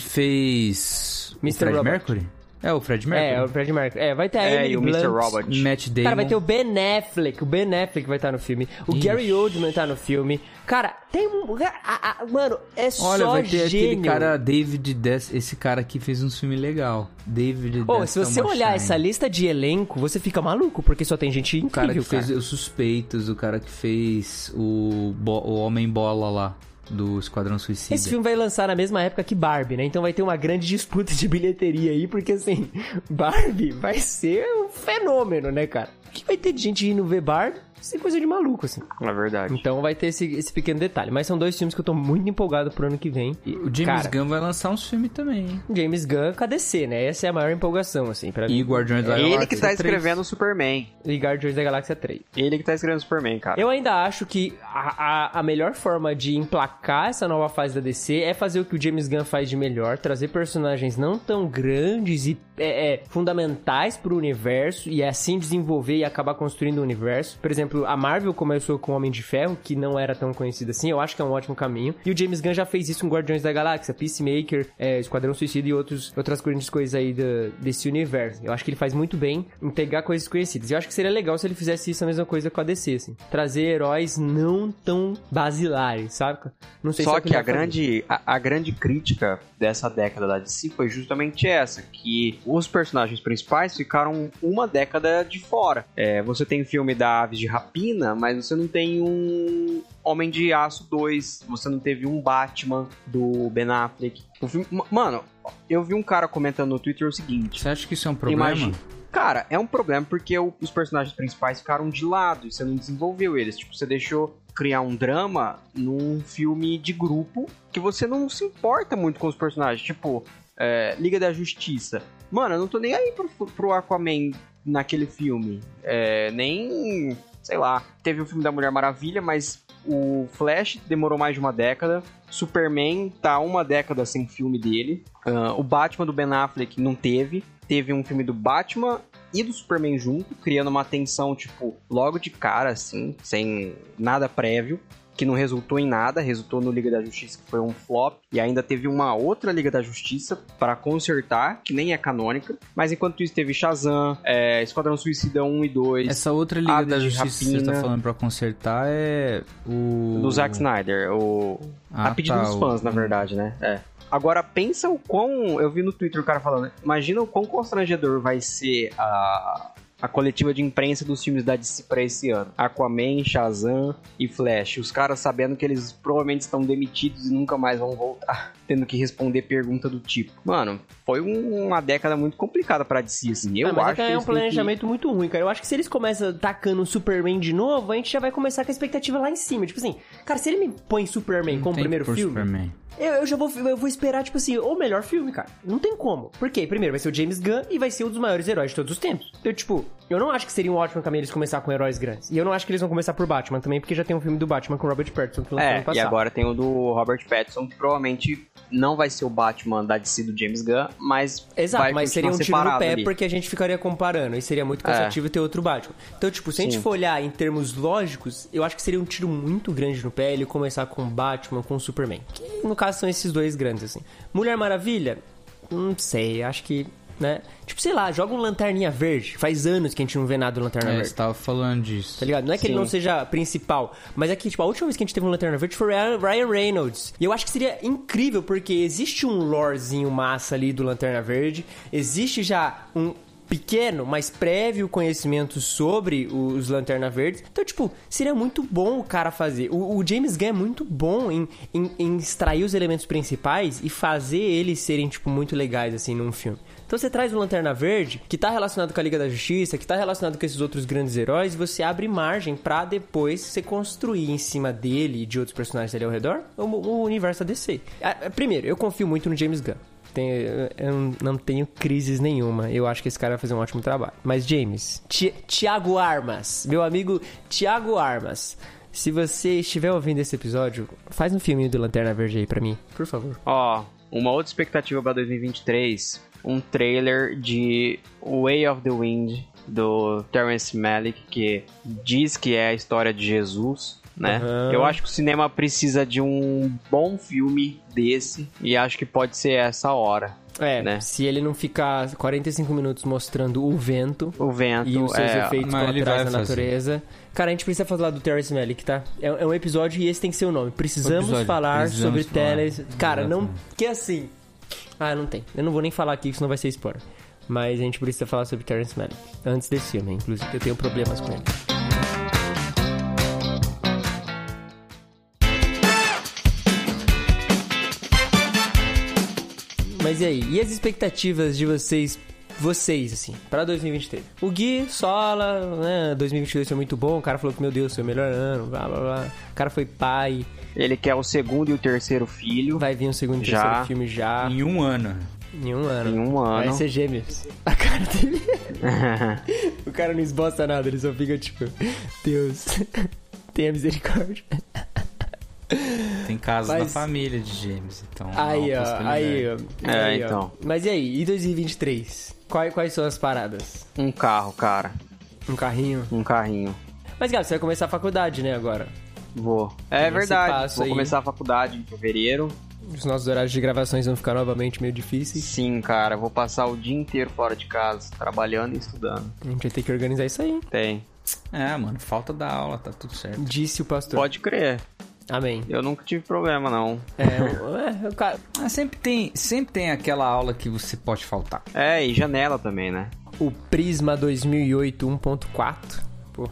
Speaker 2: fez o
Speaker 1: Mr.
Speaker 2: Fred
Speaker 1: Robot.
Speaker 2: Mercury? É o
Speaker 1: É,
Speaker 2: Fred
Speaker 1: o
Speaker 2: Mercury.
Speaker 1: Fred Mercury. É, vai ter a
Speaker 3: É,
Speaker 1: Emily
Speaker 3: e o Mr.
Speaker 1: Blunt.
Speaker 3: Robot.
Speaker 2: Matt Damon.
Speaker 1: Cara, vai ter o Ben Affleck, o Ben Affleck vai estar no filme, o
Speaker 2: Ixi.
Speaker 1: Gary Oldman tá no filme. Cara, tem um. a- a- mano, é
Speaker 2: Olha,
Speaker 1: só
Speaker 2: vai ter aquele
Speaker 1: gênio.
Speaker 2: cara David Dess. Esse cara aqui fez um filme legal. David
Speaker 1: Ô,
Speaker 2: Dess- é
Speaker 1: se você olhar essa lista de elenco, você fica maluco, porque só tem gente incrível,
Speaker 2: O cara que
Speaker 1: cara.
Speaker 2: fez Os Suspeitos, o cara que fez o, Bo- o Homem Bola lá, do Esquadrão Suicida.
Speaker 1: Esse filme vai lançar na mesma época que Barbie, né? Então vai ter uma grande disputa de bilheteria aí, porque assim, Barbie vai ser um fenômeno, né, cara? O que vai ter de gente indo ver Barbie? Isso é coisa de maluco, assim.
Speaker 3: Na verdade.
Speaker 1: Então vai ter esse, esse pequeno detalhe. Mas são dois filmes que eu tô muito empolgado pro ano que vem. E,
Speaker 2: O James
Speaker 1: cara,
Speaker 2: Gunn vai lançar uns filmes também, hein?
Speaker 1: James Gunn com a DC, né? Essa é a maior empolgação, assim, pra
Speaker 2: E
Speaker 1: mim.
Speaker 2: Guardiões da
Speaker 3: É ele que
Speaker 2: Galáxia
Speaker 3: tá
Speaker 2: 3.
Speaker 3: escrevendo o Superman.
Speaker 1: E Guardiões da Galáxia 3.
Speaker 3: Ele que tá escrevendo o Superman, cara.
Speaker 1: Eu ainda acho que a, a- a melhor forma de emplacar essa nova fase da DC é fazer o que o James Gunn faz de melhor, trazer personagens não tão grandes e é, é, fundamentais pro universo e assim desenvolver e acabar construindo o universo. Por exemplo, a Marvel começou com o Homem de Ferro, que não era tão conhecido assim, eu acho que é um ótimo caminho. E o James Gunn já fez isso com Guardiões da Galáxia, Peacemaker, é, Esquadrão Suicida e outros, outras grandes coisas aí da- desse universo. Eu acho que ele faz muito bem em pegar coisas conhecidas. Eu acho que seria legal se ele fizesse isso a mesma coisa com a DC, assim. Trazer heróis não tão basilares, sabe? Não sei se
Speaker 3: Só
Speaker 1: é o
Speaker 3: que,
Speaker 1: ele
Speaker 3: a,
Speaker 1: vai fazer.
Speaker 3: grande, a, a grande crítica dessa década da DC foi justamente essa, que os personagens principais ficaram uma década de fora. É, você tem filme da Aves de Rapina, mas você não tem um Homem de Aço 2, você não teve um Batman do Ben Affleck. O filme- ma- mano, eu vi um cara comentando no Twitter o seguinte,
Speaker 2: Você acha que isso é um problema?
Speaker 3: Imagina. Cara, é um problema porque o- os personagens principais ficaram de lado e você não desenvolveu eles. Tipo, você deixou criar um drama num filme de grupo que você não se importa muito com os personagens. Tipo, é, Liga da Justiça. Mano, eu não tô nem aí pro, pro Aquaman naquele filme. É, nem. Sei lá. Teve o filme da Mulher Maravilha, mas o Flash demorou mais de uma década. Superman tá uma década sem filme dele. Ah, o Batman do Ben Affleck não teve. Teve um filme do Batman e do Superman junto, criando uma tensão, tipo, logo de cara, assim, sem nada prévio. Que não resultou em nada, resultou no Liga da Justiça, que foi um flop, e ainda teve uma outra Liga da Justiça pra consertar, que nem é canônica. Mas enquanto isso, teve Shazam, é, Esquadrão Suicida 1 e 2,
Speaker 2: Essa outra Liga
Speaker 3: Aves
Speaker 2: da
Speaker 3: de
Speaker 2: Justiça que você tá
Speaker 3: rapina.
Speaker 2: falando pra consertar é o...
Speaker 3: do Zack Snyder, o,
Speaker 2: Ah,
Speaker 3: a pedido
Speaker 2: tá,
Speaker 3: dos
Speaker 2: o-
Speaker 3: fãs, na verdade, né? É. Agora, pensa o quão. Eu vi no Twitter o cara falando. Imagina o quão constrangedor vai ser a, a coletiva de imprensa dos filmes da DC pra esse ano: Aquaman, Shazam e Flash. Os caras sabendo que eles provavelmente estão demitidos e nunca mais vão voltar, tendo que responder pergunta do tipo. Mano, foi um- uma década muito complicada pra DC, assim. Eu
Speaker 1: Ah, mas
Speaker 3: acho
Speaker 1: é que
Speaker 3: que.
Speaker 1: é
Speaker 3: eles
Speaker 1: um
Speaker 3: têm que-
Speaker 1: planejamento muito ruim, cara. Eu acho que se eles começam tacando o Superman de novo, a gente já vai começar com a expectativa lá em cima. Tipo assim, cara, se ele me põe Superman como
Speaker 2: Tem
Speaker 1: primeiro
Speaker 2: por
Speaker 1: filme,
Speaker 2: Superman.
Speaker 1: eu, eu já vou, eu vou esperar, tipo assim, o melhor filme, cara. Não tem como. Porque, primeiro, vai ser o James Gunn e vai ser um dos maiores heróis de todos os tempos. Então, tipo, eu não acho que seria um ótimo caminho eles começar com heróis grandes. E eu não acho que eles vão começar por Batman também, porque já tem um filme do Batman com o Robert Pattinson que lançou
Speaker 3: É,
Speaker 1: ano passado.
Speaker 3: e agora tem o do Robert Pattinson, que provavelmente não vai ser o Batman da DC do James Gunn, mas
Speaker 1: Exato,
Speaker 3: vai
Speaker 1: mas seria
Speaker 3: continuar
Speaker 1: um tiro no
Speaker 3: separado
Speaker 1: pé
Speaker 3: ali. É.
Speaker 1: porque a gente ficaria comparando e seria muito cansativo ter outro Batman. Então, tipo, se a gente
Speaker 3: Sim.
Speaker 1: for olhar em termos lógicos, eu acho que seria um tiro muito grande no pé ele começar com Batman, com Superman. Que, no caso, são esses dois grandes, assim. Mulher Maravilha? Não sei, acho que, né? Tipo, sei lá, joga um Lanterninha Verde. Faz anos que a gente não vê nada do Lanterna
Speaker 2: É,
Speaker 1: Verde.
Speaker 2: você tava falando disso.
Speaker 1: Tá ligado? Não é que ele
Speaker 3: Sim.
Speaker 1: não seja principal, mas é que, tipo, a última vez que a gente teve um Lanterna Verde foi o Ryan Reynolds. E eu acho que seria incrível, porque existe um lorezinho massa ali do Lanterna Verde, existe já um pequeno, mas prévio conhecimento sobre os Lanterna Verdes. Então, tipo, seria muito bom o cara fazer. O, o James Gunn é muito bom em, em, em extrair os elementos principais e fazer eles serem, tipo, muito legais, assim, num filme. Então você traz o Lanterna Verde, que tá relacionado com a Liga da Justiça, que tá relacionado com esses outros grandes heróis, e você abre margem pra depois você construir em cima dele e de outros personagens ali ao redor o, o universo da DC. Ah, Primeiro, eu confio muito no James Gunn. Tem- eu não tenho crises nenhuma. Eu acho que esse cara vai fazer um ótimo trabalho. Mas, James, Ti- Tiago Armas, meu amigo Tiago Armas, se você estiver ouvindo esse episódio, faz um filminho do Lanterna Verde aí pra mim, por favor.
Speaker 3: Ó, uma outra expectativa pra 2023, um trailer de Way of the Wind do Terrence Malick que diz que é a história de Jesus, né?
Speaker 1: Aham.
Speaker 3: Eu acho que o cinema precisa de um bom filme desse e acho que pode ser essa hora.
Speaker 1: É,
Speaker 3: né?
Speaker 1: se ele não ficar 45 minutos mostrando o vento
Speaker 3: O vento
Speaker 1: e os seus
Speaker 3: é,
Speaker 1: efeitos
Speaker 2: mas ele
Speaker 1: colaterais
Speaker 2: vai
Speaker 1: na
Speaker 2: fazer.
Speaker 1: natureza. Cara, a gente precisa falar do Terrence Malick, tá? É, é um episódio e esse tem que ser o nome. Precisamos
Speaker 2: Episódio,
Speaker 1: falar
Speaker 2: precisamos
Speaker 1: sobre
Speaker 2: falar.
Speaker 1: Terrence... Cara, não...
Speaker 2: Exatamente.
Speaker 1: Que assim... Ah, não tem. Eu não vou nem falar aqui, que senão vai ser spoiler. Mas a gente precisa falar sobre Terrence Malick. Antes desse filme, inclusive. Eu tenho problemas com ele. Mas e aí? E as expectativas de vocês, vocês, assim, pra 2023? O Gui, Sola, né? 2022 foi muito bom. O cara falou que, meu Deus, foi o melhor ano, blá, blá, blá. O cara foi pai.
Speaker 3: Ele quer o segundo e o terceiro filho.
Speaker 1: Vai vir um segundo e
Speaker 3: Já.
Speaker 1: terceiro filme já.
Speaker 2: Em um ano.
Speaker 1: Em um ano.
Speaker 3: Em um ano.
Speaker 1: Vai ser gêmeos. A cara dele... é- o cara não esboça nada, ele só fica, tipo... Deus, tenha misericórdia.
Speaker 2: Tem casos
Speaker 1: Mas-
Speaker 2: da família de James, então... é uma
Speaker 1: Aí, ó,
Speaker 2: possibilidade.
Speaker 1: aí, ó.
Speaker 3: É,
Speaker 1: aí, ó.
Speaker 3: então.
Speaker 1: Mas e aí? E 2023? Quais, quais são as paradas?
Speaker 3: Um carro, cara.
Speaker 1: Um carrinho?
Speaker 3: Um carrinho.
Speaker 1: Mas, Gabi, você vai começar a faculdade, né, agora?
Speaker 3: Vou. É
Speaker 1: Esse
Speaker 3: verdade.
Speaker 1: passo
Speaker 3: Vou
Speaker 1: aí.
Speaker 3: começar a faculdade em fevereiro.
Speaker 1: Os nossos horários de gravações vão ficar novamente meio difíceis.
Speaker 3: Sim, cara. Vou passar o dia inteiro fora de casa, trabalhando e estudando.
Speaker 1: A gente vai ter que organizar isso aí. hein?
Speaker 3: Tem.
Speaker 2: É, mano, falta da aula, tá tudo certo.
Speaker 1: Disse o pastor.
Speaker 3: Pode crer.
Speaker 1: Amém.
Speaker 3: Eu nunca tive problema, não.
Speaker 1: É, o- é, o cara-
Speaker 2: Ah, sempre tem, sempre tem aquela aula que você pode faltar.
Speaker 3: É, e janela também, né?
Speaker 1: o Prisma 2008 1.4. Pô,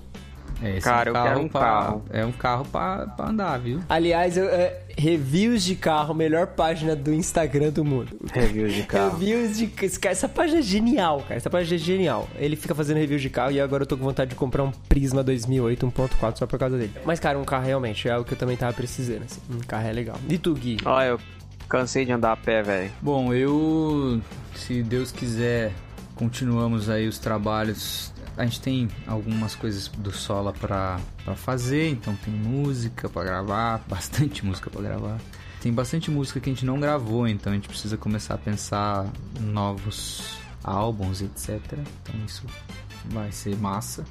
Speaker 2: É, esse
Speaker 3: Cara, eu quero um
Speaker 2: pra-
Speaker 3: carro.
Speaker 2: É um carro pra, pra andar, viu?
Speaker 1: Aliás, eu, é, reviews de carro, melhor página do Instagram do mundo.
Speaker 3: Review de carro.
Speaker 1: Reviews de. esse cara- Essa página é genial, cara. Essa página é genial. Ele fica fazendo review de carro e agora eu tô com vontade de comprar um Prisma 2008 1.4 só por causa dele. Mas, cara, um carro realmente é o que eu também tava precisando. Assim. Um carro é legal. E tu, Gui?
Speaker 3: Olha, eu cansei de andar a pé, velho.
Speaker 2: Bom, eu, se Deus quiser, continuamos aí os trabalhos. A gente tem algumas coisas do Sola pra, pra fazer, então tem música pra gravar, bastante música pra gravar. Tem bastante música que a gente não gravou, então a gente precisa começar a pensar em novos álbuns, etc. Então isso vai ser massa.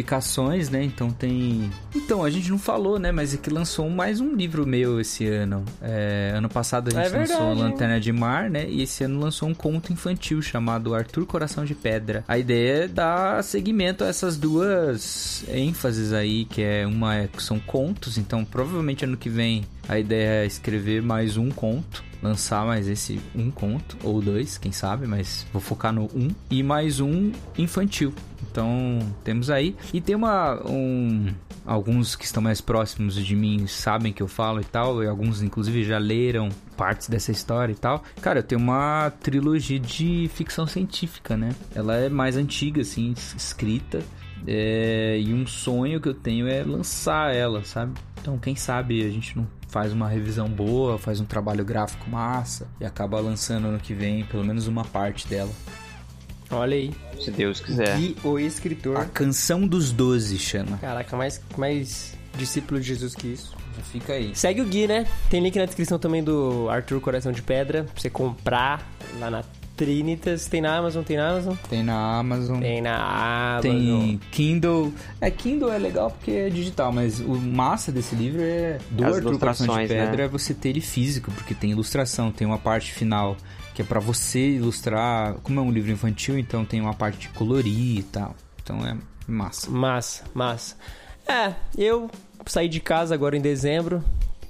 Speaker 2: Publicações, né? Então tem. Então, a gente não falou, né? Mas é que lançou mais um livro meu esse ano. É, ano passado a gente
Speaker 1: É
Speaker 2: lançou
Speaker 1: verdade, hein?
Speaker 2: Lanterna de Mar, né? E esse ano lançou um conto infantil chamado Arthur Coração de Pedra. A ideia é dar seguimento a essas duas ênfases aí, que é uma é que são contos, então provavelmente ano que vem a ideia é escrever mais um conto, lançar mais esse um conto, ou dois, quem sabe, mas vou focar no um, e mais um infantil. Então temos aí. E tem uma. Um, alguns que estão mais próximos de mim sabem que eu falo e tal. E alguns, inclusive, já leram partes dessa história e tal. Cara, eu tenho uma trilogia de ficção científica, né? Ela é mais antiga, assim, es- escrita. é, e um sonho que eu tenho é lançar ela, sabe? Então, quem sabe a gente não faz uma revisão boa, faz um trabalho gráfico massa e acaba lançando ano que vem pelo menos uma parte dela.
Speaker 1: Olha aí.
Speaker 3: Se Deus quiser.
Speaker 1: Gui, o escritor.
Speaker 2: A Canção dos Doze chama.
Speaker 1: Caraca, mais, mais discípulo de Jesus que isso.
Speaker 2: Já fica aí.
Speaker 1: Segue o Gui, né? Tem link na descrição também do Arthur Coração de Pedra pra você comprar lá na Trinitas. Tem na Amazon? Tem na Amazon?
Speaker 2: Tem na Amazon.
Speaker 1: Tem na Amazon.
Speaker 2: Tem Kindle. É, Kindle é legal porque é digital, mas o massa desse livro é do
Speaker 3: As
Speaker 2: Arthur Coração de
Speaker 3: ilustrações,
Speaker 2: Pedra
Speaker 3: né?
Speaker 2: é você ter ele físico, porque tem ilustração, tem uma parte final que é pra você ilustrar. Como é um livro infantil, então tem uma parte de colorir e tal. Então é massa.
Speaker 1: Massa, massa. É, eu saí de casa agora em dezembro,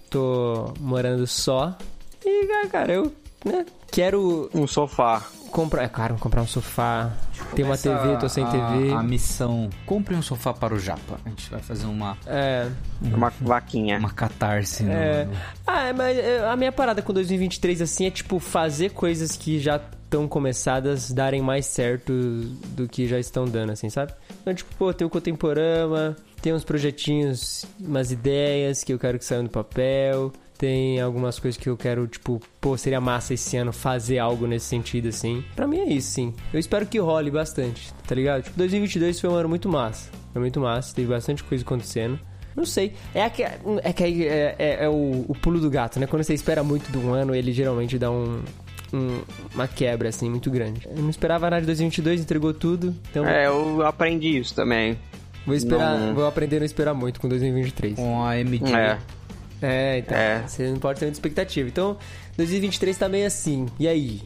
Speaker 1: tô morando só. E, ah, cara, eu né, quero
Speaker 3: Um sofá.
Speaker 1: comprar. É claro, comprar um sofá, ter uma
Speaker 2: Essa
Speaker 1: TV, tô sem
Speaker 2: a-
Speaker 1: TV.
Speaker 2: A missão. Compre um sofá para o Japa. A gente vai fazer uma,
Speaker 1: É.
Speaker 3: Uma vaquinha.
Speaker 2: uma catarse. no-
Speaker 1: É.
Speaker 2: no-
Speaker 1: Ah, é, mas é, a minha parada com 2023, assim, é tipo fazer coisas que já estão começadas darem mais certo do que já estão dando, assim, sabe? Então, tipo, pô, tem o Contemporama, tem uns projetinhos, umas ideias que eu quero que saiam do papel, tem algumas coisas que eu quero, tipo, pô, seria massa esse ano fazer algo nesse sentido, assim. Pra mim é isso, sim. Eu espero que role bastante, tá ligado? Tipo, 2022 foi um ano muito massa. Foi muito massa, teve bastante coisa acontecendo. Não sei. É que é, que aí é, é- é o, o pulo do gato, né? Quando você espera muito de um ano, ele geralmente dá um, um- uma quebra, assim, muito grande. Eu não esperava nada de 2022, entregou tudo. Então
Speaker 3: É, eu aprendi isso também.
Speaker 1: vou esperar,
Speaker 3: não. né?
Speaker 1: vou aprender a não esperar muito com 2023.
Speaker 2: Com a MD.
Speaker 3: É.
Speaker 1: É, então.
Speaker 3: É.
Speaker 1: Você não pode ter muita expectativa. Então, 2023 tá meio assim. E aí?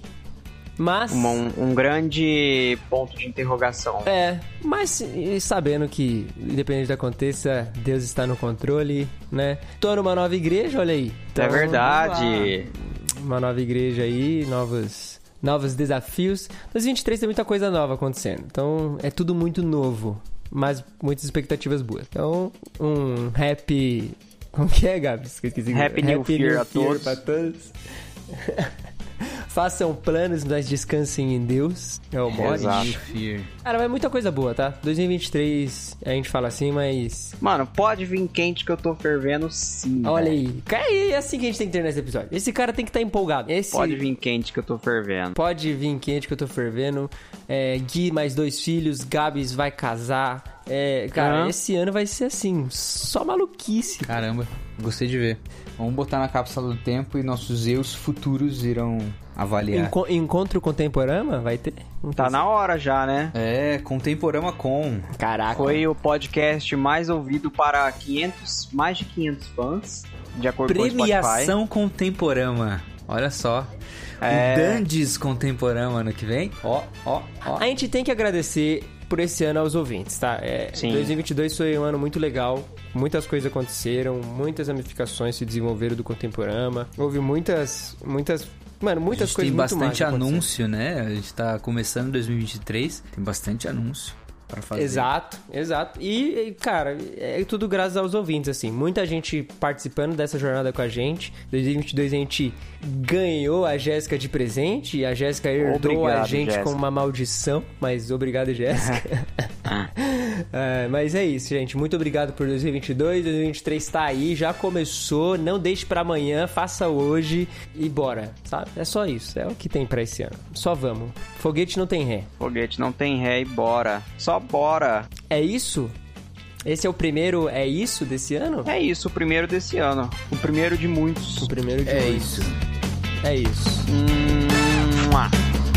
Speaker 1: Mas.
Speaker 3: Uma- um, um grande ponto de interrogação.
Speaker 1: É, mas e sabendo que, independente do que aconteça, Deus está no controle, né? Tô numa nova igreja, olha aí.
Speaker 3: é
Speaker 1: Então,
Speaker 3: verdade.
Speaker 1: uma nova igreja aí, novos, novos desafios. 2023 tem muita coisa nova acontecendo. Então é tudo muito novo, mas muitas expectativas boas. Então, um happy. Como que é, Gabs? Que eu esqueci.
Speaker 3: Happy New Year a todos.
Speaker 1: pra todos. Façam planos, mas descansem em Deus. É o mote.
Speaker 3: Exato.
Speaker 1: Cara, mas muita coisa boa, tá? 2023 a gente fala assim, mas
Speaker 3: Mano, pode vir quente que eu tô fervendo sim.
Speaker 1: olha
Speaker 3: velho.
Speaker 1: aí. Cara, É assim que a gente tem que ter nesse episódio. Esse cara tem que estar empolgado. Esse
Speaker 3: Pode vir quente que eu tô fervendo.
Speaker 1: Pode vir quente que eu tô fervendo. É, Gui, mais dois filhos. Gabs vai casar. É, cara,
Speaker 3: Aham.
Speaker 1: esse ano vai ser assim, só maluquice.
Speaker 2: Caramba, gostei de ver. Vamos botar na cápsula do tempo e nossos eus futuros irão avaliar.
Speaker 1: Enco- encontro contemporâneo vai ter? Não
Speaker 3: Tá
Speaker 1: tem-
Speaker 3: na hora já, né?
Speaker 2: É, contemporama com.
Speaker 1: Caraca.
Speaker 3: Foi o podcast mais ouvido para 500, mais de 500 fãs, de acordo com o Spotify.
Speaker 2: Premiação contemporama. Olha só.
Speaker 3: É.
Speaker 2: O Dandes contemporama ano que vem. Ó, ó, ó.
Speaker 1: A gente tem que agradecer por esse ano aos ouvintes, tá? É,
Speaker 3: Sim.
Speaker 1: 2022 foi um ano muito legal. Muitas coisas aconteceram, muitas ramificações se desenvolveram do Contemporama. Houve muitas, muitas, mano,
Speaker 2: A
Speaker 1: muitas
Speaker 2: gente
Speaker 1: coisas muito
Speaker 2: tem
Speaker 1: mais
Speaker 2: bastante
Speaker 1: acontecendo.
Speaker 2: anúncio, né? A gente tá começando 2023, tem bastante anúncio. pra fazer.
Speaker 1: Exato, exato. E, e, cara, é tudo graças aos ouvintes, assim. Muita gente participando dessa jornada com a gente. 2022 a gente ganhou a Jéssica de presente e a Jéssica herdou a
Speaker 3: Obrigado,
Speaker 1: gente
Speaker 3: Jéssica.
Speaker 1: com uma maldição. Mas obrigado, Jéssica. É, mas é isso, gente. Muito obrigado por 2022. 2023 tá aí, já começou. Não deixe pra amanhã, faça hoje e bora, sabe? É só isso. É o que tem pra esse ano. Só vamos. Foguete não tem ré.
Speaker 3: Foguete não tem ré e bora. Só bora.
Speaker 1: É isso? Esse é o primeiro é isso desse ano?
Speaker 3: É isso, o primeiro desse ano. O
Speaker 1: É
Speaker 3: primeiro de muitos.
Speaker 1: O primeiro de
Speaker 2: É
Speaker 1: hoje.
Speaker 2: isso.
Speaker 1: É isso.
Speaker 3: Hum, Mua.